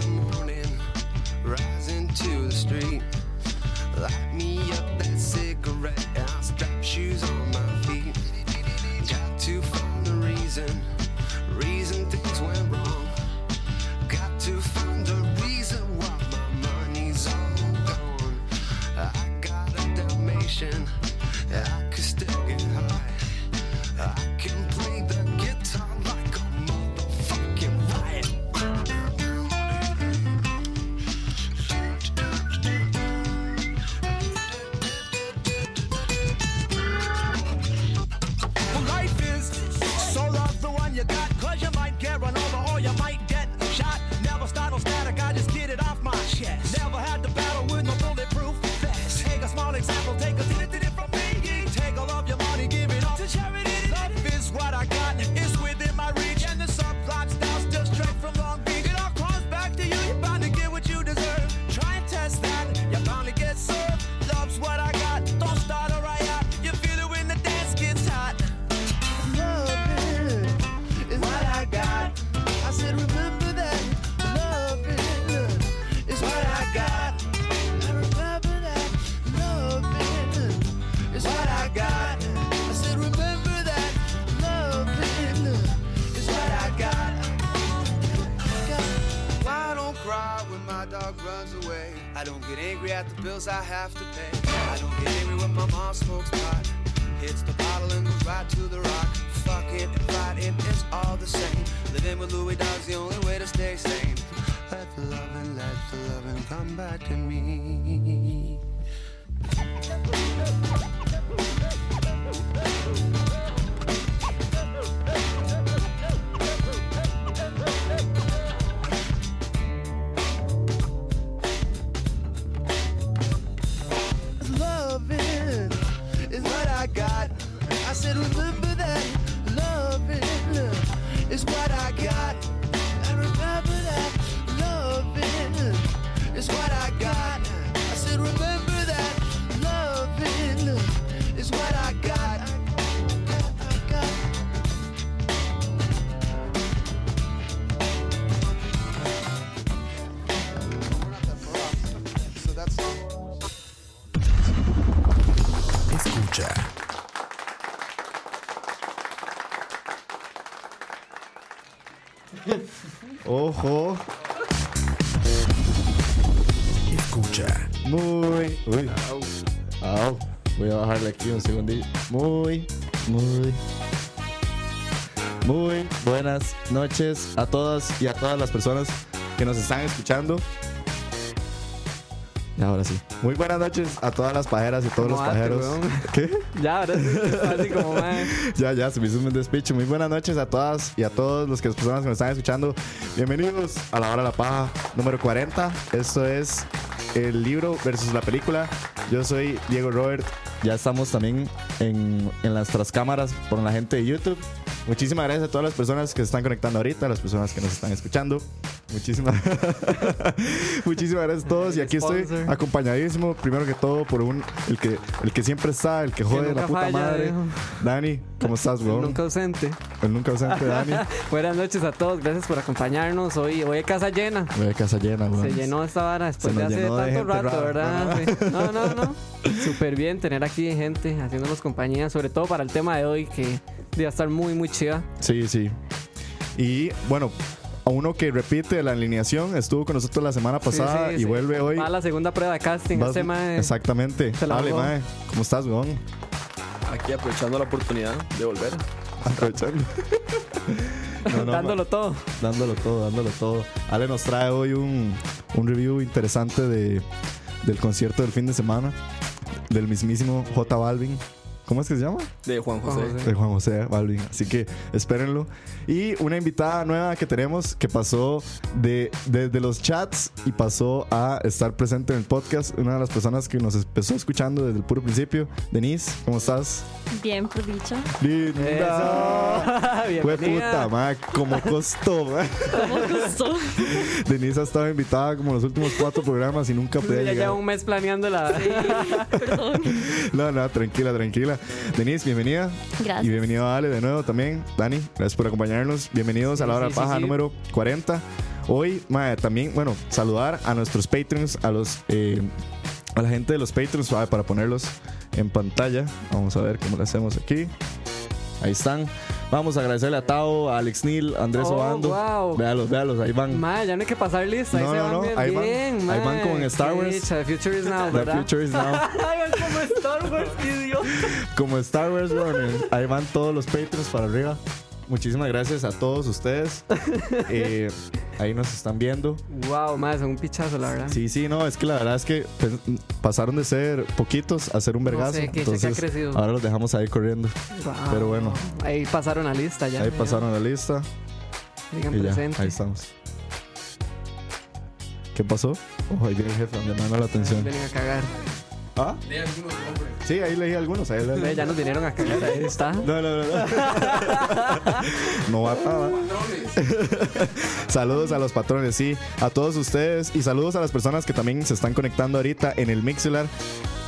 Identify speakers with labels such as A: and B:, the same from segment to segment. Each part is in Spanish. A: the morning, rising to the street. Light me up that cigarette, and I'll strap shoes on my feet. Got to find the reason, reason things went wrong. Got to find the reason why my money's all gone. I got a Dalmatian, I could still get high. I can play the guitar like a motherfucking riot.
B: Well, life is. So love the one you got, cause you might get run over or you might get shot. Never startle static, I just get it off my chest. Never had to battle with no bulletproof vest. Take a small example, take a little bit from me. Take all of your money, give it all to charity. Love is what I got, it's within my reach. And the subplot starts just straight from Long Beach. It all comes back to you, you're bound to get what you deserve. Try and test that, you're bound to get served. Love's what I got, don't start a riot. You feel it when the dance gets hot.
A: Love is what I got. I said, remember that. Love is what I got. I remember that. Love is what I got. I said, remember that. Love is what I got. Why I don't cry when my dog runs away. I don't get angry at the bills I have to pay. I don't get angry when my mom smokes pot. Hits the bottle and goes right to the rock. Fuck it and fight it, it's all the same. Living with Louis Dog's the only way to stay sane. Let the loving, let the loving come back to me. Loving is what I got. I said, remember that. Loving is what I got. I remember that. Loving is what I got. I said, remember that. Loving is what I got. I got, I got.
C: Escucha.
D: Ojo.
C: Escucha.
D: Muy. Uy. Au. Voy a bajarle aquí un segundillo. Muy, muy. Muy buenas noches a todas y a todas las personas que nos están escuchando. Y ahora sí. Muy buenas noches a todas las pajeras y todos los
E: Acomodate,
D: pajeros.
E: weón.
D: ¿Qué?
E: Ya, ahora sí, así como, man.
D: Ya, ya, se me hizo un despecho. Muy buenas noches a todas y a todos los que las personas que nos están escuchando. Bienvenidos a la hora de la paja número 40. Esto es el libro versus la película. Yo soy Diego Robert. Ya estamos también en, en nuestras cámaras por la gente de YouTube. Muchísimas gracias a todas las personas que se están conectando ahorita, a las personas que nos están escuchando. Muchísimas, muchísimas gracias a todos. Y aquí estoy
E: Sponsor.
D: acompañadísimo, primero que todo, por un, el que, el que siempre está, el que joder,
E: nunca
D: la puta
E: falla,
D: madre.
E: viejo.
D: Dani, ¿cómo estás, weón?
E: Nunca ausente.
D: El nunca ausente Dani.
E: Buenas noches a todos, gracias por acompañarnos. Hoy, hoy es casa llena.
D: Ve casa llena, weón.
E: Se llenó esta vara después
D: Se
E: de
D: nos
E: hace
D: llenó de gente
E: tanto rato,
D: rara,
E: ¿verdad?
D: ¿no?
E: Sí. No, no, no. Súper bien tener aquí gente haciéndonos compañía, sobre todo para el tema de hoy que va a estar muy, muy chida.
D: Sí, sí. Y bueno, a uno que repite la alineación, estuvo con nosotros la semana
E: Sí,
D: pasada
E: sí,
D: y
E: sí.
D: vuelve hoy.
E: Va a la segunda prueba de casting.
D: Vas-
E: este mae-
D: Exactamente.
E: se la
D: Dale,
E: jugó.
D: mae. ¿Cómo estás, weón?
F: Aquí aprovechando la oportunidad de volver.
D: Aprovechando. No, no,
E: dándolo todo.
D: dándolo todo, dándolo todo. Ale nos trae hoy un, un review interesante de, del concierto del fin de semana del mismísimo J Balvin. ¿Cómo es que se llama?
A: De Juan José.
E: Juan José.
D: De Juan José Balvin. Así que espérenlo. Y una invitada nueva que tenemos que pasó de, desde los chats y pasó a estar presente en el podcast. Una de las personas que nos empezó escuchando desde el puro principio. Denise, ¿cómo estás?
G: Bien, por dicho.
D: Linda.
E: Eso.
D: Fue
E: Bienvenida.
D: puta, madre, ¿eh? cómo costó, ma.
G: ¿Cómo costó?
D: Denise ha estado invitada como los últimos cuatro programas y nunca podía
E: Ya
D: llegar.
E: lleva un mes planeando la.
G: Perdón.
D: No, no, tranquila, tranquila. Denise, bienvenida. Y
G: Gracias.
D: bienvenido a Ale de nuevo también. Dani, gracias por acompañarnos. Bienvenidos a la hora
E: Sí, sí,
D: paja
E: sí.
D: número 40. Hoy, mae, también, bueno, saludar a nuestros patrons, a los eh, a la gente de los patrons, suave, para ponerlos en pantalla. Vamos a ver cómo lo hacemos aquí. Ahí están. Vamos a agradecerle a Tao, a Alex Neal, a Andrés
E: Oh,
D: Obando.
E: wow.
D: Véalos, véalos, ahí van.
E: Ma, ya no hay que pasar lista. Ahí
D: No,
E: se
D: no,
E: van
D: no,
E: bien.
D: ahí van-
E: bien,
D: ahí van
E: ma.
D: con Star
E: Qué
D: Wars.
E: dicha, The Future is Now,
D: The
E: ¿verdad?
D: future is now.
E: Ay, van como Star Wars, qué idiota.
D: Como Star Wars Warner. Ahí van todos los Patreons para arriba. Muchísimas gracias a todos ustedes. Eh, ahí nos están viendo.
E: Wow, ma, son un pichazo, la verdad.
D: Sí, sí, no, es que la verdad es que pues, pasaron de ser poquitos a ser un
E: No
D: vergazo.
E: sé, que- que ha
D: entonces,
E: crecido.
D: ahora los dejamos ahí corriendo.
E: Wow.
D: Pero bueno.
E: Ahí pasaron la lista ya.
D: ahí
E: ya.
D: pasaron la lista
E: Digan
D: y ya,
E: presente.
D: ahí estamos. ¿Qué pasó? Ojo, ahí viene el jefe llamando la atención.
E: Vienen a cagar.
D: ¿Ah? Sí, ahí leí algunos. Ahí leí.
E: Ve, Ya nos vinieron a cagar, ahí está.
D: No, no, no. No, no va nada. saludos a los patrones, sí. A todos ustedes. Y saludos a las personas que también se están conectando ahorita en el Mixelar.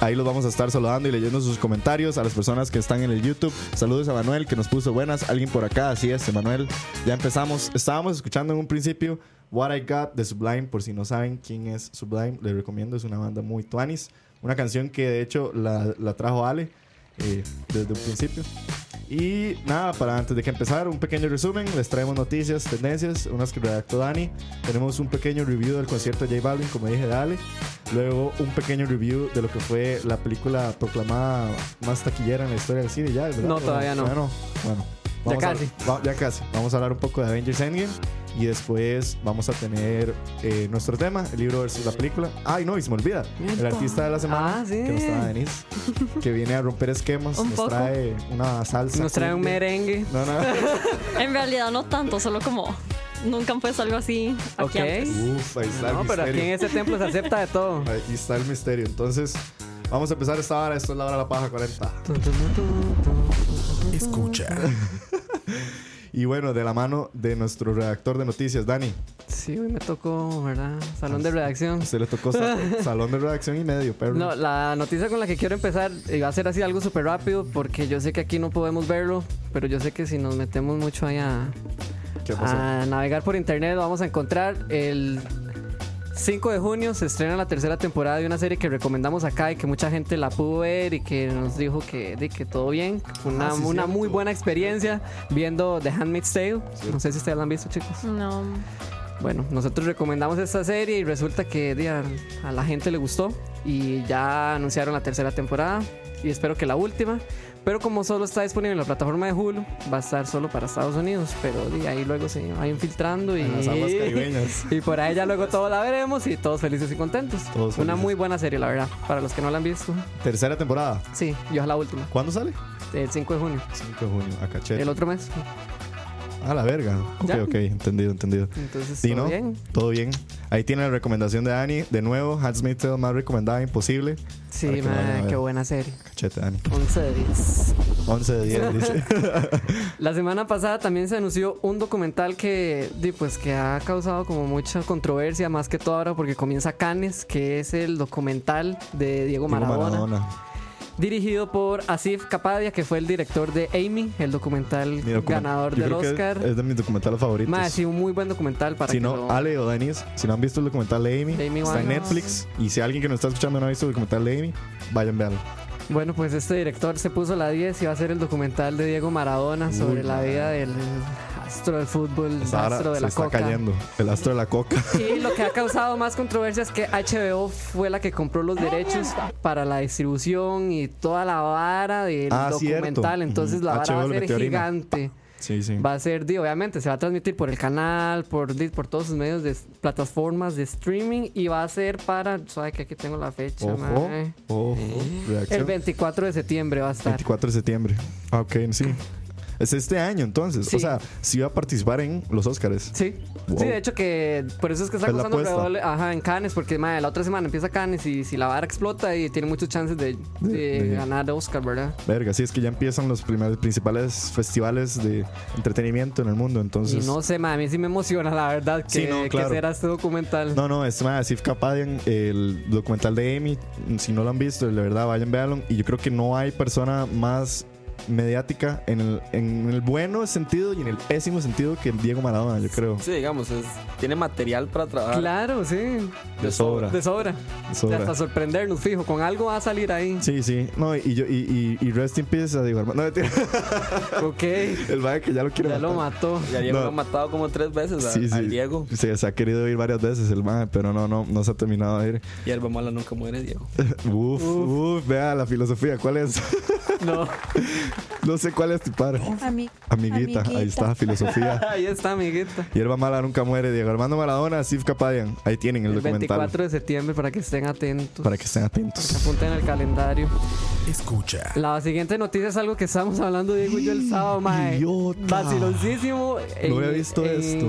D: Ahí los vamos a estar saludando y leyendo sus comentarios. A las personas que están en el YouTube. Saludos a Manuel que nos puso buenas. Alguien por acá, así es, Manuel. Ya empezamos. Estábamos escuchando en un principio What I Got de Sublime. Por si no saben quién es Sublime, les recomiendo. Es una banda muy tuanis. Una canción que de hecho la, la trajo Ale eh, desde un principio. Y nada, para antes de que empezar, un pequeño resumen. Les traemos noticias, tendencias, unas que redactó Dani. Tenemos un pequeño review del concierto de J Balvin, como dije, Dale. Luego un pequeño review de lo que fue la película proclamada más taquillera en la historia del cine. ¿Ya? ¿verdad?
E: No, todavía no.
D: Bueno, bueno. vamos a-
E: casi.
D: va- ya casi. Vamos a hablar un poco de Avengers Endgame. Y después vamos a tener eh, nuestro tema, el libro versus la película. Ay, no, y se me olvida. El artista de la semana
E: Ah, sí.
D: que nos trae Denise, que viene a romper esquemas.
G: Un
D: nos
G: poco.
D: trae una salsa.
E: Nos trae un
D: cumbia.
E: merengue.
D: No, no.
G: En realidad no tanto, solo como nunca han puesto algo así aquí
E: Ok.
G: antes.
D: Uf, ahí está
E: No,
D: el
E: pero aquí en
D: misterio.
E: este templo se acepta de todo.
D: Aquí está el misterio. Entonces, vamos a empezar esta hora. Esto es la hora de la paja 40.
H: Escucha.
D: Y bueno, de la mano de nuestro redactor de noticias, Dani.
E: Sí, hoy me tocó, ¿verdad? Salón de redacción.
D: Usted le tocó sa- salón de redacción y medio, perro.
E: No, la noticia con la que quiero empezar eh, va a ser así algo súper rápido porque yo sé que aquí no podemos verlo, pero yo sé que si nos metemos mucho ahí a,
D: ¿Qué pasó?
E: a navegar por internet lo vamos a encontrar el 5 de junio se estrena la tercera temporada de una serie que recomendamos acá y que mucha gente la pudo ver y que nos dijo que, de que todo bien. Fue Una,
D: Ah, sí,
E: una muy
D: cierto.
E: buena experiencia viendo The Handmaid's Tale. No sé si ustedes la han visto, chicos.
G: No.
E: Bueno, nosotros recomendamos esta serie y resulta que di, a, a la gente le gustó y ya anunciaron la tercera temporada y espero que la última. Pero como solo está disponible en la plataforma de Hulu, va a estar solo para Estados Unidos. Pero di, ahí luego se vayan filtrando y,
D: En las aguas caribeñas.
E: y por ahí ya luego todos la veremos y todos felices y contentos.
D: Todos
E: Una
D: felices.
E: muy buena serie, la verdad, para los que no la han visto.
D: Tercera temporada.
E: Sí, yo es la última,
D: ¿Cuándo sale?
E: el 5 de junio,
D: 5 de junio, a cachete.
E: el otro mes.
D: A la verga. Ok,
E: Ya.
D: ok, entendido, entendido.
E: Entonces,
D: Sí,
E: todo
D: ¿no?
E: bien.
D: Todo bien. Ahí tiene la recomendación de Dani. De nuevo, Hans Tale más recomendada, imposible. Para
E: Sí,
D: que vayan a
E: ma,
D: ver.
E: qué buena serie.
D: Cachete, Dani.
E: 11 de 10.
D: 11 de 10, dice.
E: La semana pasada también se anunció un documental que, di, pues, que ha causado como mucha controversia, más que todo ahora porque comienza Canes, que es el documental de
D: Diego
E: Diego Maradona,
D: Maradona.
E: dirigido por Asif Kapadia, que fue el director de Amy, el documental
D: Mi document-
E: ganador
D: yo
E: del
D: creo que
E: Oscar.
D: Es de mis documentales favoritos.
E: Más, sí, un muy buen documental para
D: si
E: que
D: no,
E: lo-
D: Ale o Denis, si no han visto el documental de Amy,
E: De Amy
D: está en
E: Winehouse.
D: Netflix. Y si alguien que nos está escuchando no ha visto el documental de Amy, vayan a verlo.
E: Bueno, pues este director se puso la 10 y va a hacer el documental de Diego Maradona sobre la vida del astro del fútbol,
D: Hasta ahora
E: astro de
D: se
E: la
D: está
E: coca.
D: cayendo. El astro de la coca.
E: Y lo que ha causado más controversia es que HBO fue la que compró los derechos para la distribución y toda la vara del
D: Ah, cierto.
E: documental. Entonces la
D: Ujú.
E: vara
D: HBO
E: va a
D: le
E: ser
D: metió harina.
E: gigante.
D: Sí, sí.
E: Va a ser, di, obviamente, se va a transmitir por el canal, por, di, por todos sus medios de s- plataformas de streaming y va a ser para, ¿sabes que Aquí tengo la fecha,
D: Ojo,
E: mae.
D: ojo,
E: Eh, El
D: reacción.
E: 24 de septiembre va a estar.
D: 24 de septiembre. Ah, ok, sí. Es este año entonces.
E: Sí.
D: O sea, sí va a participar en los Oscars.
E: Sí.
D: Wow.
E: Sí, de hecho que por eso es que está
D: Es la
E: costando
D: apuesta.
E: alrededor- ajá, en Cannes, porque madre, la otra semana empieza Cannes y si la vara explota y tiene muchas chances de, de
D: De- de-
E: ganar Oscar, ¿verdad?
D: Verga, sí, es que ya empiezan los primeros, principales festivales de entretenimiento en el mundo. Entonces,
E: y no sé, madre, a mí sí me emociona la verdad que,
D: Sí, no,
E: que
D: claro.
E: será este documental.
D: No, este no, es más, Sif Kapadian, el documental de Amy, si no lo han visto, de verdad, vayan, véanlo. Y yo creo que no hay persona más mediática en el, en el bueno sentido y en el pésimo sentido que Diego Maradona, yo creo.
I: Sí, digamos, es, tiene material para trabajar.
E: Claro, sí.
D: De sobra.
E: De sobra.
D: de sobra.
E: Hasta sorprendernos, fijo. Con algo va a salir ahí.
D: Sí, sí. No, y yo, y, y, y rest in peace a Diego Armando. No, mentira.
E: Ok.
D: el vaga que ya lo quiere
E: ya lo
D: matar.
E: mató.
I: Ya Diego
D: No.
I: lo ha matado como tres veces a-
D: Sí, sí.
I: al Diego.
D: Sí, se ha querido ir varias veces el mae, pero no, no, no se ha terminado de ir.
I: Y Alba Mala nunca muere, Diego.
D: Uf, uf, vea la filosofía. ¿Cuál es?
E: No.
D: No sé cuál es tu padre.
J: Ami-
D: Amiguita, ahí está, filosofía.
E: Ahí está, amiguita.
D: Hierba mala nunca muere. Diego Armando Maradona, Steve Capadian. Ahí tienen el,
E: El
D: documental.
E: 24 de septiembre para que estén atentos.
D: Para que estén atentos.
E: Apunten al calendario.
K: Escucha.
E: La siguiente noticia es algo que estábamos hablando Diego y yo el sábado, mae.
D: Idiota.
E: Vacilosísimo. En-
D: había visto
E: en-
D: esto.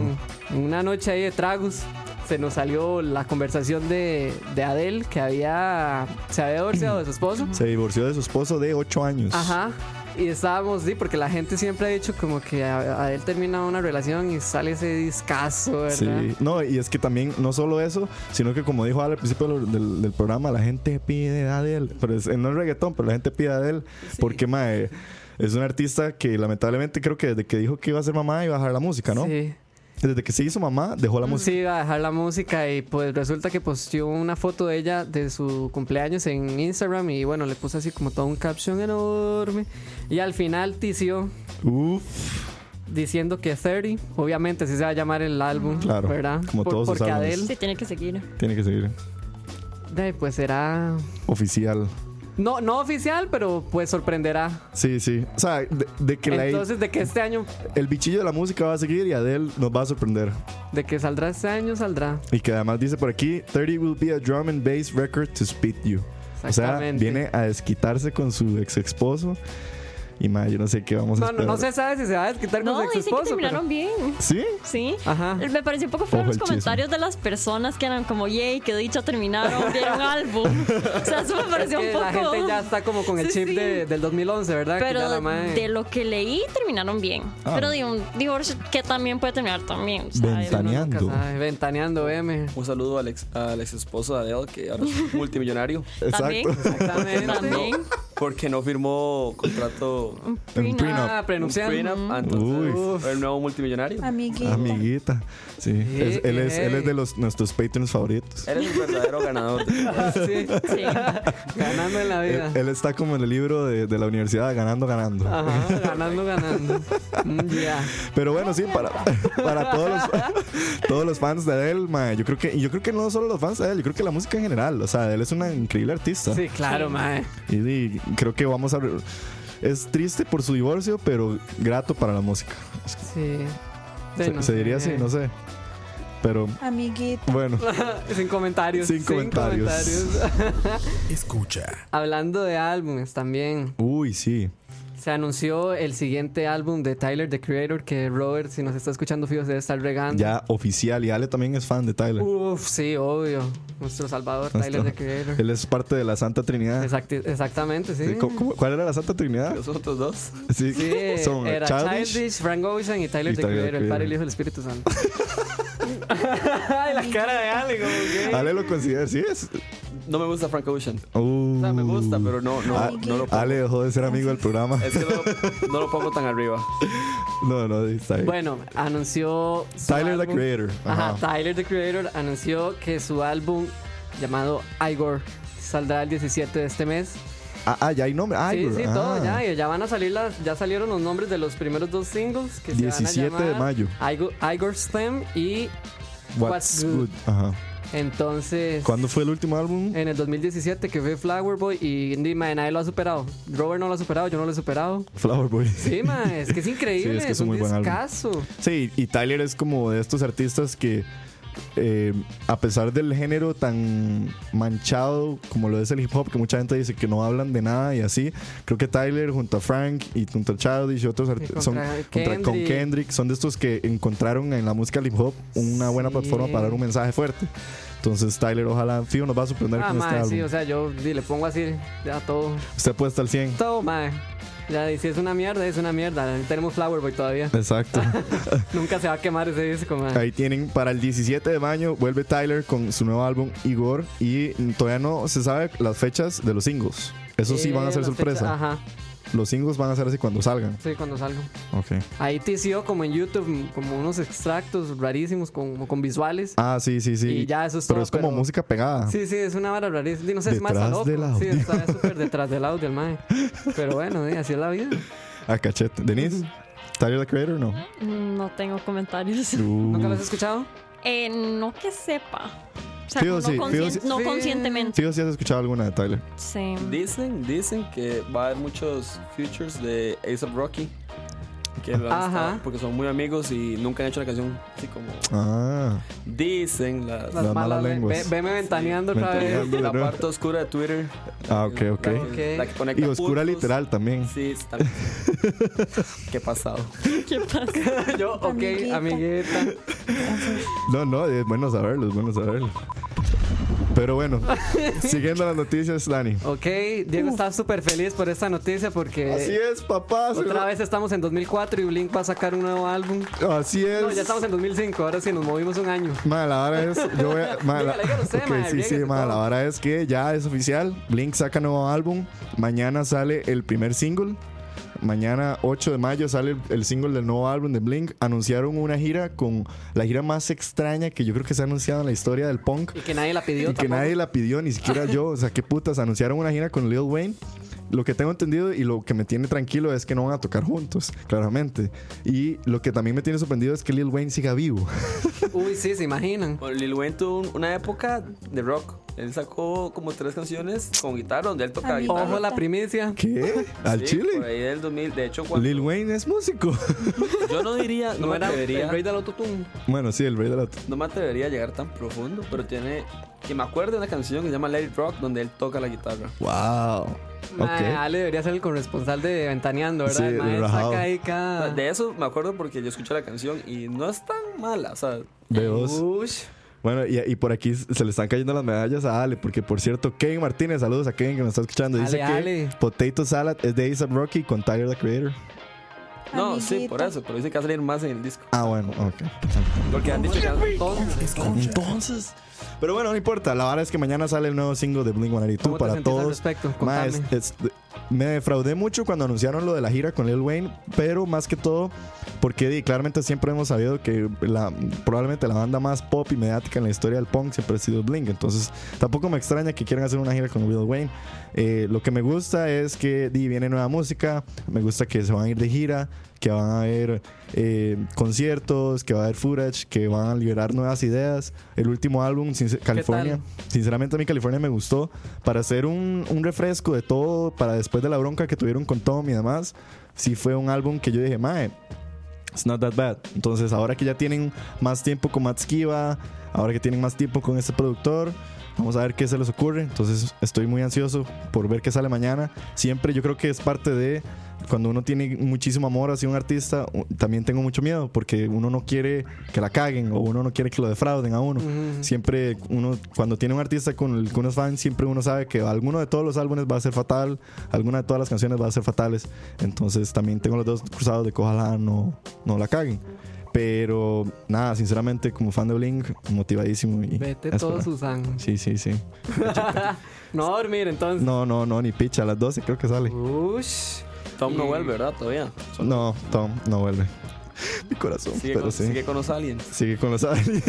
E: en Una noche ahí de tragos se nos salió la conversación de, de Adele que había se había divorciado de su esposo.
D: Se divorció de su esposo de 8 años.
E: Ajá. Y estábamos, sí, porque la gente siempre ha dicho como que a- Adele termina una relación y sale ese discazo, ¿verdad?
D: Sí, no, y es que también no solo eso, sino que como dijo Ale al principio del, del- del programa, la gente pide a Adele, pero es, no es reggaetón, pero la gente pide a Adele, porque mae, es un artista que lamentablemente creo que desde que dijo que iba a ser mamá iba a dejar la música, ¿no?
E: Sí. Mm,
D: Desde que se hizo mamá dejó la música.
E: Sí, iba a dejar la música y pues resulta que posteó una foto de ella de su cumpleaños en Instagram y bueno, le puso así como todo un caption enorme y al final tició
D: Uf,
E: diciendo que 30, obviamente así se va a llamar el álbum,
D: Claro,
E: ¿verdad?
D: como todos sus
E: porque
D: álbumes.
E: Adele,
G: Sí, tiene que seguir.
D: tiene que seguir
E: eh, pues será
D: oficial.
E: no no oficial, pero pues sorprenderá.
D: Sí, sí. O sea, de, de que la-
E: Entonces de que este año
D: el bichillo de la música va a seguir y Adele nos va a sorprender.
E: de que saldrá este año saldrá.
D: Y que además dice por aquí, 30 will be a drum and bass record to speed you. O sea,
E: Exactamente.
D: viene a desquitarse con su ex esposo. Y madre, yo no sé qué vamos a
E: No, no,
D: esperar.
E: no se sabe si se va a desquitar
G: No,
E: con su ex
G: dicen que
E: esposo.
G: terminaron bien.
D: ¿Sí?
G: Sí.
E: pues, Ajá.
G: Me pareció un poco feo
D: Ojo
G: los
D: el chisme.
G: comentarios de las personas que eran como, yay, qué dicha terminaron, vieron álbum. O sea, eso me pareció un
E: que
G: poco.
E: la gente ya está como con el
G: Sí,
E: chip
G: sí.
E: de- del 2011, ¿verdad? Que ya
G: Pero
E: la mae-
G: de lo que leí, terminaron bien.
D: Ah.
G: Pero de un divorcio que también puede terminar también. o sea,
D: Ventaneando.
E: Uno nunca sabe, Ventaneando, M.
I: Un saludo al ex, al ex esposo de Adele, que ahora es multimillonario.
G: También.
D: Exacto.
E: Exactamente.
G: También.
I: Porque no firmó contrato un
D: En prenup.
E: Ah, prenupcial.
I: prenup, entonces
D: Uf.
I: el nuevo multimillonario.
J: Amiguita.
D: Amiguita. Sí.
E: Sí,
D: Es- él, es, él es de
E: ey.
D: los, nuestros patrons favoritos.
I: Eres un verdadero ganador.
E: Ah, Sí,
G: Sí.
E: ganando en la
D: Él,
E: vida.
D: él está como en el libro de, de la universidad, ganando, ganando.
E: Ajá, ganando, ganando. Mm, Ya.
D: Pero bueno, sí, para, para todos, los, todos los fans de Adele, mae, yo creo que, y yo creo que no solo los fans de Adele, yo creo que la música en general. O sea, Adele es una increíble artista.
E: Sí, claro, mae.
D: Y, di, creo que vamos a. re- Es triste por su divorcio, pero grato para la música.
E: Sí. eh, Sí,
D: se,
E: no
D: se diría
E: sé.
D: así, no sé. Pero
J: Amiguita.
D: bueno,
E: Sin comentarios.
D: Sin comentarios.
K: Escucha.
E: Hablando de álbumes también.
D: uy, sí.
E: Se anunció el siguiente álbum de Tyler the Creator. Que Robert, si nos está escuchando, fijo, se debe estar regando.
D: Ya oficial. Y Ale también es fan de Tyler.
E: Uf, sí, obvio. Nuestro Salvador,
D: Nuestro-
E: Tyler the Creator.
D: Él es parte de la Santa Trinidad.
E: Exacti- exactamente, sí.
D: Sí, ¿cómo- cómo- ¿Cuál era la Santa Trinidad?
I: Los otros dos.
D: Sí,
E: Sí,
D: son
E: era Childish,
D: Childish,
E: Frank Ocean y Tyler
D: y
E: the
D: Tyler,
E: Creator, el
D: Creator.
E: Padre, el Hijo y el Espíritu Santo. Ay, la cara de Ale, como que-
D: Ale lo considera, sí es.
I: No me gusta Frank Ocean.
D: Uh.
I: O sea, me gusta, pero no, no,
D: Ah,
I: no lo pongo.
D: Ale dejó de ser amigo del programa.
I: Es que no, no lo pongo tan arriba.
D: No, no, está bien.
E: Bueno, anunció. su
D: Tyler the
E: álbum-
D: Creator.
E: Ajá.
D: Ajá.
E: Tyler the Creator anunció que su álbum llamado Igor saldrá el 17 de este mes.
D: Ah, ah, ya hay nombre. Ay,
E: sí,
D: bro.
E: sí,
D: Ah.
E: todo ya. y Ya van a salir las, ya salieron los nombres de los primeros dos singles que se van a
D: 17 de
E: llamar
D: mayo.
E: Igor, Igor Stem y
D: What's
E: What's good.
D: good. Ajá.
E: Entonces,
D: ¿Cuándo fue el último álbum?
E: en el 2017 que fue Flower Boy y Indie, mae, nadie lo ha superado. Robert no lo ha superado, yo no lo he superado.
D: Flower Boy.
E: Sí, mae, es que es increíble,
D: Sí, es
E: es,
D: que es un
E: un,
D: muy buen álbum.
E: discazo.
D: Sí, y Tyler es como de estos artistas que, eh, a pesar del género tan manchado como lo es el hip hop, que mucha gente dice que no hablan de nada y así, creo que Tyler junto a Frank y junto a Childish y otros
E: contra
D: artistas son contra- con
E: Kendrick.
D: Kendrick, son de estos que encontraron en la música hip hop una buena
E: Sí.
D: plataforma para dar un mensaje fuerte. Entonces Tyler, ojalá, Fío, nos va a sorprender
E: Ah,
D: con este
E: mae,
D: álbum.
E: sí, o sea, yo di, le pongo así ya todo,
D: Usted puesta al 100.
E: todo, mae. Ya, y si es una mierda, es una mierda. Tenemos Flower Boy todavía.
D: Exacto.
E: Nunca se va a quemar ese disco, mae.
D: Ahí tienen para el 17 de mayo vuelve Tyler con su nuevo álbum Igor y todavía no se sabe las fechas de los singles. Eso sí van a ser
E: Eh, las fechas-
D: sorpresa.
E: Ajá,
D: Los singles van a ser así cuando salgan.
E: sí, cuando salgo.
D: Ok.
E: Ahí TCO como en YouTube, como unos extractos rarísimos, como con visuales.
D: Ah, sí, sí, sí.
E: Y ya eso es
D: pero
E: todo,
D: es como
E: pero-
D: música pegada.
E: Sí, sí, es una vara rarísima. No sé, es más
D: Detrás
E: loco.
D: del audio.
E: Sí, está súper detrás del audio, el mae. Pero bueno, sí, así es la vida.
D: A cachete. Denise, Tyler the Creator no.
G: No tengo comentarios.
E: ¿Nunca lo
D: Uh.
E: has escuchado?
G: Eh, no que sepa. O sea,
D: Fijo,
G: no,
D: sí, fijo,
G: conscien-
D: sí.
G: no
E: Sí.
G: conscientemente.
D: Sí o sí has escuchado alguna de Tyler.
G: Sí.
I: Dicen, dicen que va a haber muchos features de Ace of Rocky. Que lo han
E: Ajá.
I: estado- porque son muy amigos y nunca han hecho la canción. Así como
D: Ah,
I: dicen
E: Las
I: las,
D: malas
E: malas ve-
D: lenguas.
E: ve- Veme ventaneando otra vez.
D: Ventaneando.
I: la
D: de nuevo.
I: parte oscura de Twitter.
D: Ah, ok, ok.
I: La, que-
E: Ok.
I: la que conecta
D: y oscura
I: puntos.
D: literal también.
I: Sí, está bien. Qué pasado.
G: ¿Qué pasa?
E: Yo, ok,
G: Amiguita.
E: amiguita.
D: No, no, es bueno saberlo, es bueno saberlo. Pero bueno, siguiendo las noticias, Dani.
E: Ok, Diego está súper feliz por esta noticia porque
D: Así es, papá. se
E: Eh, otra
D: lo-
E: vez estamos en 2004 y Blink va a sacar un nuevo álbum.
D: Así es.
E: No, ya estamos en 2005, ahora sí nos movimos un año.
D: Mae, la vara es. Yo voy a, mae, la-
E: Dígale, dígale usted,
D: Ok,
E: mae,
D: sí, sí,
E: ríguese
D: mae, la
E: todo.
D: vara es que ya es oficial. Blink saca nuevo álbum. Mañana sale el primer single. Mañana 8 de mayo sale el, el single del nuevo álbum de Blink. Anunciaron una gira con la gira más extraña que yo creo que se ha anunciado en la historia del punk.
E: Y que nadie la pidió.
D: Y que
E: tampoco.
D: nadie la pidió, ni siquiera yo. O sea, qué putas. Anunciaron una gira con Lil Wayne. Lo que tengo entendido y lo que me tiene tranquilo es que no van a tocar juntos, claramente. Y lo que también me tiene sorprendido es que Lil Wayne siga vivo.
E: Uy, sí, se imaginan.
I: Bueno, Lil Wayne tuvo un- una época de rock. Él sacó como tres canciones con guitarra, donde él tocaba
G: Ay,
I: guitarra.
E: Ojo la primicia.
D: ¿Qué? ¿Al
I: Sí, Por
D: chile?
I: ahí del 2000. De hecho, cuando-
D: Lil Wayne es músico.
I: yo no diría, no,
E: No
I: me
E: era el
I: atrevería,
E: rey del autotune.
D: bueno, sí, el rey de la.
I: no me atrevería a llegar tan profundo, pero tiene, que me acuerdo de una canción que se llama Let It Rock, donde él toca la guitarra.
D: ¡Wow!
E: Mae,
D: Ok.
E: Ale debería ser el corresponsal de Ventaneando, ¿verdad?
D: Sí,
E: El mae
D: rajado.
E: saca ahí cada-
I: Pues De eso me acuerdo porque yo escuché la canción y no es tan mala, o sea,
D: Veos.
E: Ush.
D: Bueno, y, y por aquí se le están cayendo las medallas a Ale, porque por cierto, Kevin Martínez, saludos a Kevin que nos está escuchando. Dice
E: Ale,
D: que
E: Ale.
D: Potato Salad es de A$AP Rocky con Tyler the Creator.
I: no, sí,
G: Amiguito.
I: por eso, pero dicen que va a salir más en el disco.
D: Ah, bueno, ok.
I: Porque han dicho que
D: Entonces. Pero bueno, no importa. La verdad es que mañana sale el nuevo single de Blink
E: ¿Cómo
D: 182
E: te
D: para
E: sentís al
D: todos. este-
E: respecto?
D: Ma, es-
E: Contame.
D: es- me defraudé mucho cuando anunciaron lo de la gira con Lil Wayne, pero más que todo porque di, claramente siempre hemos sabido que la, probablemente la banda más pop y mediática en la historia del punk siempre ha sido Blink. Entonces tampoco me extraña que quieran hacer una gira con Lil Wayne. Eh, lo que me gusta es que di, viene nueva música, me gusta que se van a ir de gira, que van a haber eh, conciertos, que va a haber footage, que van a liberar nuevas ideas. El último álbum, Sincer- California, sinceramente a mí California me gustó para hacer un, un refresco de todo, para después de la bronca que tuvieron con Tom y demás. Sí fue un álbum que yo dije, mae, It's not that bad. Entonces, ahora que ya tienen más tiempo con Matt Skiba, ahora que tienen más tiempo con este productor, vamos a ver qué se les ocurre. Entonces, estoy muy ansioso por ver qué sale mañana. Siempre yo creo que es parte de cuando uno tiene muchísimo amor hacia un artista, u- también tengo mucho miedo porque uno no quiere que la caguen o uno no quiere que lo defrauden a uno. Siempre uno, cuando tiene un artista con el que uno es fan, siempre uno sabe que alguno de todos los álbumes va a ser fatal, alguna de todas las canciones va a ser fatales. Entonces también tengo los dos cruzados de que ojalá no, no la caguen. Pero nada, sinceramente, como fan de Blink, motivadísimo. Y
E: Vete
D: a
E: todo,
D: esperar.
E: Susan.
D: Sí, sí, sí.
E: No va a dormir entonces.
D: No, no, no, ni picha, a las 12 creo que sale.
E: Ush.
I: Tom no vuelve, ¿verdad? Todavía. Uh, Solo
D: No, Tom, no vuelve. Mi corazón,
I: sigue,
D: pero
I: con,
D: sí.
I: sigue con los aliens.
D: Sigue con los aliens.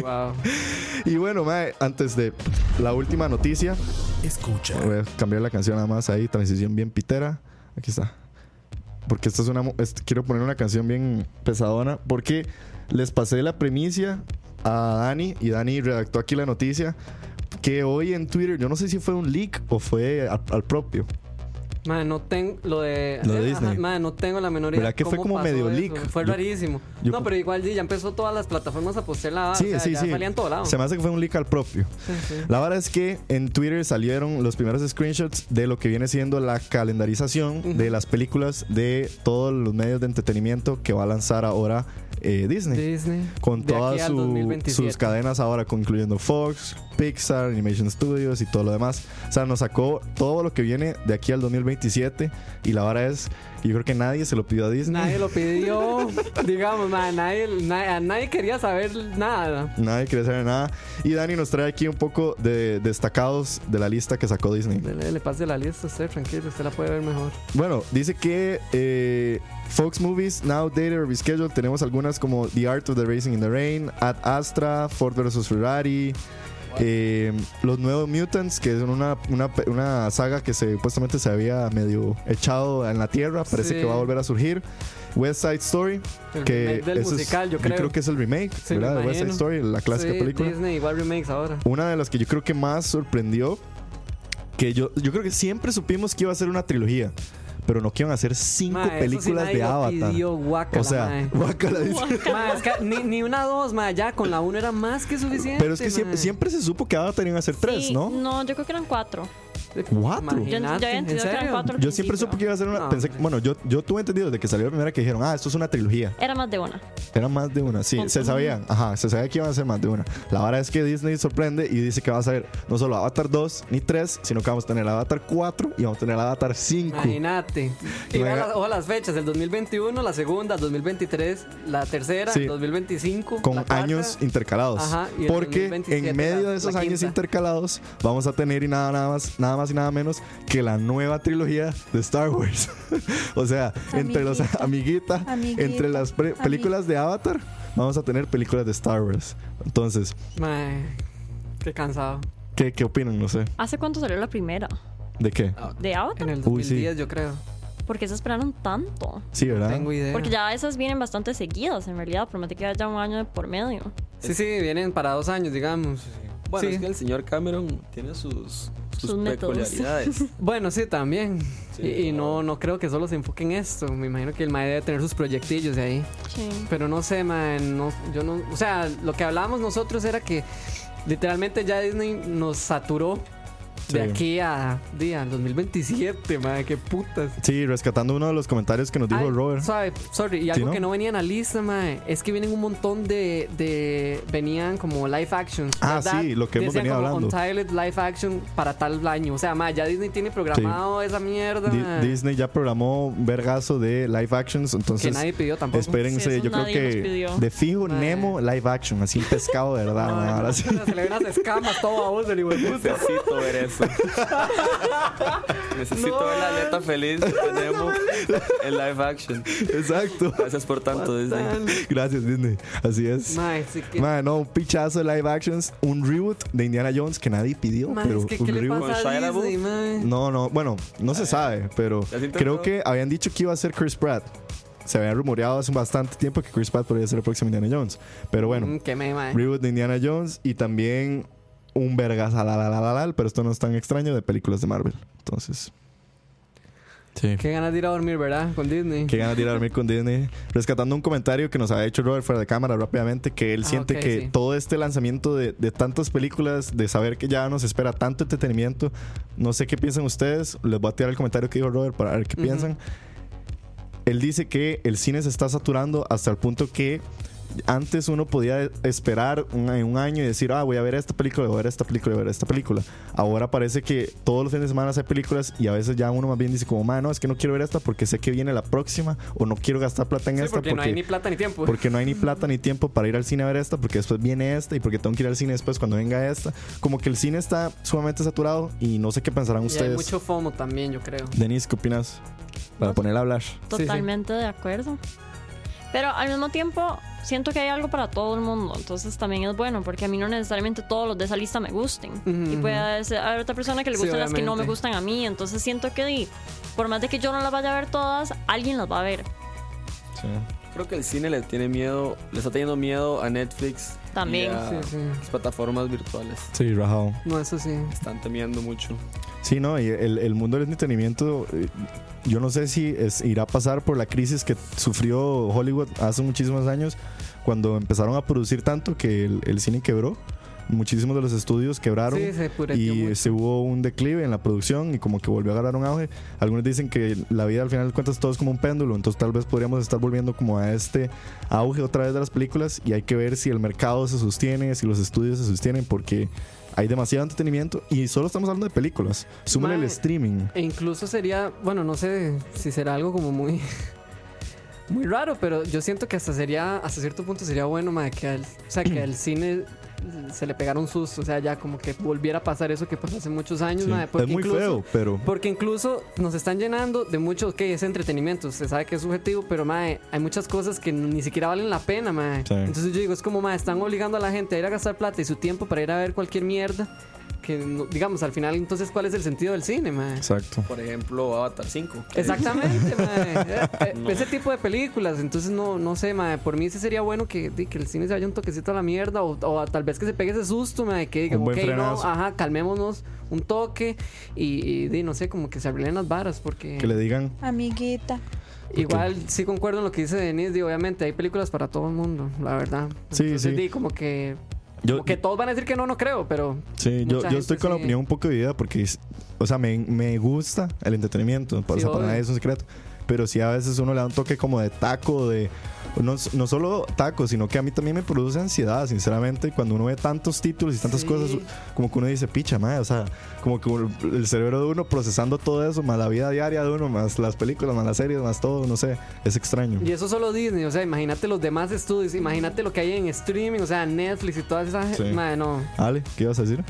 E: Wow.
D: Y bueno, mae, antes de la última noticia,
L: Escucha.
D: voy a cambiar la canción nada más ahí, transición bien pitera. Aquí está. Porque esta es una. mo- es- quiero poner una canción bien pesadona. Porque les pasé la primicia a Dani y Dani redactó aquí la noticia que hoy en Twitter, yo no sé si fue un leak o fue al, al propio.
E: Madre, no tengo lo de,
D: Lo de
E: ajá,
D: Disney.
E: madre, no tengo la menor idea.
D: ¿Verdad que fue
E: cómo
D: como
E: pasó
D: medio
E: eso.
D: leak?
E: Fue
D: Yo-
E: rarísimo.
D: yo-
E: no, pero igual sí, ya empezó todas las plataformas a postear la
D: Sí,
E: Ah, o sea,
D: sí,
E: ya
D: sí.
E: salía en todo lado.
D: Se me hace que fue un leak al propio. La verdad es que en Twitter salieron los primeros screenshots de lo que viene siendo la calendarización de las películas de todos los medios de entretenimiento que va a lanzar ahora eh, Disney.
E: Disney.
D: Con
E: De aquí
D: todas
E: al
D: su-
E: 2027.
D: sus cadenas ahora, incluyendo Fox, Pixar, Animation Studios y todo lo demás. O sea, nos sacó todo lo que viene de aquí al 2027. Y la verdad es, que yo creo que nadie se lo pidió a Disney.
E: Nadie lo pidió, digamos, madre, nadie, nadie, a nadie quería saber nada.
D: Nadie quiere saber nada. Y Dani nos trae aquí un poco de destacados de la lista que sacó Disney.
E: Dele, le pase la lista a usted, tranquilo, usted la puede ver mejor.
D: Bueno, dice que eh, Fox Movies, Now, Dated or Rescheduled, tenemos algunas como The Art of the Racing in the Rain, Ad Astra, Ford vs. Ferrari, eh, Los Nuevos Mutants, que es una, una, una saga que se, supuestamente se había medio echado en la tierra, parece
E: Sí.
D: que va a volver a surgir. West Side Story,
E: El
D: que
E: remake del
D: eso es-
E: musical, yo creo.
D: que es el remake,
E: Sí, me
D: ¿verdad? De West Side
E: imagino.
D: Story, la clásica
E: Sí,
D: película.
E: Disney igual remakes ahora.
D: Una de las que yo creo que más sorprendió, que yo, yo creo que siempre supimos que iba a ser una trilogía, pero no que iban a ser cinco
E: Mae, eso sí
D: películas
E: nadie
D: de
E: lo
D: Avatar.
E: pidió, guácala,
D: o sea,
E: mae.
D: guácala, dice.
E: Mae, es que ni, ni una dos, mae, ya con la una era más que suficiente.
D: Pero es que siempre,
E: mae.
D: siempre se supo que Avatar iban a ser tres,
G: Sí,
D: ¿no?
G: No, yo creo que eran cuatro.
D: Cuatro.
G: Yo, yo
E: Imagínate,
G: había
E: ¿en
G: entendido que eran
E: serio?
G: cuatro. al
D: Yo siempre
G: principio.
D: supe que iba a ser una.
E: No,
D: pensé-
E: hombre.
D: bueno, yo, yo tuve entendido desde que salió la primera que dijeron, ah, esto es una trilogía.
G: Era más de una.
D: Era más de una, sí,
G: Ujú.
D: se sabían, ajá, se sabía que iban a ser más de una. La verdad es que Disney sorprende y dice que va a ser no solo Avatar 2 ni 3, sino que vamos a tener Avatar 4 y vamos a tener Avatar 5.
E: Imagínate.
D: Y
E: Y vea
D: venga-
E: las, ojo las fechas, el 2021, la segunda, el 2023, la tercera,
D: Sí.
E: el 2025.
D: con
E: la cuarta.
D: años intercalados.
E: Ajá, y el
D: porque
E: 2027
D: en medio
E: la-
D: de esos
E: la
D: años
E: quinta.
D: intercalados vamos a tener y nada, nada más, nada más y nada menos que la nueva trilogía de Star Wars. o sea, entre los amiguita,
G: Amiguita.
D: entre las pre- películas de Avatar, vamos a tener películas de Star Wars. Entonces,
E: Mae, qué cansado.
D: ¿qué, qué opinan? No sé.
G: ¿Hace cuánto salió la primera?
D: ¿De qué?
E: Ah,
G: ¿De Avatar?
E: En el
D: Uy, sí.
E: 2010, yo creo.
G: ¿Por qué se esperaron tanto?
D: Sí, ¿verdad?
E: Tengo idea.
G: Porque ya esas vienen bastante seguidas, en realidad. Promete que haya un año de por medio.
E: Sí, sí, vienen para dos años, digamos.
I: Bueno,
E: Sí.
I: es que el señor Cameron tiene sus, sus,
G: Sus métodos.
I: peculiaridades.
E: Bueno, sí, también.
I: Sí.
E: y y no, no creo que solo se enfoque en esto. Me imagino que el Mae debe tener sus proyectillos de ahí.
G: Sí.
E: Pero no sé, man, no, yo no, o sea, lo que hablábamos nosotros era que literalmente ya Disney nos saturó de
D: Sí.
E: aquí a día 2027, madre, qué putas.
D: Sí, rescatando uno de los comentarios que nos dijo
E: Ay,
D: Robert.
E: suave, sorry, y
D: Sí,
E: algo
D: ¿no?
E: que no venía en la lista, mae, es que vienen un montón de, de venían como live actions.
D: Ah, sí, lo que hemos
E: Decían
D: venido
E: como
D: hablando.
E: Untitled live action para tal año, o sea, mae, ya Disney tiene programado esa mierda.
D: Di-
E: mae,
D: Disney ya programó un vergazo de live actions, entonces
E: que nadie pidió tampoco.
D: Espérense,
G: Sí, eso
D: yo creo
G: nadie nos
D: que
G: pidió.
D: de fijo
E: Mae.
D: Nemo live action, así un pescado de verdad.
E: Mae,
D: mae, ahora sí.
E: Se le ven las escamas todo a vos del hijo de puta.
I: Necesito ver eso. Necesito
E: No.
I: ver la aleta feliz que tenemos en live action.
D: Exacto.
I: Gracias por tanto, Disney.
D: Gracias Disney, así es.
E: Mae, sí que-
D: Mae, no, un pichazo de live actions, un reboot de Indiana Jones que nadie pidió,
E: Mae,
D: pero Mm,
E: es que,
D: un
E: ¿qué le
D: reboot.
E: pasa
I: Con
E: a
I: Shia LaBeouf.
E: Disney, mae?
D: No, no, bueno, no se sabe, pero
I: ¿Has intentado?
D: creo que habían dicho que iba a ser Chris Pratt. Se había rumoreado hace bastante tiempo que Chris Pratt podría ser el próximo Indiana Jones, pero bueno.
E: Mm, que me, mae.
D: Reboot de Indiana Jones y también un vergas a la la la la la, pero esto no es tan extraño de películas de Marvel. Entonces. Sí.
E: Qué ganas de ir a dormir, ¿verdad? Con Disney.
D: Qué ganas de ir a dormir con Disney. Rescatando un comentario que nos había hecho Robert fuera de cámara rápidamente, que él
E: Ah,
D: siente
E: ok,
D: que
E: sí.
D: todo este lanzamiento de, de tantas películas, de saber que ya nos espera tanto entretenimiento, no sé qué piensan ustedes, les voy a tirar el comentario que dijo Robert para ver qué
E: Ujú.
D: piensan. Él dice que el cine se está saturando hasta el punto que antes uno podía esperar un, un año y decir, ah, voy a ver esta película, voy a ver esta película, voy a ver esta película. Ahora parece que todos los fines de semana hay películas y a veces ya uno más bien dice como, "Ma, no, es que no quiero ver esta porque sé que viene la próxima o no quiero gastar plata en
E: Sí,
D: esta
E: porque,
D: porque,
E: no hay ni plata ni tiempo.
D: porque no hay ni plata ni tiempo para ir al cine a ver esta porque después viene esta y porque tengo que ir al cine después cuando venga esta. Como que el cine está sumamente saturado y no sé qué pensarán
E: y hay
D: ustedes.
E: mucho FOMO también, yo creo.
D: Denise, ¿qué opinas? Para
G: No.
D: poner a hablar.
E: sí.
G: Totalmente de acuerdo. Pero al mismo tiempo, siento que hay algo para todo el mundo. Entonces también es bueno, porque a mí no necesariamente todos los de esa lista me gusten.
E: Ujú,
G: Y puede ser- haber otra persona que le
E: Sí,
G: gusten las que no me
E: obviamente.
G: gustan a mí. Entonces siento que, di, por más de que yo no las vaya a ver todas, alguien las va a ver.
D: Sí.
I: creo que el cine le tiene miedo, le está teniendo miedo a Netflix.
G: También.
I: Y
D: Ah.
I: a
E: Sí, sí.
I: Las plataformas virtuales.
D: Sí, rajado.
E: No, eso sí.
I: Están temiendo mucho.
D: Sí, no, y el, el mundo del entretenimiento, eh, yo no sé si es- irá a pasar por la crisis que sufrió Hollywood hace muchísimos años, cuando empezaron a producir tanto que el, el cine quebró. Muchísimos de los estudios quebraron
E: Sí, se pureteó
D: y
E: mucho.
D: se hubo un declive en la producción y como que volvió a agarrar un auge. Algunos dicen que la vida al final de cuentas todo es como un péndulo, entonces tal vez podríamos estar volviendo como a este auge otra vez de las películas y hay que ver si el mercado se sostiene, si los estudios se sostienen porque hay demasiado entretenimiento y solo estamos hablando de películas. Súmale el
E: Mae.
D: streaming.
E: E incluso sería, bueno, no sé si será algo como muy muy raro, pero yo siento que hasta sería hasta cierto punto sería bueno mae, que al, o sea, que al cine se le pegara un susto, o sea, ya como que volviera a pasar eso que pasó hace muchos años,
D: Sí.
E: mae,
D: Es
E: porque
D: muy
E: incluso-
D: feo, pero
E: Porque incluso nos están llenando de mucho que es entretenimiento. Se sabe que es subjetivo, pero mae, hay muchas cosas que ni siquiera valen la pena, mae.
D: Sí.
E: Entonces yo digo, es como mae, están obligando a la gente a ir a gastar plata y su tiempo para ir a ver cualquier mierda. Que no- digamos, al final, entonces, ¿cuál es el sentido del cine, mae?
D: exacto.
I: Por ejemplo, Avatar 5. que
E: Exactamente, mae. Eh, eh,
I: No.
E: Ese tipo de películas, entonces no, no sé, mae. Por mí sí sería bueno que, di, que el cine se vaya un toquecito a la mierda o, o tal vez que se pegue ese susto, mae, que digan,
D: Un
E: ok,
D: buen
E: no,
D: frenazo".
E: ajá, calmémonos un toque y, y di, no sé, como que se arreglen las varas, porque
D: Que le digan,
M: Amiguita.
E: igual sí concuerdo en lo que dice Denise, di, obviamente hay películas para todo el mundo, la verdad.
D: Sí,
E: Entonces,
D: sí.
E: di, como que...
D: yo,
E: como que todos van a decir que no, no creo, pero
D: sí, yo,
E: mucha
D: yo estoy
E: gente
D: con la
E: sí.
D: opinión un poco dividida porque, es- o sea, me, me gusta el entretenimiento, o
E: Sí,
D: sea, para
E: obvio.
D: nadie es un secreto, pero sí a veces uno le da un toque como de taco, de... No, no solo taco, sino que a mí también me produce ansiedad, sinceramente, cuando uno ve tantos títulos y tantas
E: Sí.
D: cosas, como que uno dice, picha, madre, o sea, como que el cerebro de uno procesando todo eso, más la vida diaria de uno, más las películas, más las series, más todo, no sé, es extraño.
E: Y eso solo Disney, o sea, imagínate los demás estudios, imagínate lo que hay en streaming, o sea, Netflix y todas esas...
D: Sí.
E: Madre, no.
D: Ale, ¿qué ibas a decir?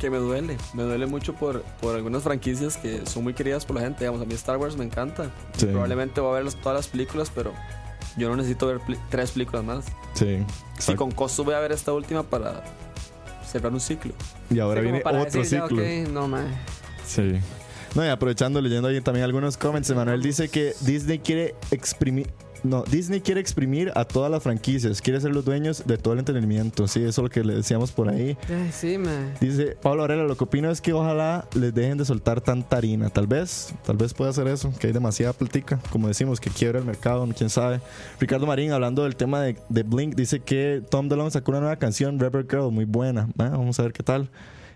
I: Que me duele. Me duele mucho por, por algunas franquicias que son muy queridas por la gente. Digamos, a mí Star Wars me encanta.
D: Sí.
I: Probablemente voy a ver las- todas las películas, pero yo no necesito ver pli- tres películas más.
D: Sí.
I: Si con costo voy a ver esta última para cerrar un ciclo.
D: Y ahora
E: O sea, como
D: viene
E: para
D: otro
E: decir, ya,
D: ciclo.
E: ok, no, mae.
D: Sí. No, y aprovechando, leyendo ahí también algunos comments, Emanuel dice que Disney quiere exprimir. No, Disney quiere exprimir a todas las franquicias, quiere ser los dueños de todo el entretenimiento. Sí, eso es lo que le decíamos por ahí.
E: Ay, sí, mae.
D: Dice Pablo Arela, lo que opino es que ojalá les dejen de soltar tanta harina. Tal vez, tal vez pueda hacer eso, que hay demasiada platica, como decimos, que quiebra el mercado, quién sabe. Ricardo Marín, hablando del tema de, de Blink, dice que Tom DeLonge sacó una nueva canción, Rubber Girl, muy buena. Ah, vamos a ver qué tal.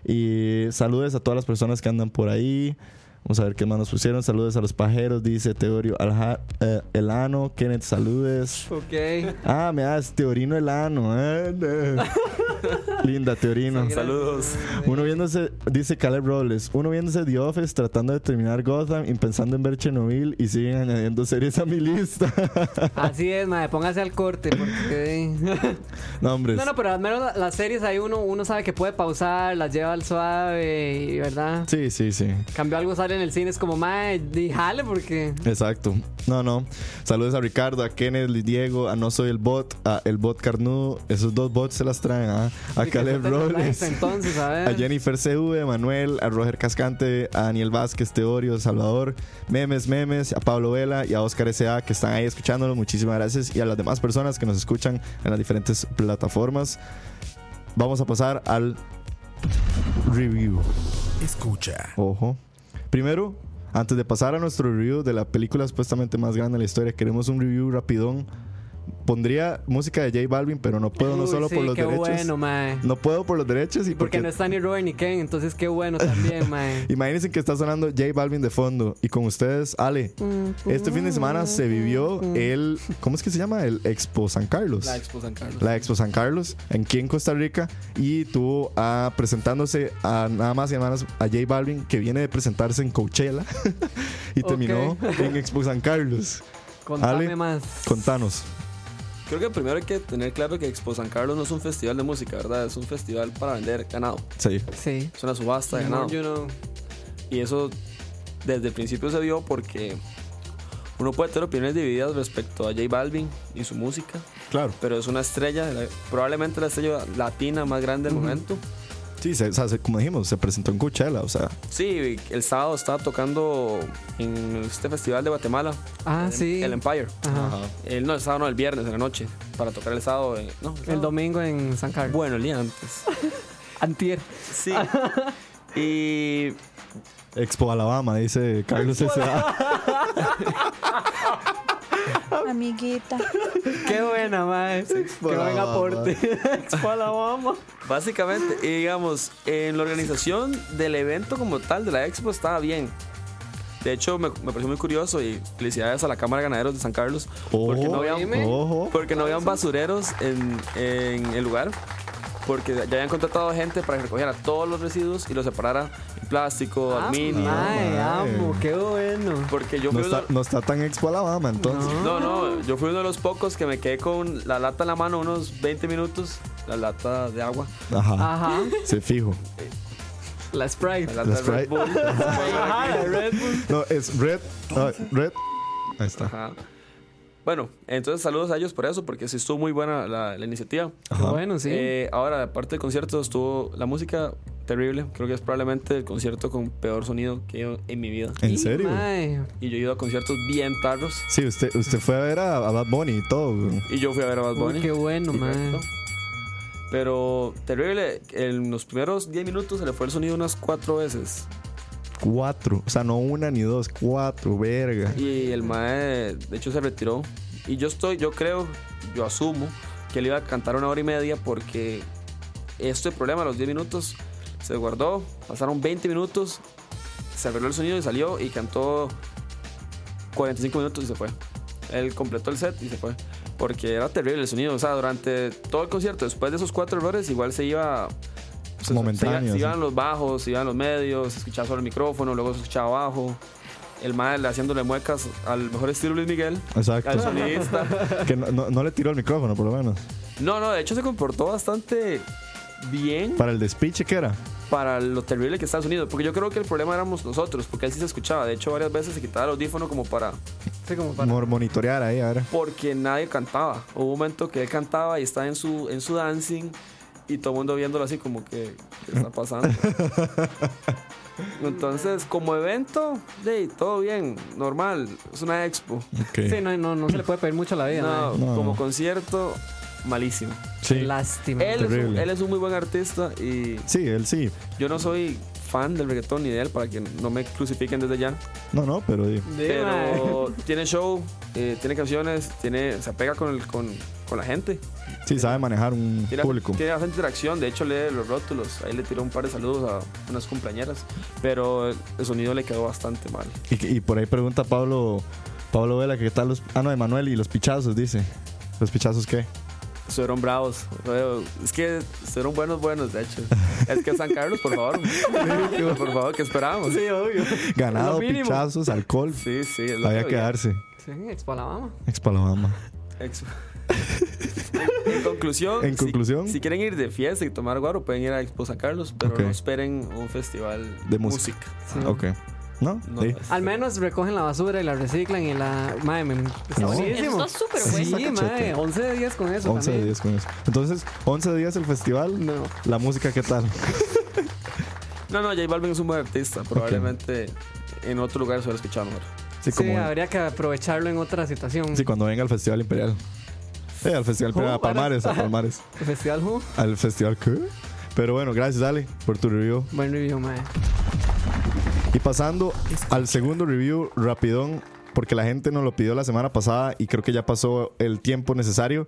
D: Y saludos a todas las personas que andan por ahí. Vamos a ver qué más nos pusieron. Saludos a los pajeros, dice Teorio Alja- eh, Elano. Kenneth, saludes.
E: Ok.
D: Ah, me das Teorino Elano. eh, no. Linda, Teorino.
I: Saludos.
D: Uno viéndose, dice Caleb Robles, uno viéndose The Office tratando de terminar Gotham y pensando en ver Chernobyl y siguen añadiendo series a mi lista.
E: Así es, madre, póngase al corte porque...
D: no, hombre.
E: No, no, pero al menos la- las series ahí uno, uno sabe que puede pausar, las lleva al suave, y, ¿verdad?
D: Sí, sí, sí.
E: Cambió algo, sale en el cine, es como, madre, di, jale porque...
D: Exacto. No, no. Saludos a Ricardo, a Kenneth, a Diego, a No Soy el Bot, a El Bot Carnudo. Esos dos bots se las traen ¿ah? a
E: Y que
D: Caleb
E: suelten los likes,
D: Robles.
E: Entonces, a ver.
D: A Jennifer CV, a Manuel, a Roger Cascante, a Daniel Vázquez, Teorio, Salvador, Memes, Memes, a Pablo Vela y a Oscar S.A. que están ahí escuchándonos. Muchísimas gracias. Y a las demás personas que nos escuchan en las diferentes plataformas. Vamos a pasar al review.
N: Escucha.
D: Ojo. Primero, antes de pasar a nuestro review de la película supuestamente más grande de la historia, queremos un review rapidón. Pondría música de J Balvin, pero no puedo, no
E: Uy,
D: solo
E: sí,
D: por los
E: qué
D: derechos.
E: bueno, mae.
D: No puedo por los derechos y
E: Porque
D: porque
E: no está ni Robert ni Ken, entonces qué bueno también, mae.
D: Imagínense que está sonando J Balvin de fondo y con ustedes, Ale. Este fin de semana se vivió el, ¿cómo es que se llama? El Expo San Carlos.
I: La Expo San Carlos.
D: La Expo San Carlos, aquí en Costa Rica, y tuvo a, presentándose a nada más y nada menos a J Balvin, que viene de presentarse en Coachella, y
E: Ok.
D: terminó en Expo San Carlos.
E: Contame
D: Ale,
E: más.
D: Contanos.
I: Creo que primero hay que tener claro que Expo San Carlos no es un festival de música, ¿verdad? Es un festival para vender ganado.
D: Sí.
E: Sí.
I: Es una subasta de ganado.
E: Mejor, you know.
I: Y eso desde el principio se dio porque uno puede tener opiniones divididas respecto a J Balvin y su música,
D: Claro.
I: pero es una estrella, la- probablemente la estrella latina más grande del momento.
D: Sí, se- o sea, se- como dijimos, se presentó en Coachella, o sea,
I: Sí, el sábado estaba tocando en este festival de Guatemala.
E: Ah,
I: el- em,
E: sí.
I: El Empire.
E: Ajá.
I: El, no, el sábado no, el viernes en la noche. Para tocar el sábado. eh, no,
E: El
I: sábado.
E: domingo en San Carlos.
I: Bueno, el día antes.
E: Antier.
I: Sí. y.
D: Expo Alabama, dice Carlos S.A.
M: Amiguita.
E: Qué buena, mae. Qué buen
D: Alabama.
E: aporte. Expo Alabama.
I: Básicamente, y digamos, en la organización del evento como tal, de la expo, estaba bien. De hecho, me, me pareció muy curioso y felicidades a la Cámara de Ganaderos de San Carlos. porque no
E: Oh.
I: había,
D: ojo.
I: porque no habían basureros en, en el lugar. Porque ya habían contratado gente para que recogiera todos los residuos y los separara en plástico,
E: Ah,
I: aluminio.
E: Mae,
D: mae.
E: amo. Qué bueno.
I: Porque yo
D: No
I: fui uno-
D: está, no está tan Expo Alabama, entonces.
I: No, no, yo fui uno de los pocos que me quedé con la lata en la mano unos 20 minutos, la lata de agua,
D: Ajá.
E: Ajá.
D: Se fijo.
E: La Sprite.
I: la lata de Red
D: Sprite.
I: Bull.
E: Ajá, la Red Bull.
D: No, es Red. ah, red. Ahí está.
I: Ajá. Bueno, entonces saludos a ellos por eso, porque sí estuvo muy buena la, la iniciativa.
E: Qué bueno, sí.
I: Eh, ahora, aparte del concierto, estuvo la música terrible. Creo que es probablemente el concierto con peor sonido que yo en mi vida.
D: ¿En
E: Y,
D: serio?
E: mae,
I: Y yo he ido a conciertos bien tarros.
D: Sí, usted, usted fue a ver a, a Bad Bunny y todo. güey.
I: Y yo fui a ver a Bad
E: uy,
I: Bunny.
E: qué bueno, mae.
I: Correcto. Pero terrible, en los primeros 10 minutos se le fue el sonido unas 4 veces.
D: Cuatro. O sea, no una ni dos, cuatro, verga.
I: Y el mae, de hecho, se retiró. Y yo estoy, yo creo, yo asumo que él iba a cantar una hora y media porque este problema, los 10 minutos, se guardó. Pasaron 20 minutos, se arregló el sonido y salió y cantó 45 minutos y se fue. Él completó el set y se fue. Porque era terrible el sonido. O sea, durante todo el concierto, después de esos cuatro errores, igual se iba. pues, se-
D: Momentáneo,
I: se iba- se
D: sí.
I: iban los bajos, se iban los medios, se escuchaba solo el micrófono, luego se escuchaba bajo. El mal haciéndole muecas al mejor estilo Luis Miguel. Al
D: Exacto.
I: sonidista.
D: Que no, no- no le tiró el micrófono, por lo menos.
I: No, no, de hecho se comportó bastante bien
D: Para el despiche que era.
I: para lo terrible que está el sonido. Porque yo creo que el problema éramos nosotros, porque él sí se escuchaba. De hecho, varias veces se quitaba el audífono como para.
E: Sí, como para-
D: Mor- Monitorear ahí, a ver.
I: Porque nadie cantaba. Hubo un momento que él cantaba y estaba en su, en su dancing y todo el mundo viéndolo así como que, ¿qué está pasando? Entonces, como evento, de todo bien, normal, es una expo.
E: Sí, no, no, no se le puede pedir mucho a la vida,
I: No,
E: mae.
D: No.
I: como concierto, malísimo.
D: Sí.
E: Lástima.
I: Él es, un,
D: Terrible.
I: él es un muy buen artista y
D: Sí, él sí.
I: yo no soy fan del reggaetón ni de él para que no me crucifiquen desde ya.
D: No, no, pero sí.
E: Sí, mae.
I: Pero tiene show, eh, tiene canciones, tiene, se apega con, el, con, con la gente.
D: Sí, sabe manejar un
I: Tiene,
D: público.
I: tiene bastante interacción, de hecho lee los rótulos. Ahí le tiró un par de saludos a unas compañeras, pero el sonido le quedó bastante mal.
D: Y, y por ahí pregunta Pablo Pablo Vela que qué tal los. Ah, no, Emanuel y los pichazos, dice. ¿Los pichazos qué?
I: Estuvieron bravos. pero Es que estuvieron buenos, buenos, de hecho. Es que San Carlos, por favor. por favor, que esperábamos.
E: Sí, obvio.
D: Ganado,
E: Lo mínimo.
D: pichazos, alcohol.
I: Sí, sí. es lo
D: Había que
I: había.
D: darse.
E: Sí, Expo Alabama.
D: Expalabama.
I: Ex- en conclusión,
D: En
I: si-
D: conclusión.
I: si, quieren ir de fiesta y tomar guaro, pueden ir a Expo San Carlos, pero
D: Ok.
I: no esperen un festival
D: De música. Ok. ¿No?
I: No,
D: sí.
I: es-
E: Al menos recogen la basura y la reciclan y la. Madre, me- está
D: No.
E: buenísimo.
G: Eso está súper
E: Sí,
G: bueno.
D: Está
E: madre,
D: cachete.
E: 11 de 10 con eso.
D: 11 de
E: también.
D: 10 con eso. Entonces, 11 de 10 el festival.
E: No.
D: La música, ¿qué tal?
I: No, no, J Balvin es un buen artista. Probablemente en otro lugar se lo escuchado mejor.
D: Sí,
E: Sí,
D: como,
E: habría que aprovecharlo en otra situación.
D: sí, cuando venga al Festival Imperial. Eh, al Festival Imperial, a
E: Juárez.
D: Palmares, a Palmares.
E: Festival Who,
D: Al Festival ¿qué? Pero bueno, gracias, Ale, por tu review.
E: buen review, madre.
D: Y pasando al segundo review, rapidón, porque la gente nos lo pidió la semana pasada y creo que ya pasó el tiempo necesario.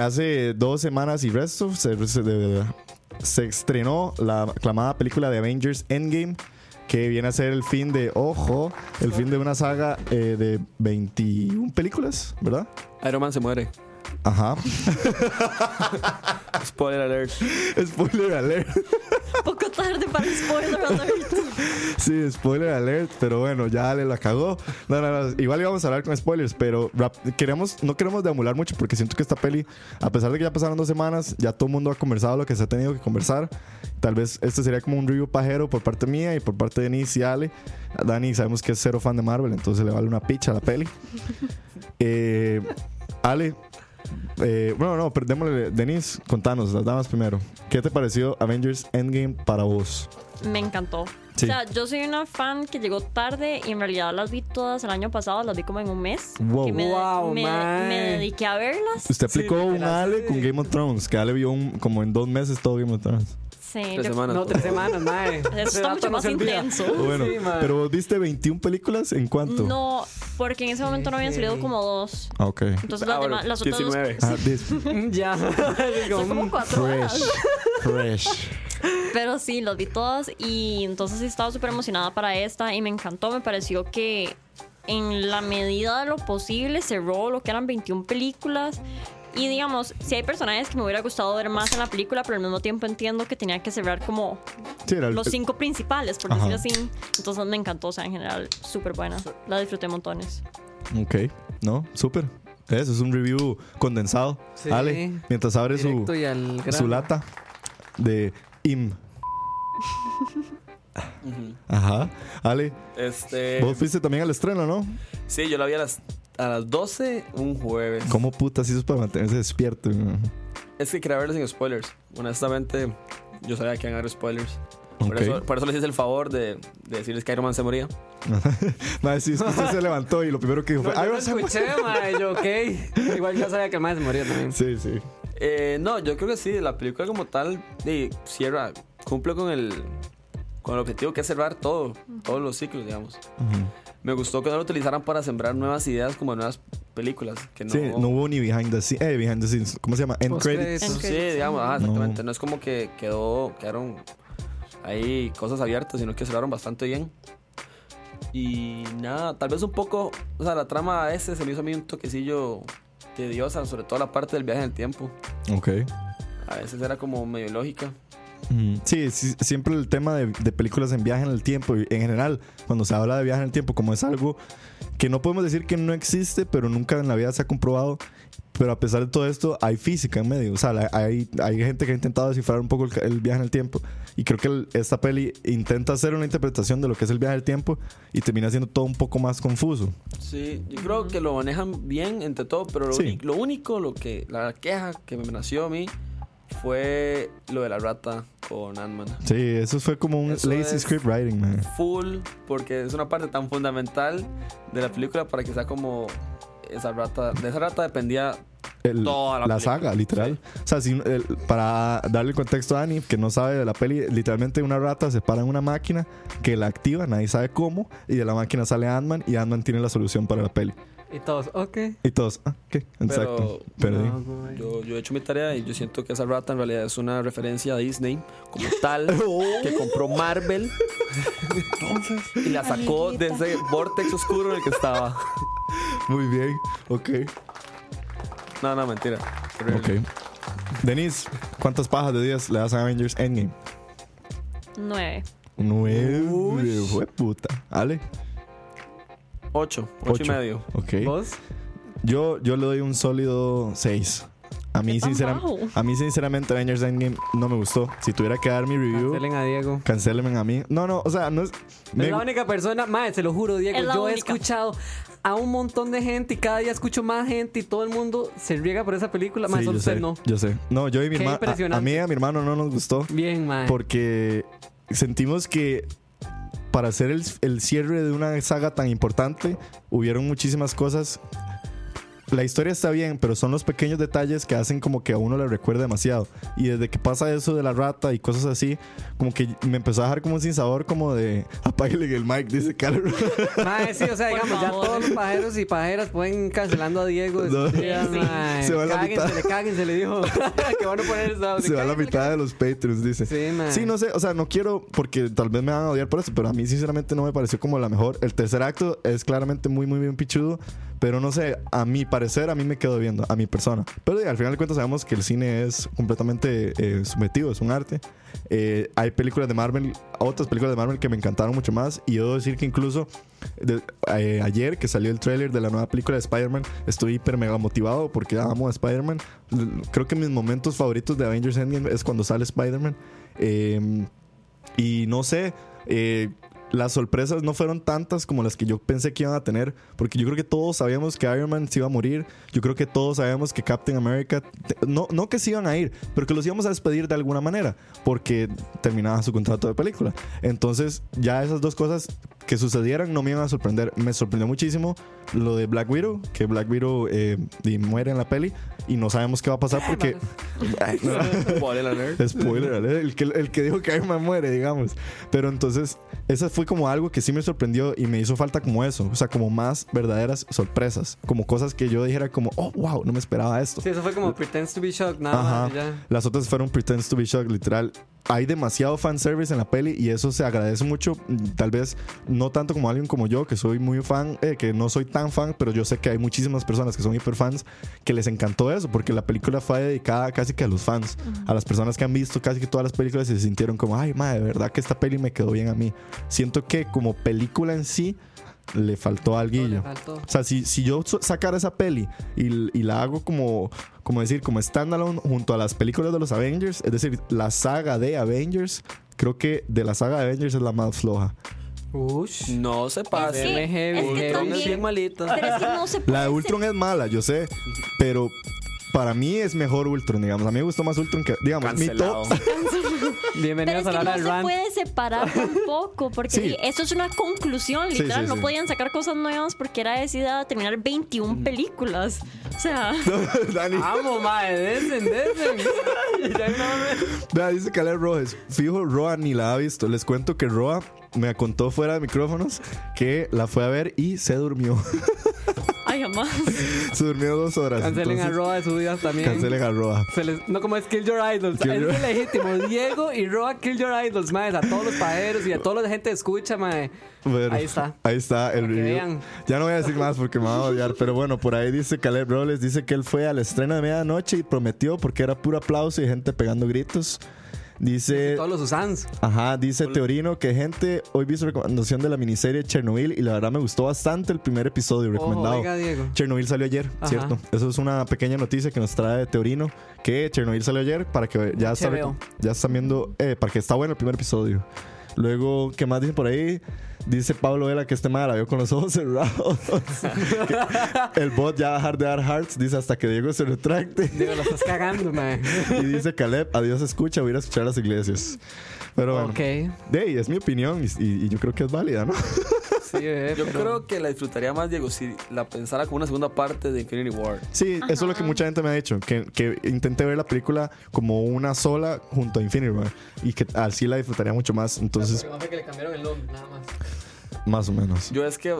D: Hace dos semanas y resto se, se- de- se estrenó la aclamada película de Avengers Endgame, que viene a ser el fin de, ojo, el fin de una saga eh, de 21 películas, ¿verdad?
I: Iron Man se muere.
D: Ajá.
I: Spoiler alert.
D: Spoiler alert.
G: Poco tarde para spoiler alert.
D: Sí, spoiler alert, pero bueno, ya le la cagó. No, no, no, igual íbamos a hablar con spoilers, pero rap- queremos, no queremos deambular mucho porque siento que esta peli, a pesar de que ya pasaron dos semanas, ya todo el mundo ha conversado lo que se ha tenido que conversar. Tal vez este sería como un review pajero por parte mía y por parte de Denise y Ale. Dani sabemos que es cero fan de Marvel, entonces le vale una picha a la peli. Eh, Ale, Eh, bueno, no, pero démosle, Denise, contanos, las damas primero. ¿Qué te pareció Avengers Endgame para vos?
G: Me encantó.
D: Sí.
G: O sea, yo soy una fan que llegó tarde y en realidad las vi todas el año pasado, las vi como en un mes.
D: Wow.
G: Que me, de-
E: Wow,
G: me-
E: mae. Pues,
G: me dediqué a verlas.
D: Usted
E: Sí,
D: aplicó un
E: literal,
D: Ale
E: sí.
D: con Game of Thrones, que Ale vio un- como en dos meses todo Game of Thrones.
G: Sí,
I: Tres
G: yo-
I: semanas.
E: No, tres semanas, mae. Ese
G: está
E: dato
G: mucho
E: no
G: más
E: se olvida.
G: intenso.
D: Bueno,
E: Sí, mae.
D: pero vos viste 21 películas en cuánto?
G: No, porque en ese momento no habían salido como dos.
D: Ah, ok.
G: Entonces
I: Ah,
G: las,
I: bueno,
G: demás- las otras dos
I: 19.
D: Ah, this-
E: Ya. Es
G: son como
E: mm,
G: cuatro
D: fresh.
G: horas.
D: Fresh.
G: Pero sí, los vi todas y entonces sí estaba súper emocionada para esta y me encantó. Me pareció que en la medida de lo posible cerró lo que eran 21 películas. Y digamos, si hay personajes que me hubiera gustado ver más en la película, pero al mismo tiempo entiendo que tenía que cerrar como
D: Sí, era el-
G: los cinco principales, por
D: Ajá.
G: decirlo así. Entonces me encantó, o sea, en general, súper buena. La disfruté montones.
D: Ok, no, súper. Eso es un review condensado.
E: Sí.
D: Ale, mientras abre su,
E: directo y al
D: su
E: grano.
D: lata de IM. Ajá. Ale,
I: Este,
E: Eh.
D: vos fuiste también al estreno, ¿no?
I: sí, yo la vi a las, a las 12 un jueves.
D: ¿Cómo putas hizo para mantenerse despierto?
I: Es que quería verla sin spoilers. Honestamente, yo sabía que iban a haber spoilers.
D: Ok.
I: Por, eso, por eso les hice el favor de, de decirles que Iron Man se moría.
D: Madre, sí, es que usted se levantó y lo primero que dijo
E: No,
D: fue...
E: yo
D: "Ay,
E: lo
D: vas a morir".
E: escuché, mae. Yo, ok. Igual yo sabía que el mae se moría también.
D: Sí, sí.
I: Eh, no, yo creo que sí, la película como tal de cierra, cumple con el, con el objetivo que es cerrar todo, todos los ciclos, digamos. Me gustó que no lo utilizaran para sembrar nuevas ideas como nuevas películas. Que no,
D: Sí, no hubo ni behind the scenes. Eh, behind the scenes. ¿Cómo se llama? End
E: Post
D: credits.
E: créditos.
I: Sí, digamos, ajá, exactamente. No. es como que quedó, quedaron ahí cosas abiertas, sino que cerraron bastante bien. Y nada, tal vez un poco, o sea, la trama ese se me hizo a mí un toquecillo tediosa, sobre todo la parte del viaje en el tiempo.
D: Ok.
I: A veces era como medio lógica.
D: Ujú. Sí, sí, siempre el tema de, de películas en viaje en el tiempo y en general, cuando se habla de viaje en el tiempo, como es algo que no podemos decir que no existe, pero nunca en la vida se ha comprobado. Pero a pesar de todo esto, hay física en medio. O sea, la- hay, hay gente que ha intentado descifrar un poco el, ca- el viaje en el tiempo. Y creo que el- esta peli intenta hacer una interpretación de lo que es el viaje en el tiempo y termina siendo todo un poco más confuso.
I: Sí, yo creo que lo manejan bien entre todo, pero lo,
D: Sí.
I: uni- lo único, lo que, la queja que me nació a mí fue lo de la rata con Ant-Man.
D: Sí, eso fue como un
I: Eso
D: lazy
I: es-
D: script writing, man.
I: Full, porque es una parte tan fundamental de la película para que sea como esa rata. De esa rata dependía.
D: el-
I: Toda
D: la,
I: la película.
D: saga, literal. O sea, si, el- para darle el contexto a Dani, que no sabe de la peli, literalmente una rata se para en una máquina que la activa, nadie sabe cómo, y de la máquina sale Ant-Man y Ant-Man tiene la solución para la peli.
E: Y todos, ok.
D: Y todos, ah, ¿qué? Exacto. Perdí.
E: No, güey.
I: Yo, yo he hecho mi tarea y yo siento que esa rata en realidad es una referencia a Disney como tal, que compró Marvel y la sacó
M: Amiguita.
I: de ese vortex oscuro en el que estaba.
D: Muy bien, ok.
I: No, no, mentira. Terrible.
D: Ok. Denise, ¿cuántas pajas de 10 le das a Avengers Endgame?
G: Nueve.
D: Nueve, fue puta. Ale,
I: Ocho, ocho y
D: Ocho.
I: medio.
D: ok.
E: ¿Vos?
D: Yo, yo le doy un sólido 6. A mí,
G: ¿Qué tan
D: sinceram-
G: bajo?
D: a mí, sinceramente, Avengers Endgame no me gustó. Si tuviera que dar mi review,
E: Cancelen a Diego.
D: cancélenme a mí. No, no, o sea, no es. me-
E: Es la única persona, mae, se lo juro, Diego.
G: Es la
E: Yo he
G: única.
E: escuchado a un montón de gente y cada día escucho más gente y todo el mundo se riega por esa película. Mae,
D: Sí,
E: solo
D: yo
E: usted
D: sé,
E: no.
D: Yo sé. No, yo y mi
E: Qué
D: hermano. A, a
E: impresionante.
D: mí y a mi hermano no nos gustó
E: Bien, mae.
D: porque sentimos que para hacer el, el cierre de una saga tan importante hubieron muchísimas cosas. La historia está bien, pero son los pequeños detalles que hacen como que a uno le recuerda demasiado. Y desde que pasa eso de la rata y cosas así, como que me empezó a dejar como sin sabor, como de apáguenle el mic, dice Carol.
E: Mae, sí, o sea,
G: Por
E: digamos, ya
G: favor.
E: todos los pajeros y pajeras pueden ir cancelando a Diego. de su
D: No.
E: vida,
G: Sí.
E: mae.
D: Se va la
E: Cáguense,
D: mitad.
E: le caguen, se le dijo. que van a poner el sábado.
D: Se va la
E: Cáguense,
D: mitad de los Patreons, dice.
E: Sí, man.
D: Sí, no sé, o sea, no quiero, porque tal vez me van a odiar por esto, pero a mí sinceramente no me pareció como la mejor. El tercer acto es claramente muy, muy bien pichudo, pero no sé, a mi parecer, a mí me quedo viendo, a mi persona. Pero eh, al final de cuentas sabemos que el cine es completamente eh, subjetivo, es un arte. Eh, hay películas de Marvel, otras películas de Marvel que me encantaron mucho más, y yo debo decir que incluso de- eh, ayer que salió el tráiler de la nueva película de Spider-Man, estoy hiper mega motivado porque amo a Spider-Man. L- l- Creo que mis momentos favoritos de Avengers Em, Endgame es cuando sale Spider-Man. Eh, y no sé, eh, las sorpresas no fueron tantas como las que yo pensé que iban a tener, porque yo creo que todos sabíamos que Iron Man se iba a morir, yo creo que todos sabíamos que Captain America, te- no, no que se iban a ir, pero que los íbamos a despedir de alguna manera, porque terminaba su contrato de película. Entonces ya esas dos cosas que sucedieran no me iban a sorprender. Me sorprendió muchísimo lo de Black Widow, que Black Widow eh, y muere en la peli y no sabemos qué va a pasar porque... Ay, no.
I: Vale, la nerd.
D: Spoiler, alert, el que, el que dijo que Iron Man muere, digamos. Pero entonces, esa fue como algo que sí me sorprendió y me hizo falta como eso. O sea, como más verdaderas sorpresas. Como cosas que yo dijera como, oh, wow, no me esperaba esto.
E: Sí, eso fue como Pretends to be shocked, nada
D: Ajá.
E: más. y ya.
D: Las otras fueron Pretends to be Shocked, literal. Hay demasiado fanservice en la peli y eso se agradece mucho. Mm, Tal vez no tanto como alguien como yo, que soy muy fan, eh, que no soy tan fan, pero yo sé que hay muchísimas personas que son hiperfans que les encantó eso, porque la película fue dedicada casi que a los fans, a las personas que han visto casi que todas las películas y se sintieron como, ay, madre, de verdad que esta peli me quedó bien a mí. Siento que como película en sí le faltó
E: No le
D: alguillo.
E: faltó.
D: O sea, si, si yo so- sacara esa peli y, y la hago como, como decir, como standalone junto a las películas de los Avengers, es decir, la saga de Avengers, creo que de la saga de Avengers es la más floja.
E: Ush. Ah,
I: No se
G: Es
I: pase.
G: que-
E: Deme heavy,
G: es que
E: heavy.
G: también-
I: es bien malita.
G: Pero es que no se
D: La de
G: puede
D: Ultron es mala, yo sé, pero para mí es mejor Ultron, digamos. A mí me gustó más Ultron que, digamos,
I: Cancelado.
D: mi top.
E: Bienvenidos
G: Pero
E: a la hora
G: es que no
E: del
G: se
E: rant.
G: puede separar tampoco, porque
D: Sí.
G: eso es una conclusión,
D: Sí,
G: literal.
D: sí, sí.
G: No podían sacar cosas nuevas porque era decidida a terminar 21 películas. O sea,
D: Dani,
E: Vamos, mae, desen, desen. Ya hay una hora.
D: Vea, dice Caleb Rojas. Fijo, Roa ni la ha visto. Les cuento que Roa me contó fuera de micrófonos que la fue a ver y se durmió.
G: ay, jamás.
D: se durmió dos horas.
E: Cancelen a
D: entonces-
E: Roa de su vida también.
D: Cancelen a Roa.
E: Se les- no, como es Kill Your Idols.
D: Kill
E: es
D: Your-
E: ilegítimo. Diego y Roa Kill Your Idols, mae. A todos los pajeros y a toda la gente que escucha, mae.
D: Bueno,
E: Ahí está.
D: Ahí está el
E: Para que
D: review.
E: vean.
D: Ya no voy a decir más porque me van a odiar. Pero bueno, por ahí dice Caleb Robles, dice que él fue al estreno de medianoche y prometió porque era puro aplauso y gente pegando gritos. Dice,
E: Todos los Usans.
D: ajá, dice Teorino que gente, hoy vi su recomendación de la miniserie Chernobyl y la verdad me gustó bastante el primer episodio recomendado.
E: oiga, Diego.
D: Chernobyl salió ayer,
E: Ajá.
D: ¿cierto? Eso es una pequeña noticia que nos trae Teorino, que Chernobyl salió ayer para que ya, está,
E: HBO.
D: ya están viendo, eh, para que está bueno el primer episodio. Luego, ¿qué más dice por ahí? Dice Pablo Vela que este madre la vio con los ojos cerrados. Que el bot ya va a dejar de dar hearts, dice hasta que Diego se retracte.
E: Diego, lo estás cagando, mae.
D: Y dice Caleb, adiós escucha, voy a ir a escuchar las iglesias. Pero bueno,
E: Ok.
D: de ahí, es mi opinión y, y- y yo creo que es válida, ¿no?
E: Sí, bebé.
I: Yo
E: pero-
I: creo que la disfrutaría más, Diego, si la pensara como una segunda parte de Infinity War.
D: Sí, eso es lo que mucha gente me ha dicho, que, que intenté ver la película como una sola junto a Infinity War y que así la disfrutaría mucho más, entonces
E: Lo que pasa es que le cambiaron el nombre, nada más.
D: más o menos.
I: Yo es que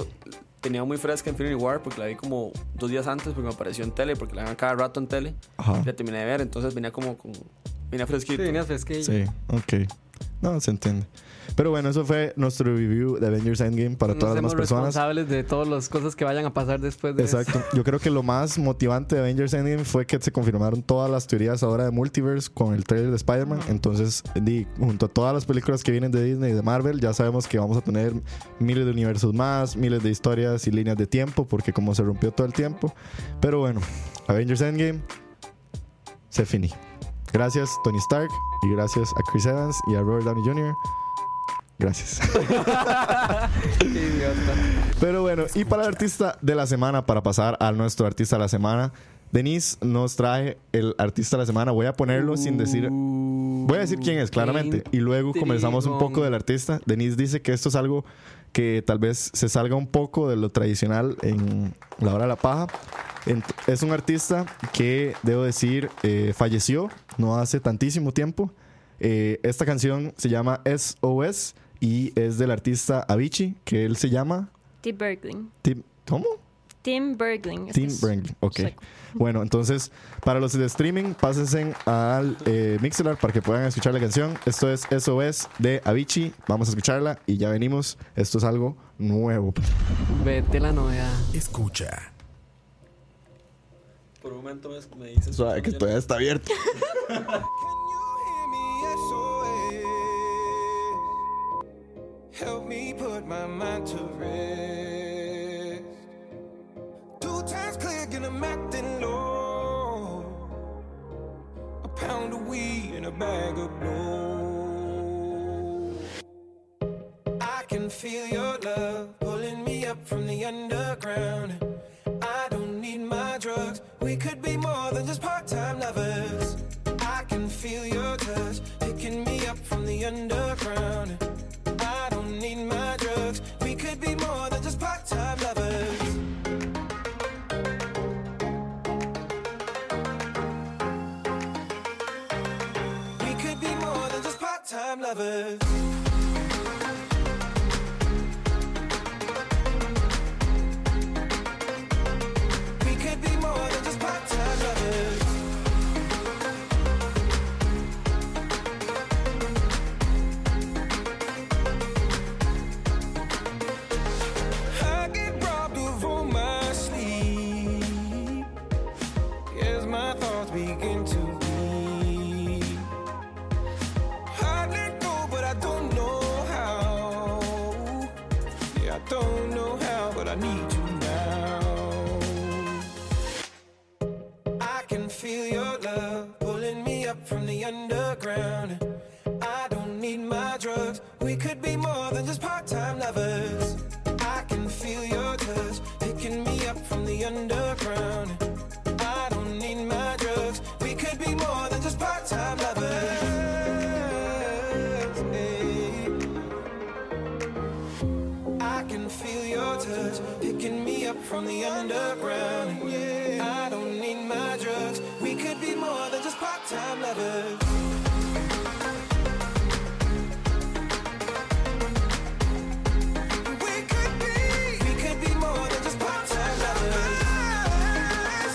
I: tenía muy fresca Infinity War porque la vi como dos días antes porque me apareció en tele, porque la dan cada rato en tele.
D: Ajá.
I: Y La terminé de ver, entonces venía como con... Venía
E: Sí,
I: fresquito.
E: venías fresquillo.
D: Sí, ok. No, se entiende. Pero bueno, eso fue nuestro review de Avengers Endgame para
E: Nos
D: todas las
E: hacemos
D: demás personas.
E: responsables de todas las cosas que vayan a pasar después de
D: Exacto. Yo creo que lo más motivante de Avengers Endgame fue que se confirmaron todas las teorías ahora de multiverse con el trailer de Spider-Man. Entonces, di- junto a todas las películas que vienen de Disney y de Marvel, ya sabemos que vamos a tener miles de universos más, miles de historias y líneas de tiempo, porque como se rompió todo el tiempo. Pero bueno, Avengers Endgame se finí. Gracias Tony Stark y gracias a Chris Evans y a Robert Downey Jr. Gracias.
E: eso. Qué idiota.
D: Pero bueno, y para el artista de la semana, para pasar a nuestro artista de la semana, Denise nos trae el artista de la semana. Voy a ponerlo sin decir.
E: Uh,
D: Voy a decir quién es, claramente. Y luego conversamos un poco del artista. Denise dice que esto es algo que tal vez se salga un poco de lo tradicional en La Hora de la Paja. Ent- Es un artista que, debo decir, eh, falleció no hace tantísimo tiempo. Eh, esta canción se llama SOS y es del artista Avicii, que él se llama
G: Tim Bergling.
D: Tim, ¿Cómo?
G: Tim Bergling.
D: Tim
G: Este Es-
D: Brangling. Ok.
G: Seco.
D: Bueno, entonces, para los de streaming, pásense al eh, Mixelar para que puedan escuchar la canción. Esto es SOS de Avicii. Vamos a escucharla y ya venimos. Esto es algo nuevo.
E: Vete la novedad.
C: Escucha.
I: Por un momento me, me dices...
D: Suave, que todavía está abierto.
O: Can you hear me? SOS. Help me put my mind to rest. Two times clear, and I'm acting low. A pound of weed and a bag of blow. I can can feel your love pulling me up from the underground. I don't need my drugs. We could be more than just part time lovers. I can feel your touch picking me up from the underground. I don't need my drugs. We could be more than just part time lovers. We could be more than just part time lovers. We could be more than just part-time lovers. I get robbed of all my sleep as my thoughts begin to weep. I let go, but I don't know how. Yeah, I don't know how, but I need you now. I can feel your love pulling me up from the underground. I don't need my drugs. We could be more than just part time lovers. I can feel your touch picking me up from the underground. I don't need my drugs. We could be more than just part time lovers. Hey. I can feel your touch picking me up from the underground. I don't need my drugs. We could be more than just part-time lovers. We could be, we could be more than just part-time lovers.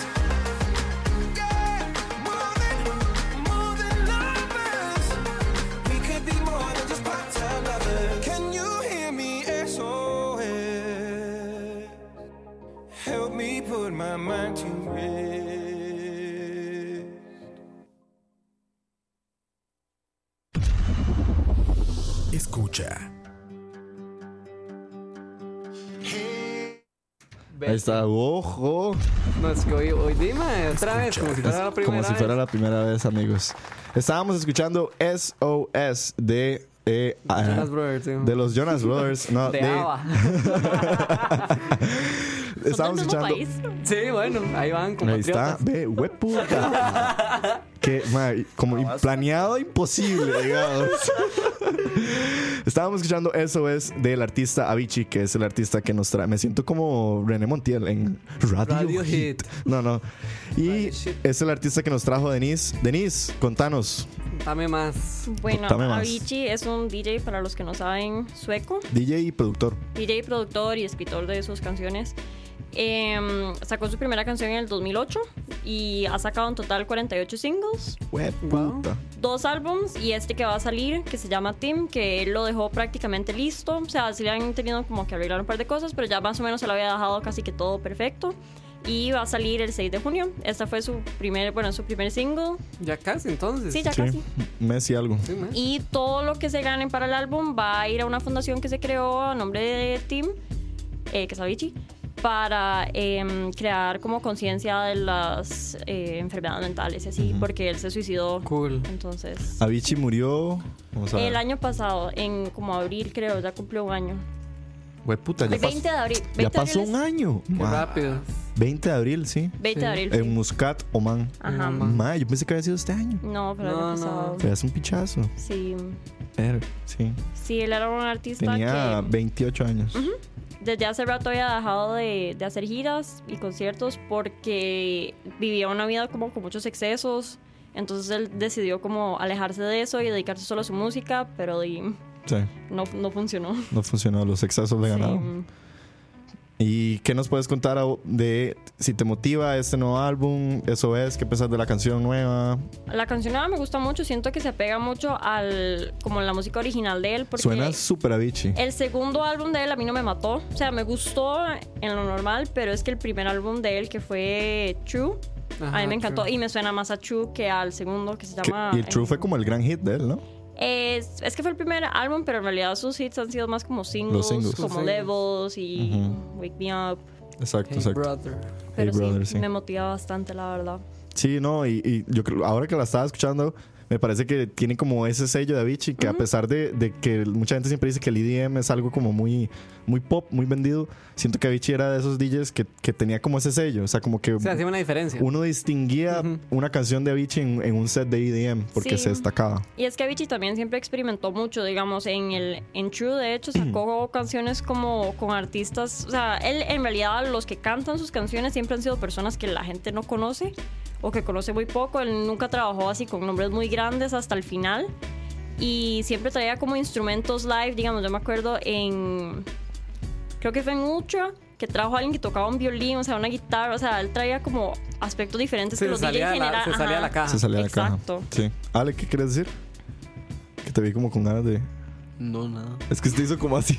O: Yeah, more than, more than lovers. We could be more than just part-time lovers. Can you hear me? SOS. Help me put my mind to rest.
C: Escucha.
D: Ahí está, ojo.
E: No, es que hoy, hoy dime, otra vez, como si fuera la primera
D: Como si fuera
E: vez.
D: la primera vez, amigos. Estábamos escuchando SOS de. eh, ah,
E: Jonas Brothers, sí.
D: de los Jonas Brothers. No,
E: De
D: de-
E: ABBA.
D: Estábamos
G: Son del
D: escuchando.
G: mismo país.
E: Sí, bueno, ahí van
D: Ahí está,
E: compatriotas.
D: ve, hueputa. que, mae, como im- planeado imposible, digamos. Estábamos escuchando eso es del artista Avicii, que es el artista que nos trae. Me siento como René Montiel en Radio,
E: Radio
D: Hit.
E: Hit.
D: No, no. Y
E: Radio Shit.
D: es el artista que nos trajo Denise. Denise, contanos.
E: Dame más.
G: Bueno,
D: Dame más.
G: Avicii es un DJ, para los que no saben, sueco.
D: DJ y productor.
G: DJ, productor y escritor de sus canciones. Em, sacó su primera canción en el 2008 y ha sacado en total 48 singles,
D: Hueputa.
G: dos álbums y este que va a salir, que se llama Tim, que él lo dejó prácticamente listo. O sea, sí le han tenido como que arreglar un par de cosas, pero ya más o menos se lo había dejado casi que todo perfecto. Y va a salir el 6 de junio. Esta fue su primer, bueno, su primer single.
E: Ya casi, entonces.
G: Sí, ya
D: Sí,
G: casi.
D: Messi algo.
E: Sí, ma.
G: Y todo lo que se gane para el álbum va a ir a una fundación que se creó a nombre de Tim, eh, que es Avicii, para em, crear como conciencia de las eh, enfermedades mentales, y así, porque él se suicidó.
E: Cool.
G: Entonces,
D: Avicii murió. Vamos a ver.
G: el año pasado, en como abril creo, ya cumplió un año.
D: Hueputa, ya,
G: El
D: pas-
G: 20 de abril. 20
D: ya
G: de abril
D: pasó
G: es-
D: un año.
E: Qué
D: Ma,
E: rápido.
D: 20 de abril, sí.
G: 20
E: Sí.
G: de abril.
D: En
G: sí.
D: Eh, Muscat, Oman. Mm.
G: Ajá.
D: Ma, yo pensé que había sido este año.
G: No, pero el
E: No,
G: año
E: no.
G: pasado.
D: Te das un pichazo.
G: Sí.
D: Sí.
G: Sí, él era un artista
D: Tenía
G: que
D: 28 años.
G: desde hace rato había dejado de, de hacer giras y conciertos porque vivía una vida como con muchos excesos. Entonces él decidió como alejarse de eso y dedicarse solo a su música, pero di-
D: Sí.
G: no, no funcionó.
D: No funcionó, los excesos le ganaron.
G: Sí.
D: ¿Y qué nos puedes contar a- de si te motiva este nuevo álbum? Eso es, ¿qué piensas de la canción nueva?
G: La canción ahora me gusta mucho, siento que se apega mucho al como la música original de él porque
D: Suena súper Avicii.
G: el segundo álbum de él a mí no me mató, o sea, me gustó en lo normal, pero es que el primer álbum de él que fue True a mí
E: Ajá,
G: me encantó
E: True.
G: y me suena más a True que al segundo que se
D: Que-
G: llama
D: y el True
G: eh,
D: fue como el gran hit de él, ¿no?
G: Es, es que fue el primer álbum, pero en realidad sus hits han sido más como singles,
D: Los singles.
G: como
E: Los
G: Levels y
D: Ujú.
G: Wake Me Up.
D: Exacto,
E: Hey,
D: exacto.
E: brother.
G: Pero sí,
D: brother, sí.
G: me motiva bastante, la verdad.
D: Sí, no, y, y yo creo, ahora que la estaba escuchando, Me parece que tiene como ese sello de Avicii que a pesar de, de que mucha gente siempre dice que el EDM es algo como muy, muy pop, muy vendido, siento que Avicii era de esos DJs que, que tenía como ese sello. O sea, como que
E: O sea, hacía una diferencia.
D: uno distinguía una canción de Avicii en, en un set de EDM porque
G: Sí.
D: se destacaba.
G: Y es que Avicii también siempre experimentó mucho, digamos, en el en True, de hecho, sacó canciones como con artistas, o sea, él en realidad los que cantan sus canciones siempre han sido personas que la gente no conoce o que conoce muy poco, él nunca trabajó así con nombres muy grandes hasta el final y siempre traía como instrumentos live, digamos, yo me acuerdo en creo que fue en Ultra que trajo a alguien que tocaba un violín, o sea, una guitarra, o sea, él traía como aspectos diferentes
E: Sí,
G: que
E: se
G: los DJs
E: salía, de la,
G: general-
E: se salía de la
G: ajá.
E: caja.
D: Se salía de la caja.
G: Exacto.
D: Sí. Ale, ¿qué quieres decir? Que te vi como con ganas de.
I: No, nada.
D: Es que usted hizo como así.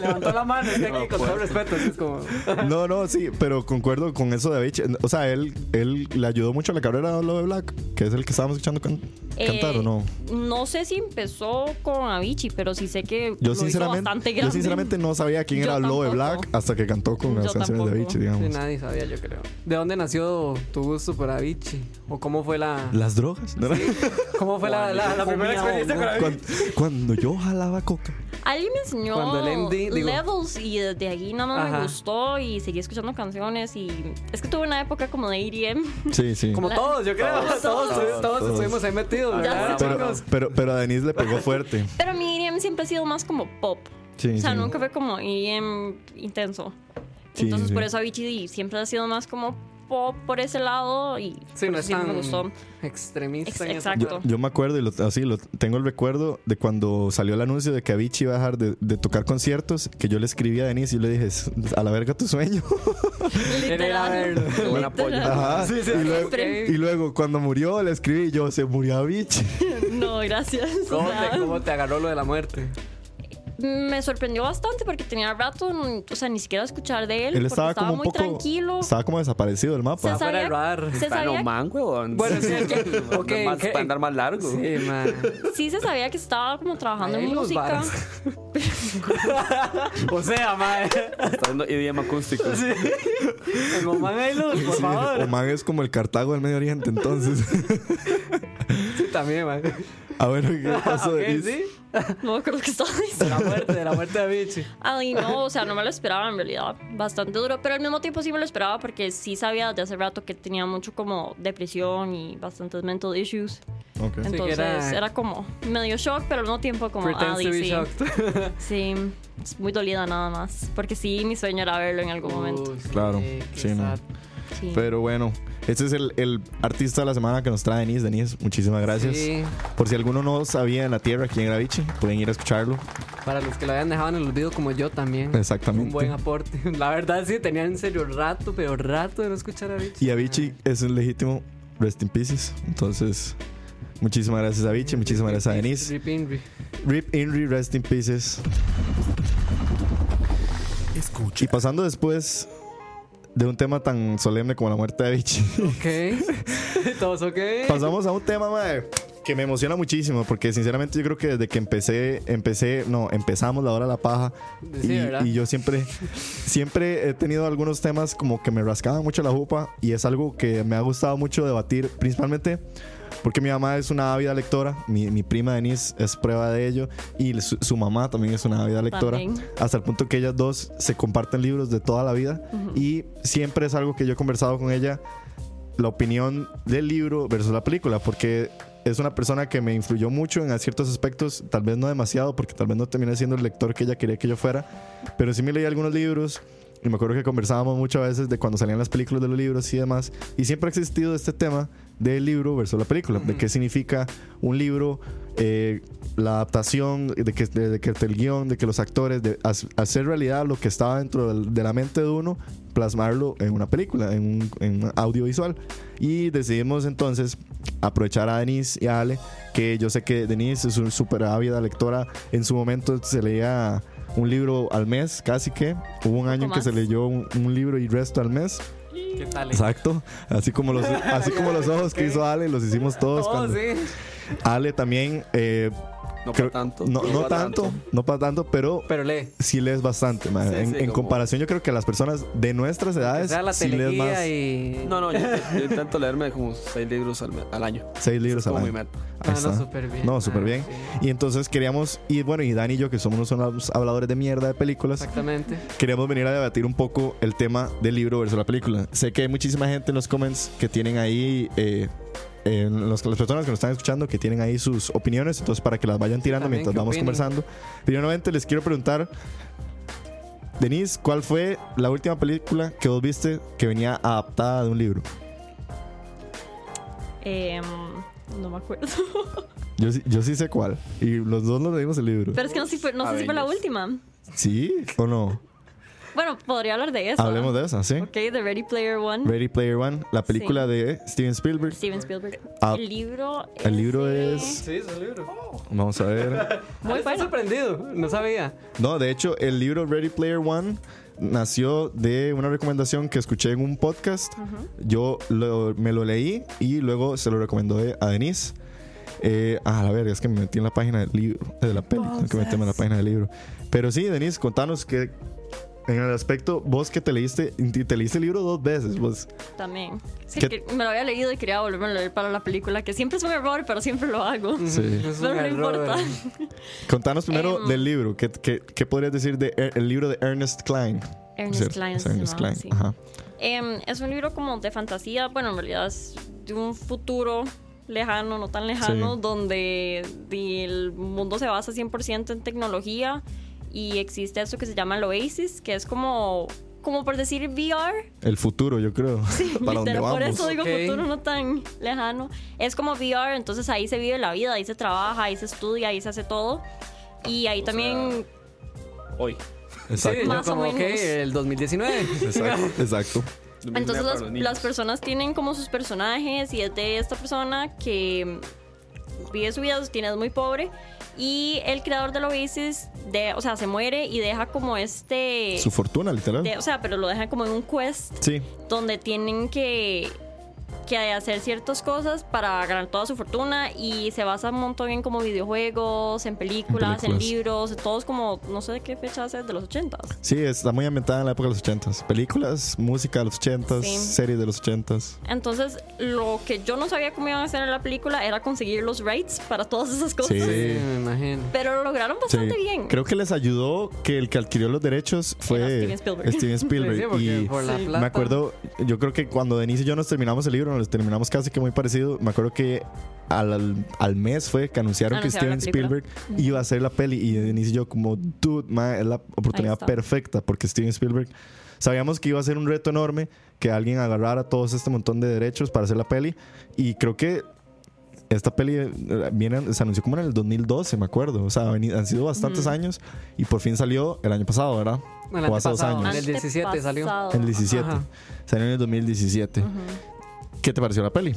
E: Levantó la mano, es que aquí con todo
I: puedo.
E: respeto, es como...
D: No, no, sí, pero concuerdo con eso de Avicii. O sea, él, él le ayudó mucho a la carrera de Love Black, que es el que estábamos escuchando can-
G: Eh,
D: cantar o no.
G: No sé si empezó con Avicii, pero sí sé que
D: Yo
G: lo hizo
D: sinceramente,
G: bastante
D: yo
G: grande.
D: sinceramente no sabía quién
G: Yo
D: era Love
G: tampoco.
D: Black hasta que cantó con
G: Yo
D: las canciones de
G: tampoco.
D: Avicii,
E: Sí,
D: digamos.
E: nadie sabía, yo creo. ¿De dónde nació tu gusto por Avicii? ¿O cómo fue la,
D: Las drogas. ¿no?
E: cómo fue la, la- la primera experiencia con Avicii?
D: Cuando, cuando yo jalaba coca.
G: Alguien me enseñó
E: Cuando el MD, digo-
G: Levels y desde ahí nada más
E: Ajá.
G: me gustó y seguí escuchando canciones y es que tuve una época como de E EDM.
D: Sí, sí.
E: Como todos, yo creo. Todos, todos,
D: todos.
E: estuvimos ahí metidos, ¿verdad,
G: sé,
D: pero,
E: chicos?
D: pero, pero a Denise le pegó fuerte.
G: Pero mi EDM siempre ha sido más como pop.
D: Sí,
G: o sea,
D: sí.
G: nunca fue como EDM intenso.
D: Sí,
G: Entonces
D: sí.
G: por eso Avicii siempre ha sido más como pop por ese lado y
E: Sí, no es tan
G: siempre me gustó.
E: extremista.
G: Ex-
E: en esa
G: exacto.
D: Yo, yo me acuerdo, y lo- así lo, tengo el recuerdo de cuando salió el anuncio de que Avicii iba a dejar de, de tocar conciertos, que yo le escribí a Denise y yo le dije, "S- a la verga tu sueño.
G: Literal.
I: Qué buen apoyo.
D: Ajá. y, luego,
G: Extremo.
D: y luego, cuando murió, le escribí yo, se murió Avicii.
G: No, gracias.
E: ¿Cómo
G: O sea,
E: te, cómo te agarró lo de la muerte?
G: Me sorprendió bastante porque tenía rato, n- o sea, ni siquiera escuchar de él.
D: Él
G: porque
D: estaba, como un
G: muy
D: poco...
G: tranquilo.
D: Estaba como desaparecido del
G: Se
D: mapa.
E: fuera de
G: sabía,
E: radar.
G: se
I: Está
G: sabía-
I: no man, huevón.
E: Bueno, sí, ok,
I: Andar más-
E: ok.
I: Para andar más largo.
E: Sí, man.
G: sí se sabía que estaba como trabajando
E: Ahí
G: en
E: los
G: música.
E: varas. O sea, man.
I: Está haciendo idioma acústico.
E: Como man hay luz, por
D: Sí,
E: favor.
D: Oman es como el Cartago del Medio Oriente, entonces.
E: Sí, también, man.
D: a ver, ¿qué pasó,
E: Ok,
D: Denise?
E: sí.
G: No me acuerdo que estaba
E: De
G: diciendo.
E: la muerte, de la muerte de Avicii.
G: Ay, no, o sea, no me lo esperaba en realidad. Bastante duro, pero al mismo tiempo sí me lo esperaba porque sí sabía desde hace rato que tenía mucho como depresión y bastantes mental issues.
D: Ok.
E: que
G: Entonces
E: era-
G: era... como medio shock, pero al mismo tiempo como. ah,
E: Pretends to be
G: sí,
E: shocked.
G: sí, es muy dolida nada más. Porque sí, mi sueño era verlo en algún momento.
E: Uy, sí,
D: Claro,
E: qué
D: sí, man.
E: sad.
G: Sí.
D: Pero bueno, este es el, el artista de la semana que nos trae Denise. Denise, muchísimas gracias.
E: Sí,
D: Por si alguno no sabía en la tierra quién era Vichy, pueden ir a escucharlo.
E: para los que lo habían dejado en el olvido como yo también.
D: Exactamente.
E: Un buen aporte. La verdad sí, tenía en serio rato, pero rato de no escuchar a Vichy.
D: Y Avicii es un legítimo rest in pieces. Entonces, muchísimas gracias a Vichy, muchísimas
E: Ah,
D: gracias a Denise.
E: Rip Inri.
D: Rip Inri, rest in pieces.
C: Escucha.
D: Y pasando después de un tema tan solemne como la muerte de Avicii,
E: Ok. Todos ok.
D: pasamos a un tema, mae, Que me emociona muchísimo porque sinceramente yo creo que desde que empecé, empecé, no, empezamos la hora de la paja
E: Sí,
D: y,
E: ¿verdad?
D: y yo siempre, siempre he tenido algunos temas como que me rascaban mucho la jupa y es algo que me ha gustado mucho debatir, principalmente porque mi mamá es una ávida lectora, mi, mi prima Denise es prueba de ello y su, su mamá también es una ávida lectora,
G: También.
D: hasta el punto que ellas dos se comparten libros de toda la vida y siempre es algo que yo he conversado con ella, la opinión del libro versus la película, porque es una persona que me influyó mucho en ciertos aspectos, tal vez no demasiado, porque tal vez no terminé siendo el lector que ella quería que yo fuera, pero sí me leí algunos libros y me acuerdo que conversábamos muchas veces de cuando salían las películas de los libros y demás, y siempre ha existido este tema del libro versus la película, de qué significa un libro, eh, la adaptación, de que, de, de que el guión, de que los actores, de has- hacer realidad lo que estaba dentro del- de la mente de uno, plasmarlo en una película, en un en un audiovisual. Y decidimos entonces aprovechar a Denise y a Ale, que yo sé que Denise es una súper ávida lectora. En su momento se leía un libro al mes, casi que. Hubo un año en que
G: más.
D: se leyó un, un libro y resto al mes.
E: ¿Qué tal?
D: Exacto. Así como los, así como los ojos que hizo Ale, los hicimos todos.
E: Todos,
D: cuando-
E: sí.
D: Ale también eh,
I: No
D: Creo-
I: para tanto.
D: No, no
I: pa'
D: tanto, no para tanto, pero
E: Pero lee.
D: sí lees bastante. mae.
I: Sí,
D: en
I: sí,
D: en
I: como-
D: comparación, yo creo que las personas de nuestras edades
E: Sea la
D: sí lees más
E: teleguía y.
I: No, no, yo, yo intento leerme como seis libros al, me- al año.
D: seis libros
I: Esa es
D: al
I: como mi
D: año.
I: meta.
D: Ahí
E: Ah, no,
D: está.
E: súper bien.
D: No, súper
E: Ah,
D: bien.
E: sí.
D: Y entonces queríamos, y bueno, y Dani y yo, que somos unos hablados- habladores de mierda de películas,
E: Exactamente.
D: queríamos venir a debatir un poco el tema del libro versus la película. Sé que hay muchísima gente en los comments que tienen ahí, eh, en los, las personas que nos están escuchando, que tienen ahí sus opiniones, entonces para que las vayan tirando
E: También,
D: mientras
E: ¿qué
D: vamos
E: opinan?
D: conversando. Primeramente les quiero preguntar, Denise, ¿cuál fue la última película que vos viste que venía adaptada de un libro?
G: Em, no me acuerdo.
D: Yo, sí- yo sí sé cuál. Y los dos nos leímos el libro.
G: Pero es que no sé si fue, no sé si fue la
I: Avengers.
G: última.
D: ¿Sí o no?
G: Bueno, podría hablar de eso.
D: Hablemos de esa, ¿sí?
G: Ok, The Ready Player One.
D: Ready Player One, la película
G: Sí.
D: de Steven Spielberg.
G: Steven Spielberg.
D: Ah,
G: el libro.
D: El libro
G: ese-
D: es.
E: Sí, es un libro.
D: Vamos a ver.
G: Ah,
E: Muy bueno. sorprendido. No sabía.
D: No, de hecho, el libro Ready Player One nació de una recomendación que escuché en un podcast. Yo lo- me lo leí y luego se lo recomendó de- a Denise. Eh, ah, la verga, es que me metí en la página del libro, eh, de la peli. Tengo que meterme en la página del libro. Pero sí, Denise, contanos que. En el aspecto, vos que te leíste, te leíste el libro dos veces, vos.
G: También. Sí,
D: ¿Qué-
G: que me lo había leído y quería volverme a leer para la película, que siempre es un error, pero siempre lo hago.
D: Sí.
E: Es
G: Pero
E: un
G: no
E: error.
G: importa.
D: Contanos primero
G: Em.
D: del libro. ¿Qué, qué, qué podrías decir del libro de Ernest Klein?
G: Ernest
D: ¿Cierto?
G: Klein,
D: Es
G: se
D: Ernest
G: llamaba,
D: Klein.
G: sí.
D: Ajá.
G: Em, es un libro como de fantasía, bueno, en realidad es de un futuro lejano, no tan lejano,
D: Sí.
G: donde di- el mundo se basa 100% en tecnología y existe eso que se llama el Oasis, que es como, como por decir VR,
D: El futuro, yo creo. Para dónde
G: Literal,
D: vamos.
G: por eso digo
E: Ok.
G: futuro no tan lejano. Es como VR, entonces ahí se vive la vida, ahí se trabaja, ahí se estudia, ahí se hace todo. Y ahí también
I: Hoy.
D: Exacto.
E: Sí, yo
G: Más o
E: como, ok,
G: menos.
E: el 2019.
D: Exacto, exacto.
G: Entonces
I: Para
G: las,
I: los niños.
G: las personas tienen como sus personajes y es de esta persona que vive su vida, tiene es muy pobre y el creador del Oasis, de, o sea, se muere y deja como este,
D: Su fortuna, literal.
G: de- o sea, pero lo deja como en un quest
D: Sí,
G: donde tienen que, que hacer ciertas cosas para ganar toda su fortuna y se basa un montón en como videojuegos, en películas, en,
D: películas.
G: libros, en todos como, no sé de qué fecha es, de los 80
D: sí, está muy ambientada en la época de los ochentas. Películas, música de los ochentas,
G: Sí.
D: series de los ochentas.
G: Entonces, lo que yo no sabía cómo iban a hacer en la película era conseguir los rights para todas esas cosas.
E: Sí,
D: Sí.
E: me imagino.
G: Pero lo lograron
D: Sí.
G: bastante bien.
D: Creo que les ayudó que el que adquirió los derechos fue
G: Steven Spielberg.
D: Steven Spielberg.
E: Sí, porque
D: y
E: por la plata.
D: Me acuerdo, yo creo que cuando Denise y yo nos terminamos el libro, nos terminamos casi que muy parecido. Me acuerdo que al, al- al mes fue que anunciaron,
G: Anunciaron
D: que
G: la
D: Steven
G: película.
D: Spielberg iba a hacer la peli y Denise y yo como, dude, ma, es la oportunidad
G: está.
D: perfecta porque Steven Spielberg sabíamos que iba a ser un reto enorme que alguien agarrara todos este montón de derechos para hacer la peli y creo que esta peli eh, viene, se anunció como en el 2012, me acuerdo. O sea, ha veni- han sido bastantes
G: Mm.
D: años y por fin salió el año pasado, ¿verdad?
E: El
D: o hace dos
E: antepasado.
D: años.
E: En el 17 salió.
G: Antepasado.
D: En el 17.
E: Ajá.
D: Salió en el 2017. ¿Qué te pareció la peli?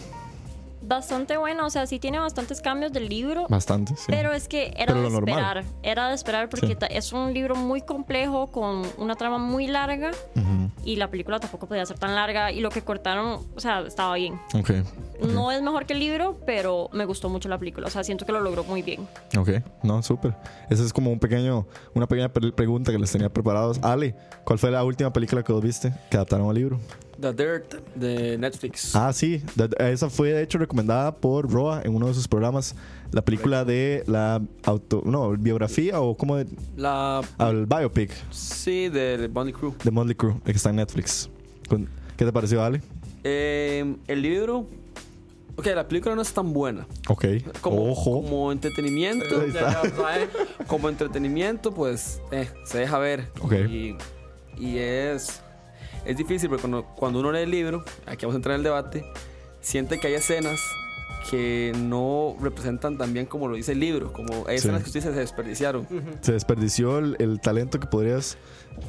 G: Bastante bueno, o sea, sí tiene bastantes cambios del libro.
D: Bastante, sí.
G: Pero es que era
D: Pero
G: de
D: lo normal.
G: esperar, era de esperar porque
D: Sí.
G: ta- es un libro muy complejo con una trama muy larga
D: Ujú.
G: y la película tampoco podía ser tan larga y lo que cortaron, o sea, estaba bien.
D: Ok. ok,
G: No es mejor que el libro, pero me gustó mucho la película, o sea, siento que lo logró muy bien.
D: Ok. No, súper. Esa es como un pequeño, una pequeña pre- pregunta que les tenía preparados. Ale, ¿cuál fue la última película que vos viste que adaptaron al libro?
I: The Dirt de Netflix.
D: Ah, sí. da- Esa fue, de hecho, recomendada por Roa en uno de sus programas. La película de la auto... No, biografía o como... de-
I: La.
D: al biopic
I: Sí, de Bonnie Crew.
D: de Motley Crue, que está en Netflix. Con- ¿Qué te pareció, Ale?
I: Eh, el libro. Ok, la película no es tan buena.
D: Ok.
I: Como,
D: Ojo.
I: como entretenimiento.
D: Ahí está.
I: como entretenimiento, pues eh, se deja ver.
D: Ok.
I: Y, y es, es difícil porque cuando, cuando uno lee el libro, aquí vamos a entrar en el debate, siente que hay escenas que no representan tan bien como lo dice el libro, como hay
D: Sí.
I: escenas que ustedes se desperdiciaron.
D: se desperdició el, el talento que podrías.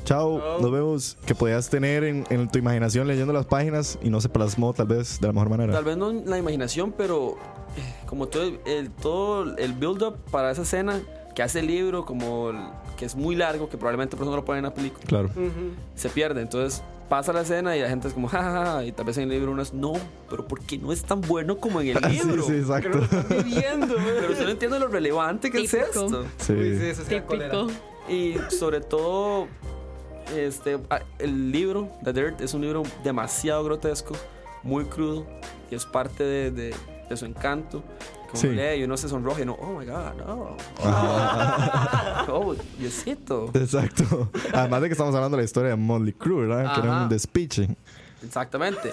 D: Chao, nos vemos. Que podías tener en, en tu imaginación leyendo las páginas y no se plasmó tal vez de la mejor manera.
I: Tal vez no en la imaginación, pero eh, como todo el- el, todo el build-up para esa escena que hace el libro, como el- que es muy largo, que probablemente por eso no lo ponen en la película.
D: Claro.
I: se pierde. Entonces, pasa la escena y la gente es como, jajaja, y tal vez en el libro uno es, no, pero ¿por qué no es tan bueno como en el libro?
D: Ah, sí, exacto.
E: Viviendo,
I: Pero usted no entiende lo relevante que es
G: Típico.
I: esto.
D: Sí.
P: Uy, sí, eso sí da cólera.
G: Típico.
I: Y sobre todo, este, ah, el libro, The Dirt, es un libro demasiado grotesco, muy crudo, y es parte de, de- de su encanto. Como
D: Sí.
I: lee y uno se sonroja y no, oh my god, no. Oh, Diosito.
D: Exacto. Además de que estamos hablando de la historia de Motley Crue, ¿verdad? Que era
I: Ajá.
D: un despiche.
I: Exactamente.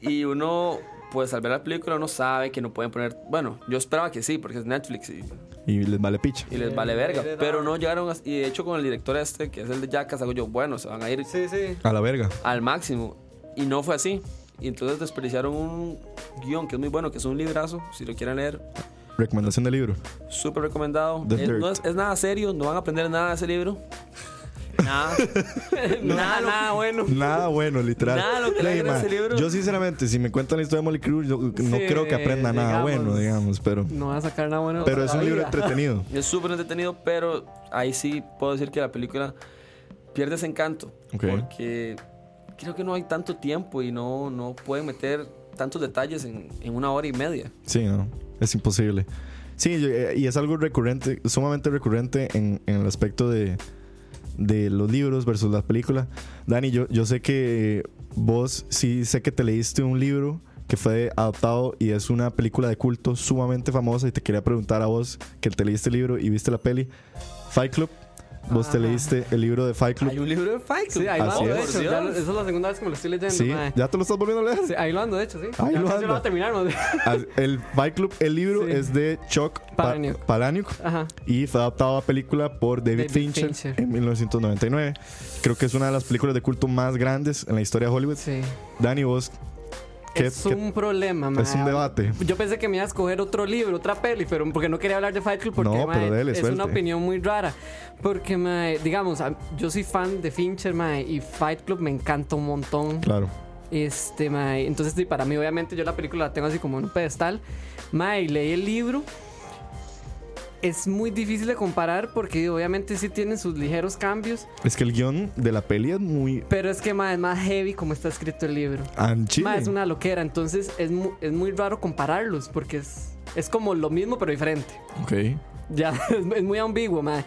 I: Y uno, pues al ver la película, uno sabe que no pueden poner. Bueno, yo esperaba que sí, porque es Netflix y,
D: Y les vale picha.
I: y les vale verga. Pero no llegaron. a- y de hecho, con el director este, que es el de Jackass, hago yo, bueno, se van a ir
P: Sí, sí.
D: A la verga.
I: al máximo. Y no fue así. Y entonces desperdiciaron un guión que es muy bueno, que es un librazo. Si lo quieren leer,
D: Recomendación del libro.
I: súper recomendado.
D: The
I: Es, no
D: Dirt.
I: es, es nada serio, no van a aprender nada de ese libro. Nada. nada, nada bueno.
D: Nada bueno, literal.
I: Nada lo que
D: Ley,
I: le agrada
D: ma,
I: ese libro.
D: Yo sinceramente, si me cuentan la historia de Molly Crew, yo no
E: Sí,
D: creo que aprenda nada
E: digamos.
D: bueno, digamos, pero
E: No va a sacar nada bueno.
D: pero es un
E: todavía.
D: libro entretenido.
I: Es súper entretenido, pero ahí sí puedo decir que la película pierde ese encanto.
D: Ok.
I: Porque creo que no hay tanto tiempo y no, no pueden meter tantos detalles en, en una hora y media.
D: Sí, no, es imposible. Sí, yo- eh, y es algo recurrente, sumamente recurrente en, en el aspecto de, de los libros versus las películas. Dani, yo, yo sé que vos sí sé que te leíste un libro que fue adaptado y es una película de culto sumamente famosa y te quería preguntar a vos que te leíste el libro y viste la peli Fight Club. Vos te
E: Ah.
D: leíste el libro de Fight Club.
I: Hay un libro de Fight Club.
E: Sí, ahí
D: Así
E: lo ando, de
D: es.
E: hecho. ya lo- esa es la segunda vez que me lo estoy leyendo.
D: Sí,
E: mae.
D: ya te lo estás volviendo a leer.
E: Sí, ahí lo ando, de hecho, sí.
D: Ahí
E: Ya
D: lo
E: casi
D: ando.
E: lo va a terminar, mae.
D: Al- El Fight Club, el libro
E: Sí.
D: es de Chuck Pa-
E: Palahniuk.
D: Palahniuk.
E: Ajá.
D: y fue adaptado a película por David,
E: David
D: Fincher,
E: Fincher.
D: en 1999. Creo que es una de las películas de culto más grandes en la historia de Hollywood.
E: Sí.
D: Danny vos ¿qué-
E: es
D: qué-
E: un problema, mae.
D: es un debate.
E: Yo pensé que me iba a escoger otro libro, otra peli, pero porque no quería hablar de Fight Club porque
D: No, pero
E: mae,
D: dele,
E: es
D: suelte.
E: una opinión muy rara. Porque, mae, digamos, a- yo soy fan de Fincher, mae, y Fight Club me encanta un montón.
D: Claro.
E: Este, mae, entonces sí, para mí obviamente yo la película la tengo así como en un pedestal. Mae, y leí el libro. Es muy difícil de comparar porque obviamente sí tienen sus ligeros cambios,
D: Es que el guión de la peli es muy
E: pero es que mae, es más heavy como está escrito el libro.
D: anchi.
E: Mae, es una loquera, entonces es, mu- es muy raro compararlos porque es, es como lo mismo pero diferente.
D: Ok.
E: Ya, es, es muy ambiguo, mae.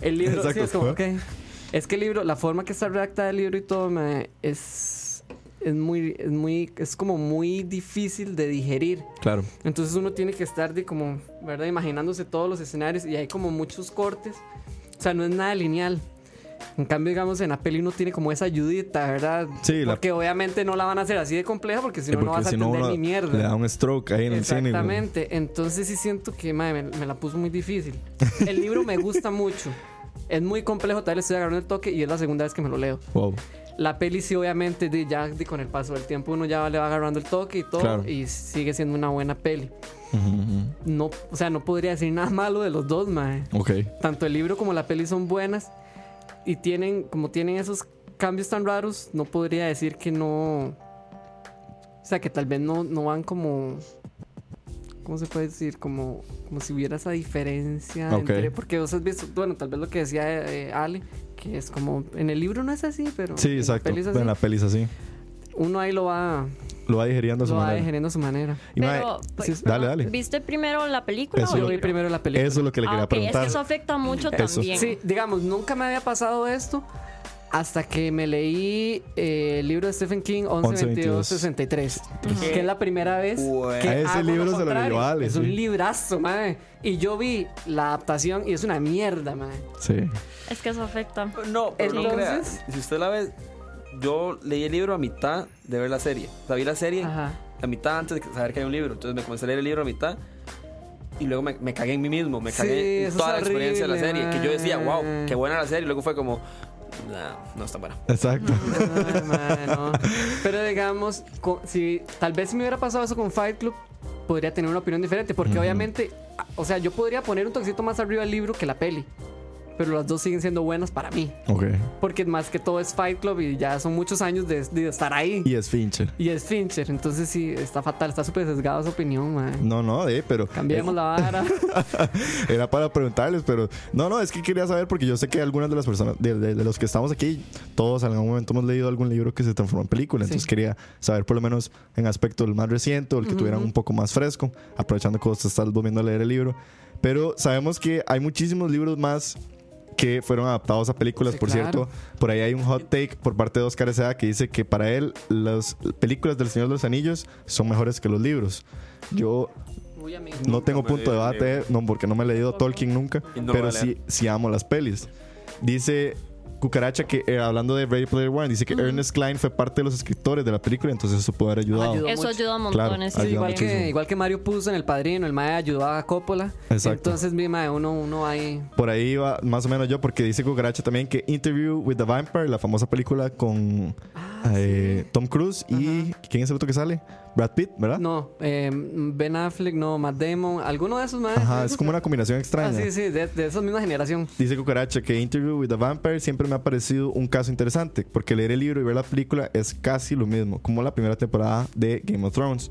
E: El libro, sí,
D: Exacto.
E: es como, ok. Es que el libro, la forma que está redactada el libro y todo, mae, es, es muy, es muy, es como muy difícil de digerir.
D: Claro.
E: Entonces uno tiene que estar de como, ¿verdad? Imaginándose todos los escenarios y hay como muchos cortes. O sea, no es nada lineal. En cambio, digamos, en la peli uno tiene como esa ayudita, ¿verdad?
D: Sí, la-
E: Porque obviamente no la van a hacer así de compleja porque si
D: Eh,
E: no, no
D: porque
E: vas a
D: si no,
E: entender
D: uno
E: ni mierda.
D: Le da un stroke ahí en el cine. güey.
E: Exactamente. Entonces sí siento que madre, me, me la puso muy difícil. El libro me gusta mucho. Es muy complejo, tal vez estoy agarrando el toque y es la segunda vez que me lo leo.
D: Wow.
E: La peli sí, obviamente, de, ya de, con el paso del tiempo uno ya le va agarrando el toque y todo
D: Claro.
E: y sigue siendo una buena peli.
D: Ujú, ujú.
E: No, o sea, no podría decir nada malo de los dos, mae.
D: Ok.
E: Tanto el libro como la peli son buenas y tienen, como tienen esos cambios tan raros, no podría decir que no... O sea, que tal vez no, no van como... ¿Cómo se puede decir? Como, como si hubiera esa diferencia
D: Ok.
E: entre... Porque vos has visto, bueno, tal vez lo que decía eh, Ale, que es como... En el libro no es así, pero...
D: Sí,
E: en la
D: exacto.
E: peli es así.
D: En la peli es así.
E: Uno ahí lo va,
D: Lo va digeriendo a su
E: lo va
D: manera.
E: digeriendo a su manera.
D: Y, mae,
G: Pero,
D: sí,
G: pues,
D: dale,
G: perdón,
D: dale.
G: ¿viste primero la película
D: Eso
G: o el
D: lo-
E: Yo vi
G: libro?
E: primero la película.
D: Eso es lo que le quería
G: Ah, ok,
D: preguntar.
G: Es que eso afecta mucho
D: Eso.
G: también.
E: Sí, digamos, nunca me había pasado esto hasta que me leí eh, el libro de Stephen King 1122-63, que es la primera vez
I: Bueno.
E: que
D: A Ah, ese
E: hago
D: libro se lo
E: contrario.
D: leyó Ale,
E: Es
D: sí.
E: un librazo, madre. Y yo vi la adaptación y es una mierda, madre.
D: Sí.
G: Es que eso afecta.
I: No, pero no crea.
E: Entonces-
I: Si usted la ve, yo leí el libro a mitad de ver la serie. O sea, vi la serie
E: Ajá.
I: la mitad antes de saber que hay un libro. Entonces me comencé a leer el libro a mitad y luego me, me cagué en mí mismo. Me
E: Sí,
I: cagué en
E: eso
I: toda
E: es
I: la experiencia de la
E: horrible,
I: serie. Que yo decía, wow,
E: man.
I: qué buena la serie. Y luego fue como, nah, no está buena.
D: Exacto.
E: Ay, madre, Ah, no. Pero digamos, co- si tal vez si me hubiera pasado eso con Fight Club, podría ah, tener una opinión diferente. Porque obviamente, a- o sea, yo podría poner un toquecito más arriba el libro que la peli. pero las dos siguen siendo buenas para mí.
D: Ok.
E: Porque más que todo es Fight Club y ya son muchos años de, de estar ahí.
D: Y es Fincher.
E: Y es Fincher, entonces sí, está fatal, está súper sesgada su opinión, man.
D: No, no, eh, pero.
E: Cambiemos la vara.
D: Era para preguntarles, pero no, no, es que quería saber porque yo sé que algunas de las personas, de, de- de los que estamos aquí, todos en algún momento hemos leído algún libro que se transformó en película, entonces quería saber por lo menos en aspecto el más reciente o el que tuvieran un poco más fresco, aprovechando que vos te estás volviendo a leer el libro. Pero sabemos que hay muchísimos libros más que fueron adaptados a películas,
E: Sí,
D: por
E: claro.
D: cierto. Por ahí hay un hot take por parte de Oscar Seda que dice que para él las películas del Señor de los Anillos son mejores que los libros. Yo
E: Muy amigo.
D: no tengo
I: me
D: punto de
I: leí el
D: debate, no, porque no me he leído Tolkien nunca,
I: Y no lo
D: pero
I: voy a
D: sí, sí amo las pelis. Dice Cucaracha que, eh, hablando de Ready Player One, dice que Ernest Klein fue parte de los escritores de la película, entonces eso puede haber ayudado.
E: Ayudó.
G: Eso
E: mucho.
G: ayuda un
D: Claro,
G: montón.
D: ayuda
E: igual,
D: muchísimo.
E: que, igual que Mario puso en El Padrino, el Mae ayudó a Coppola.
D: Exacto.
E: Entonces, mi Mae, uno, uno ahí.
D: Por ahí va más o menos yo, porque dice Cucaracha también que Interview with the Vampire, la famosa película con
E: Ah,
D: eh, Tom Cruise y. ¿Quién es el otro que sale? Brad Pitt, ¿verdad?
E: No, eh, Ben Affleck, no, Matt Damon, alguno de esos Mae.
D: Ajá, es como una combinación extraña.
E: Ah, sí, sí, de, de esa misma generación.
D: Dice Cucaracha que Interview with the Vampire siempre me ha parecido un caso interesante, porque leer el libro y ver la película es casi lo mismo, como la primera temporada de Game of Thrones.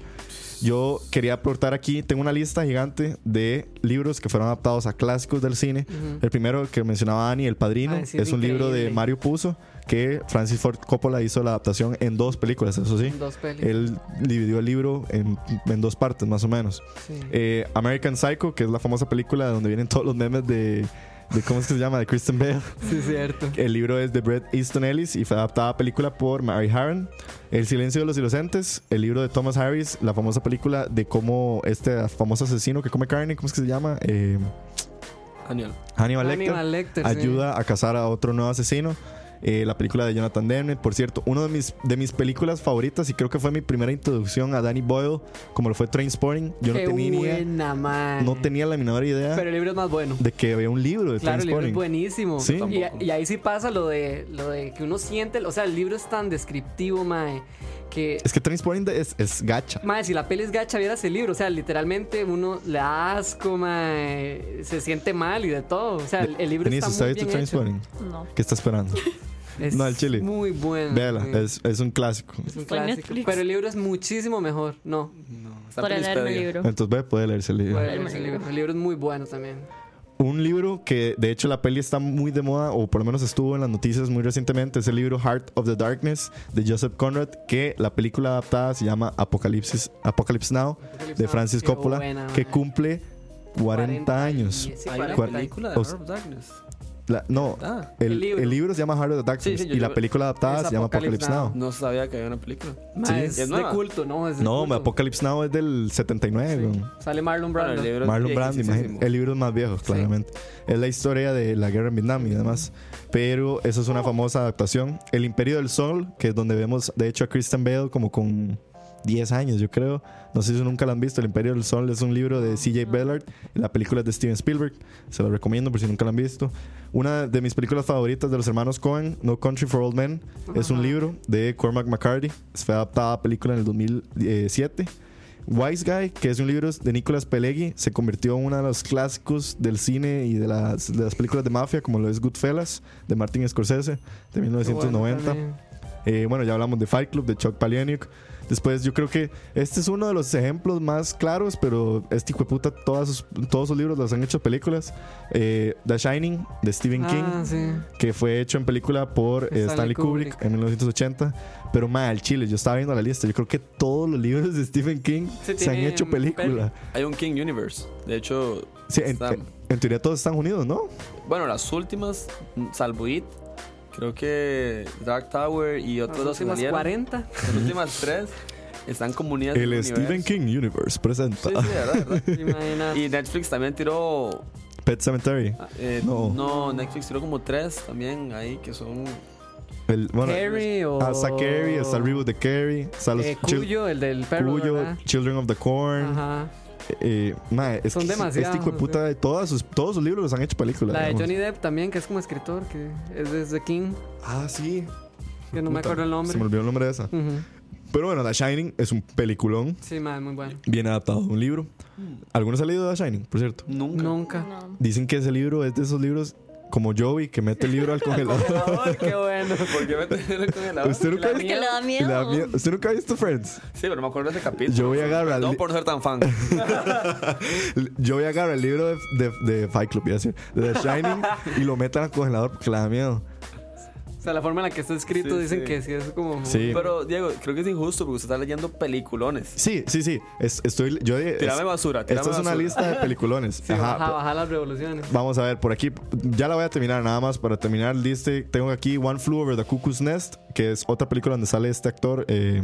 D: Yo quería aportar aquí, tengo una lista gigante de libros que fueron adaptados a clásicos del cine. El primero que mencionaba Dani, El Padrino,
E: Ay, sí,
D: es
E: Ah, es
D: un libro de
E: increíble.
D: Mario Puzo, que Francis Ford Coppola hizo la adaptación en dos películas, eso sí.
E: En dos pelis.
D: Él dividió el libro en, en dos partes, más o menos.
E: Sí.
D: Eh, American Psycho, que es la famosa película donde vienen todos los memes de, de ¿cómo es que se llama? De Kristen Bell.
E: Sí, cierto.
D: El libro es de Bret Easton Ellis y fue adaptada a película por Mary Harron. El silencio de los inocentes, el libro de Thomas Harris, la famosa película de cómo este famoso asesino que come carne, ¿cómo es que se llama? Eh,
I: Daniel.
D: Hannibal Lecter
E: Hannibal Lecter, sí.
D: ayuda a cazar a otro nuevo asesino. Eh, la película de Jonathan Demme, por cierto, una de mis, de mis películas favoritas y creo que fue mi primera introducción a Danny Boyle, como lo fue Trainspotting. Yo
E: Qué
D: no tenía,
E: buena, Mae.
D: no tenía la menor idea
E: Pero el libro es más bueno.
D: de que había un libro de
E: Claro, el libro es
D: Trainspotting.
E: buenísimo.
D: Sí.
E: Y, y ahí sí pasa lo de, lo de que uno siente, o sea, el libro es tan descriptivo, mae, que...
D: Es que Trainspotting es, es gacha.
E: Mae, si la peli es gacha, vieras el libro. O sea, literalmente uno le da asco, mae. Se siente mal y de todo. O sea, el, el libro
D: Denise, ¿usted
E: está
D: ha
E: muy
D: visto
E: bien hecho.
D: Trainspotting?
G: No.
D: ¿Qué está esperando?
E: Es
D: No, al chile.
E: muy bueno.
D: Véala,
E: sí.
D: es, es un clásico.
E: Es un
G: Está en
E: clásico.
G: Netflix.
E: Pero el libro es muchísimo mejor. No,
I: Está
G: Para
I: en
G: leer mi
I: Wikipedia.
G: libro.
D: Entonces ve, puede leerse el libro.
E: puede leerse el libro. El libro es muy bueno también.
D: Un libro que de hecho la peli está muy de moda, o por lo menos estuvo en las noticias muy recientemente, es el libro Heart of the Darkness de Joseph Conrad, que la película adaptada se llama Apocalipsis, Apocalypse Now de Francis
E: Qué
D: Coppola,
E: buena,
D: que
E: mae.
D: cumple 40 años.
E: y- sí,
I: Hay una
E: 40.
I: película de
D: Os-
I: Heart of Darkness.
D: La- no,
I: Ah.
D: el, el
E: El
D: libro.
E: libro.
D: se llama Heart of the Darkness
I: Sí, sí, yo-
D: y la
I: yo-
D: película adaptada
E: es
D: se llama
E: Apocalypse
D: Apocalypse Now.
E: Now.
I: No sabía que había una película.
E: Mae,
D: Sí.
E: es,
I: Es
E: de
I: nueva.
E: culto, ¿no? Es de
D: No,
E: culto.
D: Apocalypse Now es del 79. weón.
E: Sale Marlon
I: Bueno,
E: Brando.
I: el libro es
D: Marlon Brando,
I: viejísimo.
D: imagínate. El libro es más viejo, claramente. Es la historia de la guerra en Vietnam y demás. Pero eso es una famosa adaptación. El Imperio del Sol, que es donde vemos, de hecho, a Kristen Bale como con 10 años, yo creo. No sé si nunca lo han visto. El Imperio del Sol es un libro de CJ Bellard. y La película es de Steven Spielberg. Se lo recomiendo por si nunca lo han visto. Una de mis películas favoritas de los hermanos Cohen, No Country for Old Men, es un libro de Cormac McCarthy. Fue adaptada a película en el 2007. Wise Guy, que es un libro de Nicolas Peleggi, se convirtió en uno de los clásicos del cine y de las, de las películas de mafia, como lo es Goodfellas, de Martin Scorsese, de 1990.
E: Bueno, también.
D: Eh, bueno, ya hablamos de Fight Club, de Chuck Palahniuk. Después, yo creo que este es uno de los ejemplos más claros, pero este hijo de puta, todas sus- todos sus libros los han hecho películas. Eh, The Shining, de Stephen
E: Ah,
D: King,
E: sí.
D: que fue hecho en película por eh, Stanley
E: Stanley
D: Kubrick,
E: Kubrick.
D: en 1980. Pero mal, Chile, yo estaba viendo la lista. Yo creo que todos los libros de Stephen King
E: Sí,
D: se han
E: tienen
D: hecho película.
I: Hay un King Universe. De hecho,
D: Sí, en,
I: está-
D: en- en teoría todos están unidos, ¿no?
I: bueno, las últimas, mm, salvo It, creo que Dark Tower y otros
E: Las
I: dos que
E: últimas
I: salieron.
E: 40.
I: Las últimas tres están comunidas. en
D: El
I: un
D: Stephen
I: universo.
D: King Universe presenta
I: Sí, sí, de verdad, de verdad.
E: Imagina.
I: Y Netflix también tiró.
D: Pet Cemetery.
I: eh,
D: No.
I: no. Netflix tiró como tres también ahí que son.
D: El, bueno,
E: Carrie o.
D: Hasta Carrie, hasta el reboot de Carrie. Hasta los
E: Eh,
D: chil-
E: Cuyo, el del perro.
D: Cuyo,
E: ¿verdad?
D: Children of the Corn.
E: Ajá.
D: Eh, mae, es
E: Son
D: que
E: demasiados,
D: Este hijo de puta, todas sus, todos sus libros los han hecho películas.
E: La de
D: digamos.
E: Johnny Depp también, que es como escritor, que es desde King,
D: Ah, sí.
E: que no me
D: Puta,
E: acuerdo el nombre.
D: Se me olvidó el nombre de esa.
E: Ujú.
D: Pero bueno, The Shining es un peliculón
E: Sí, madre, muy bueno.
D: bien adaptado a un
E: Mm.
D: libro. ¿Algunos han leído The Shining, por cierto?
I: Nunca.
E: Nunca.
G: No.
D: Dicen que ese libro es de esos libros como Joey que mete el libro al congelador.
I: Ay, qué bueno. ¿Por qué me tenés con el
D: ¿Usted nunca
G: Que le da
D: Le
G: miedo.
D: da miedo. ¿Usted nunca ha visto Friends?
I: Sí, pero me acuerdo de ese capítulo.
D: Joey agarra, el
I: No
D: li-
I: por no ser tan fan.
D: Joey agarra el libro de, de, de Fight Club, iba a decir, de The Shining, y lo mete al congelador porque le da miedo.
E: O sea, la forma en la que está escrito
I: Sí,
E: dicen
I: sí.
E: que sí es como.
D: Sí.
I: Pero, Diego, creo que es injusto porque usted está leyendo peliculones.
D: Sí, sí, sí. Es- estoy, yo, es-
I: Tirame basura, tirame
D: Esta es una
I: basura.
D: lista de peliculones.
E: Sí,
D: Ajá.
E: baja, baja las revoluciones.
D: Vamos a ver, por aquí ya la voy a terminar nada más. Para terminar, liste, tengo aquí One Flew Over the Cuckoo's Nest, que es otra película donde sale este actor, eh,